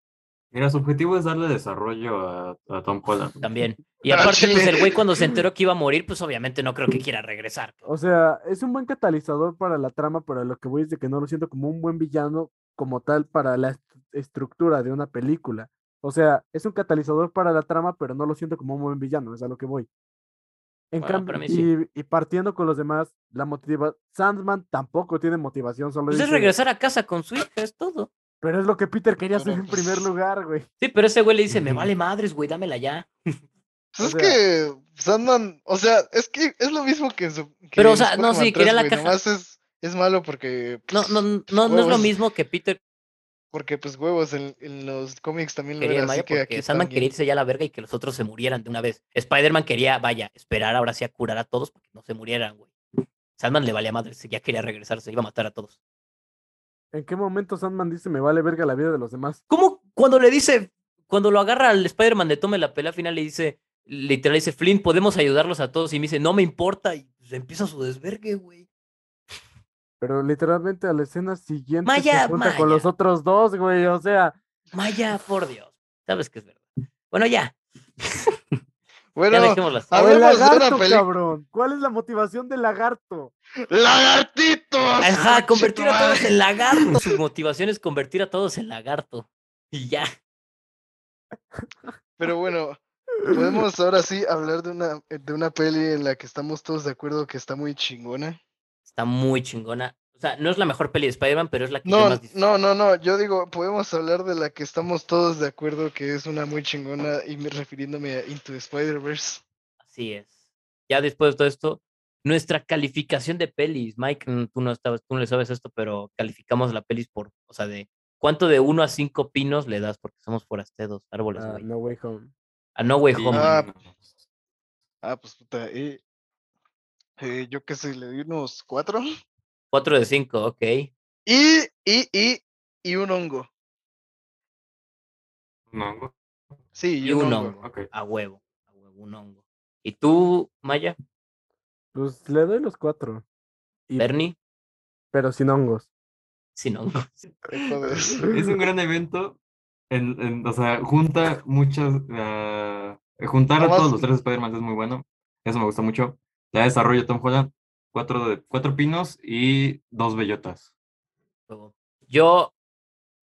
Mira, su objetivo es darle desarrollo a, a Tom Holland.
también. Y
Ah,
aparte pues
chile.
el güey cuando se enteró que iba a morir, pues obviamente no creo que quiera regresar.
O sea, es un buen catalizador para la trama, pero a lo que voy es de que no lo siento como un buen villano como tal para la est- estructura de una película. O sea, es un catalizador para la trama, pero no lo siento como un buen villano, es a lo que voy. En
Bueno,
cambio,
para mí sí.
y, y partiendo con los demás, la motiva Sandman tampoco tiene motivación, solo
Pues es
dice,
regresar a casa con su hija, es todo.
pero es lo que Peter quería hacer
Pero,
en primer
pues,
lugar, güey.
Sí, pero ese güey le dice, me
Ujú.
vale madres, güey, dámela ya.
Pues es
sea-
que Sandman, o sea, es que es lo mismo que en su. que
Pero, o
en
sea, no,
Spider-Man
sí, quería
3,
la
güey,
caja.
nomás es, es malo porque.
No,
pues,
no, no, no es lo
huevos.
mismo que Peter
Porque, pues, huevos, en, en los cómics también lo
quería
era,
el
así
Maya
que
porque
aquí
Sandman quería
también.
irse ya a la verga y que los otros se murieran de una vez. Spider-Man quería, vaya, esperar ahora sí a curar a todos porque no se murieran, güey. Sandman le valía madre, ya quería regresarse, iba a matar a todos.
¿En qué momento Sandman dice me vale verga la vida de los demás?
¿Cómo cuando le dice, cuando lo agarra al Spider-Man de tome la pelea final, le dice, literal, dice, Flynn, podemos ayudarlos a todos? Y me dice, no me importa, y pues, empieza su desvergue, güey.
Pero literalmente a la escena siguiente
Maya,
se junta con los
Maya.
otros dos, güey, o sea,
Maya, por Dios. Sabes que es verdad. Bueno, ya, ya
Bueno,
dejémoslas.
a
O
ver,
el
Hablemos de una
lagarto,
peli-
cabrón. ¿Cuál es la motivación del lagarto?
¡Lagartitos!
Ajá,
¡Conche
convertir
tu
a todos
madre!
en lagarto. Su motivación es convertir a todos en lagarto. Y ya.
Pero bueno, podemos ahora sí hablar de una, de una peli en la que estamos todos de acuerdo que está muy chingona.
Está muy chingona. O sea, no es la mejor peli de Spider-Man, pero es la que yo
No,
más disfruto.
no, no, no, yo digo, podemos hablar de la que estamos todos de acuerdo que es una muy chingona y me- refiriéndome a Into the Spider-Verse.
Así es. ya después de todo esto, nuestra calificación de pelis, Mike, mm, tú no, estabas, tú no le sabes esto, pero calificamos la pelis por, o sea, de cuánto de 1 a 5 pinos le das, porque somos forasteros, árboles,
Ah,
güey.
no Way Home.
A No Way Home.
Ah,
no.
Ah, pues puta, y, eh, yo qué sé, le di unos cuatro.
4 de 5, ok.
Y, y, y, y un hongo.
No,
Sí,
Y un hongo.
ok.
A huevo, a huevo, un hongo. ¿Y tú, Maya,
Pues le doy los cuatro. Y-
Bernie?
Pero sin hongos.
Sin hongo.
Entonces,
Es un gran evento. En, en- o sea, junta muchas. ah, juntar a
Nomás-
todos los tres Spider-Man es muy bueno. Eso me gusta mucho. La desarrollo Tom Holland. Cuatro, de, cuatro pinos y dos bellotas.
Huevo. Yo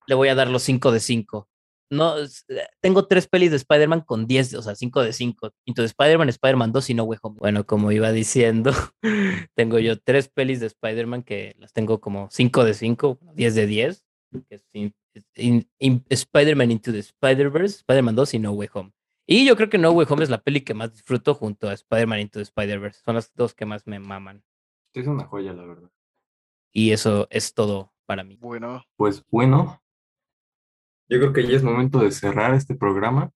le voy a dar los 5 de 5. No, es- eh, tengo tres pelis de Spider-Man con 10, o sea, 5 de 5. Quinto de Spider-Man, Spider-Man 2 y No Way Home. Bueno, como iba diciendo, tengo yo tres pelis de Spider-Man que las tengo como 5 de 5, 10 de 10. que es in- in- in- Spider-Man Into the Spider-Verse, Spider-Man 2 y No Way Home. Y yo creo que No Way Home es la peli que más disfruto junto a Spider-Man Into the Spider-Verse. Son las dos que más me maman.
Esto es una joya, la verdad.
Y eso es todo para mí.
bueno,
Pues bueno. Yo creo que ya es momento de cerrar este programa.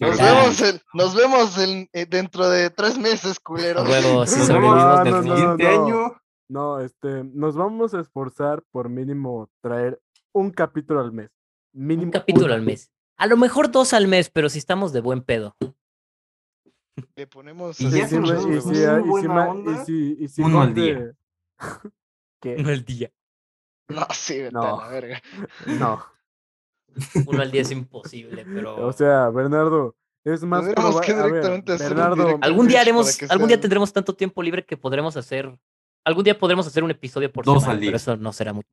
nos
Claro.
vemos, en- nos vemos en- eh, dentro de tres meses,
A
culeros.
huevo, si
No,
sobrevivimos
no,
del
no,
siguiente
siguiente
no.
año.
No, este, nos vamos a esforzar por mínimo traer un capítulo al mes. Mínimo
Un capítulo
uno.
al mes. A lo mejor dos al mes, pero si estamos de buen pedo.
Le ponemos.
Y
Y
así
ya
si
se nos
me-
unos
y
vemos.
si- ah,
huevos.
Muy
y si
buena
ma- y
onda.
si- y si
Uno al
Jorge-
día.
¿Qué?
Uno al día.
No, sí, vete a
No.
la verga.
No.
Uno al día es imposible, pero.
O sea, Bernardo, es más
Tendríamos que
proba- a ver,
directamente hacer un
Bernardo,
directo.
algún día
para
haremos,
que
algún día
sea-
tendremos tanto tiempo libre que podremos hacer. Algún día podremos hacer un episodio por
Dos
semana,
al día.
pero eso no será mucho.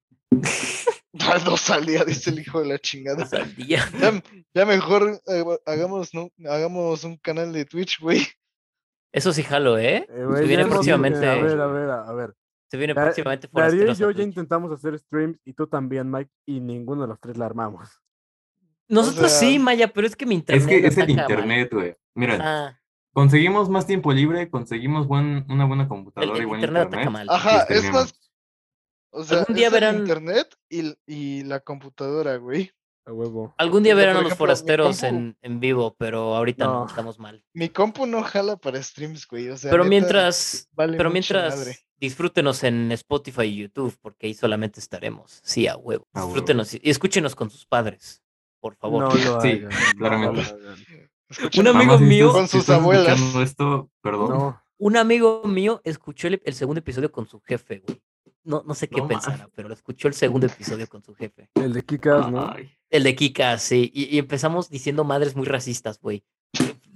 Dos al día, dice el hijo de la chingada.
Dos al día.
Ya, ya mejor eh, hagamos, ¿no? hagamos un canal de Twitch, güey.
Eso sí, jalo, ¿eh?
eh, güey,
Se
ya
viene
hemos-
próximamente.
A ver, a ver, a ver.
Se viene
Dar-
próximamente
Darío y
Forasteros a
yo ya
Twitch.
intentamos hacer streams y tú también, Mike, y ninguno de los tres la armamos.
Nosotros
sea-
sí, Maya, pero es que mi
Es
internet.
que es
ataca,
el
Ah. man.
internet, güey. Miren,
Ajá,
conseguimos más tiempo libre, conseguimos buen- una buena
el,
computadora
el
y buen
internet
internet.
ataca mal.
y
Ajá, es
streameamos.
más- O sea,
Algún día
es el
verán-
internet y, y la computadora, güey.
A huevo.
Algún día
Porque,
verán a
por
los
ejemplo, mi
forasteros
compu-
en, en vivo, pero ahorita no,
No.
estamos mal.
Mi compu no jala para streams, güey. O sea,
Pero
neta,
mientras,
vale
Pero
mucha
mientras,
madre.
disfrútenos en Spotify y YouTube, porque ahí solamente estaremos. Sí, a huevo.
A huevo.
disfrútenos y escúchenos con sus padres, por favor.
No lo
Sí,
hagan, no
claramente.
lo hagan.
Escuchen,
Un amigo
Mamá, si
mío,
estás-
Con
si
sus
estás
abuelas.
escuchando esto, perdón.
No,
un amigo mío escuchó el, el segundo episodio con su jefe, güey. No, no sé qué
No mames.
pensará, pero lo escuchó el segundo episodio con su jefe.
el de Kikas, ¿no?
Ay,
El de Kika, sí. Y, y empezamos diciendo madres muy racistas, güey.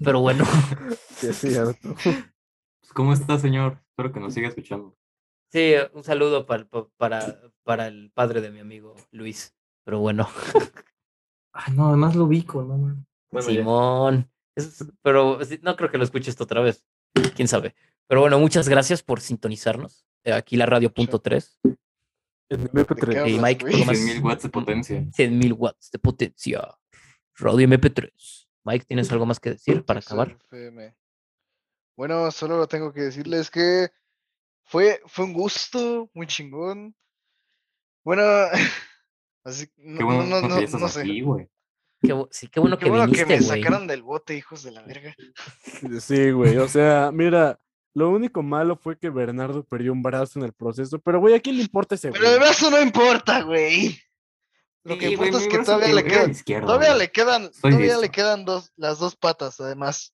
Pero bueno,
Sí, es cierto.
pues, ¿Cómo está, señor? Espero que nos siga escuchando.
sí, un saludo para, para, para el padre de mi amigo Luis. Pero bueno.
Ay, no, además lo ubico, no, man. Bueno, ya.
Simón. Es- pero sí, no creo que lo escuches esto otra vez. Quién sabe. Pero bueno, muchas gracias por sintonizarnos. eh, Aquí la radio punto tres.
El de MP3.
Y
hablas,
Mike,
güey?
por lo
Y
más
100.000 watts de potencia.
100.000 watts de potencia. Radio MP3. Mike, ¿tienes algo más que decir para
Pixel
acabar?
FM. Bueno, solo tengo que decirles que fue, fue un gusto, muy chingón. Bueno, así
Qué
no,
bueno
no, no,
que ya estás
no sé.
aquí, güey.
Qué, bu- sí, qué bueno
Qué
que
bueno que
viniste,
me
güey.
sacaron del bote, hijos de la verga.
Sí, güey. O sea, mira, lo único malo fue que Bernardo perdió un brazo en el proceso, pero güey, ¿a quién le importa ese
Pero el
güey?
brazo no importa, güey. Lo que
Sí, güey,
importa es
mi
que
brazo
todavía le
era
quedan,
izquierdo,
todavía
güey.
le quedan,
Soy
todavía le
diestro.
quedan dos, las dos patas, además.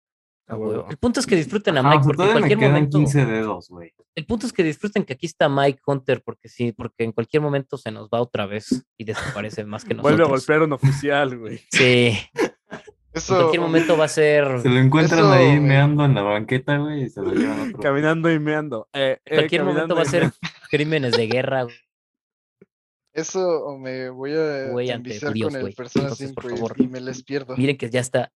A huevo.
El punto es que disfruten a
Ah,
Mike,
o sea,
porque en
todavía me
cualquier
quedan
momento.
15 dedos, güey.
El punto es que disfruten que aquí está Mike Hunter, porque sí, porque en cualquier momento se nos va otra vez y desaparece más que nosotros.
Vuelve a golpear un oficial, güey.
Sí, en
Eso.
cualquier momento va a ser.
Se lo encuentran
Eso,
ahí
güey.
meando en la banqueta, güey, y se lo llevan a otro.
Caminando y meando. Eh, eh,
En cualquier momento
caminando
va a
y
ser crímenes de guerra,
Eso o me voy a
Güey, ante
enviciar
judíos,
con el
güey.
Persona
Entonces,
5
por
y-
favor.
y, me les pierdo.
Miren que ya está.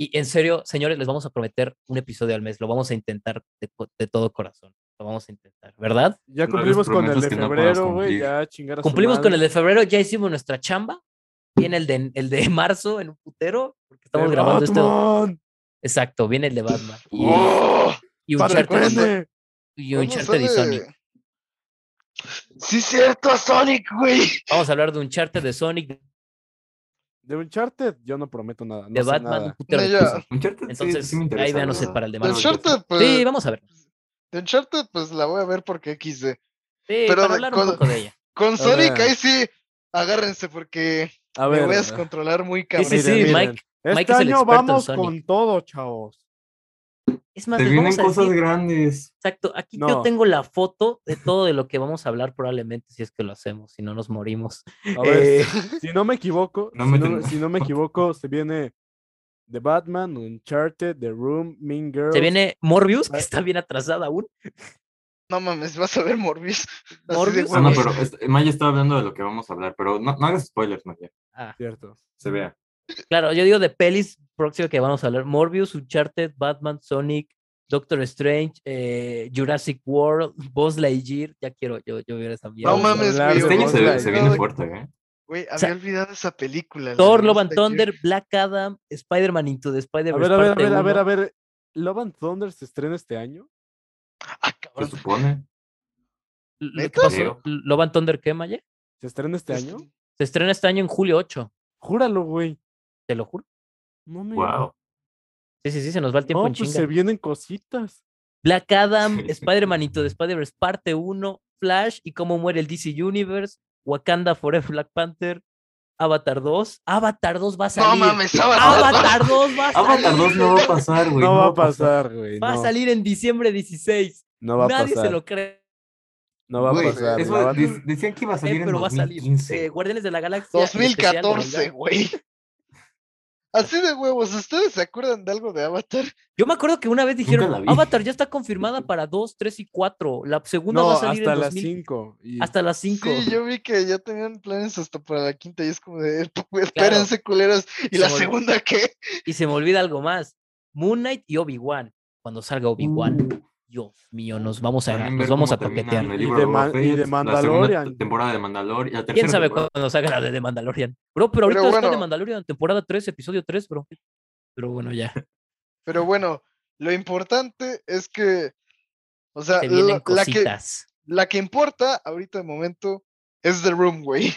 Y en serio, señores, les vamos a prometer un episodio al mes. Lo vamos a intentar de, co- de todo corazón. Lo vamos a intentar, ¿verdad?
Ya
No les
cumplimos con el
prometas
de
que no podrás
febrero, güey.
cumplir.
ya chingar a su
Cumplimos con el
madre.
de febrero, ya hicimos nuestra chamba. Viene el de, el de marzo en un putero, porque estamos
¡De
grabando esto.
Batman!
Exacto, viene el de Batman. Y,
¡Oh!
Y un
Para
Uncharted.
el
charter
pene.
y
¿Cuándo
Uncharted y
sale?
Sonic.
Sí, cierto, Sonic, güey.
Vamos a hablar de un charter de Sonic,
De Uncharted, yo no prometo nada. No
de
sé
Batman, un
nada.
putero de
Ya.
cosas.
Uncharted sí,
Entonces,
sí me interesa.
ahí véanos el
¿no?
para el de
De
Marvel.
Uncharted, pues.
Sí, vamos a ver.
De Uncharted, pues la voy a ver porque XD.
Sí,
Pero
para
de
hablar un
cosas-
poco de ella.
Con Sonic,
ver.
ahí sí, agárrense porque
A
me
ver,
voy a
eh,
descontrolar muy
Sí,
cabrón.
sí, sí,
Miren,
Mike. Mike
Este
es el
año
experto en
vamos
Sonic.
con todo, chavos.
Es más,
Te
les
vienen
vamos a
cosas
decir-
grandes.
Exacto, aquí yo
No.
tengo la foto de todo de lo que vamos a hablar probablemente, si es que lo hacemos, si no nos morimos.
A ver,
Eh,
si no me equivoco,
No
si,
me
no,
ten-
si no me equivoco, se viene The Batman, Uncharted, The Room, Mean Girls.
se viene Morbius, que
Ah.
está bien atrasada aún.
No mames, vas a ver Morbius. Así de
Morbius.
Ah, no,
huevos.
pero es- Maya estaba hablando de lo que vamos a hablar, pero no, no hagas spoilers, Maya.
Ah,
Cierto.
Se vea.
claro, yo digo de pelis próximo que vamos a hablar: Morbius, Uncharted, Batman, Sonic, Doctor Strange, eh, Jurassic World, Buzz Lightyear. Ya quiero yo, yo ver esa mierda.
No
Vamos a
mames,
hablar
güey.
de
Este año
Buzz
se, ve- se
Lightyear.
viene fuerte, ¿eh?
Güey,
O sea,
había olvidado esa película. la
Thor,
de
Love and
Buzz Lightyear.
Thunder, Black Adam, Spider-Man Into the
A
Spider-Verse.
ver, a ver, a
parte
ver, a ver,
uno.
a ver. ¿Love and Thunder se estrena este año?
Ah,
Se
cabrón.
supone.
L- ¿Qué
¿Neta?
pasó?
Creo.
¿Love and Thunder qué, Maya?
¿Se estrena este
Es-
año?
Se estrena este año en julio 8,
Júralo, güey.
te lo juro.
No me.
Wow.
Sí, sí, sí, se nos va el
No,
tiempo en
pues
chinga.
se vienen cositas.
Black Adam, Spider-Man Into the Spider-Verse parte 1, Flash y cómo muere el DC Universe, Wakanda Forever Black Panther, Avatar 2, Avatar 2 va a
No
salir.
mames, Avatar.
Avatar 2 va a salir.
Avatar 2 no va a pasar, güey.
no va a pasar, güey.
Va a
no,
salir en diciembre 16.
No va a
Nadie
pasar.
se lo cree,
No va a
Güey,
pasar.
eso
la van-
de- decían que iba a salir en
Eh, pero va a salir.
2015.
Eh, Guardianes de la Galaxia. el especial de
2014,
Navidad.
güey. Así de huevos, ¿ustedes se acuerdan de algo de Avatar?
Yo me acuerdo que una vez
Nunca la
dijeron,
vi.
Avatar ya está confirmada para 2, 3 y 4. La segunda
No,
va a salir
hasta
en
las
2000,
5. y-
hasta las 5.
Sí, yo vi que ya tenían planes hasta para la quinta y es como de, "P- espérense,
Claro.
culeros. ¿Y la
Sobre-
segunda qué?
Y se me olvida algo más. Moon Knight y Obi-Wan. Cuando salga Obi-Wan,
Mm.
Dios mío, nos vamos a,
También
nos
ver
vamos
cómo
a
terminan
toquetear.
el
Y
libro
de
Boba
Man- y
Fett,
de
La segunda
Mandalorian.
t- temporada de Mandalorian. La tercera
¿Quién sabe
temporada.
cuándo salga la de The Mandalorian? Bro, pero ahorita
Pero
está de
bueno.
Mandalorian, temporada 3, episodio 3, bro. Pero bueno, ya.
Pero bueno, lo importante es que, o sea,
Se
la,
vienen
la que,
cositas.
la que importa ahorita de momento es The Room, güey.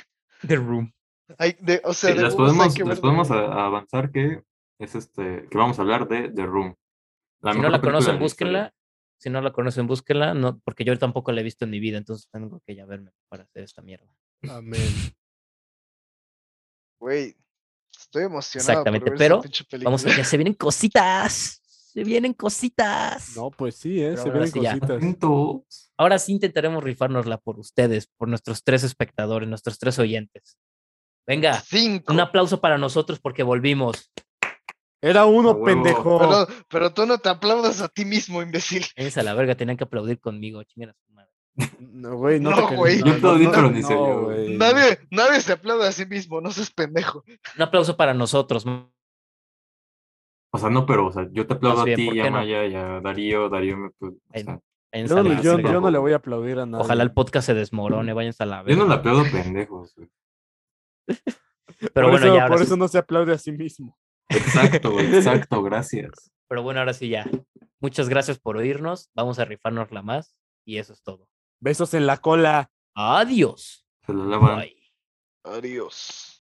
The Room.
Hay- de- o sea,
Sí,
de
las
huevos hay
podemos,
que
las
ver The
podemos
Room.
a- avanzar que es este que vamos a hablar de The Room.
Si no la
mejor película de
conocen,
historia.
búsquenla. Si no la conocen, búsquenla. No, porque yo tampoco la he visto en mi vida, entonces tengo que ya verme para hacer esta mierda.
Amén.
Güey, estoy emocionado.
Exactamente,
por ver
pero
esa pinche
Vamos,
película.
ya se vienen cositas. Se vienen cositas.
No, pues sí,
Pero
¿eh? se
ahora
vienen
sí ya.
cositas.
Entonces,
Ahora sí intentaremos rifárnosla por ustedes, por nuestros tres espectadores, nuestros tres oyentes. Venga,
Cinco.
un aplauso para nosotros porque volvimos.
Era
A
uno,
huevo.
pendejo.
Pero, pero tú no te aplaudas a ti mismo, imbécil.
Es a la verga, tenían que aplaudir conmigo, chinguen a su madre.
No, güey, no,
No,
te
güey.
creas,
Yo
aplaudí, pero ni
no,
se vio,
güey.
Nadie, nadie se aplaude a sí mismo, no seas pendejo.
Un aplauso para nosotros. m-
o sea, no, pero o sea, yo te aplaudo
bien,
a ti,
¿por
y
qué
a
no?
Maya, y a Darío, Darío me pues, o
Ay,
sea,
en
Yo, no-
San
Esa
yo-
Ángel.
yo no le
madre.
voy a aplaudir a nadie.
Ojalá el podcast se desmorone, váyanse a la
yo
verga.
no la aplaudo pendejos. güey.
Pero
por
bueno,
eso,
ya ahora
por
sí-
eso no se aplaude a sí mismo.
Exacto, güey, exacto, gracias.
pero bueno, ahora sí ya. Muchas gracias por oírnos. Vamos a rifárnosla más. Y eso es todo.
Besos en la cola.
Adiós.
Ah, Se lo lavan.
Bye.
Adiós.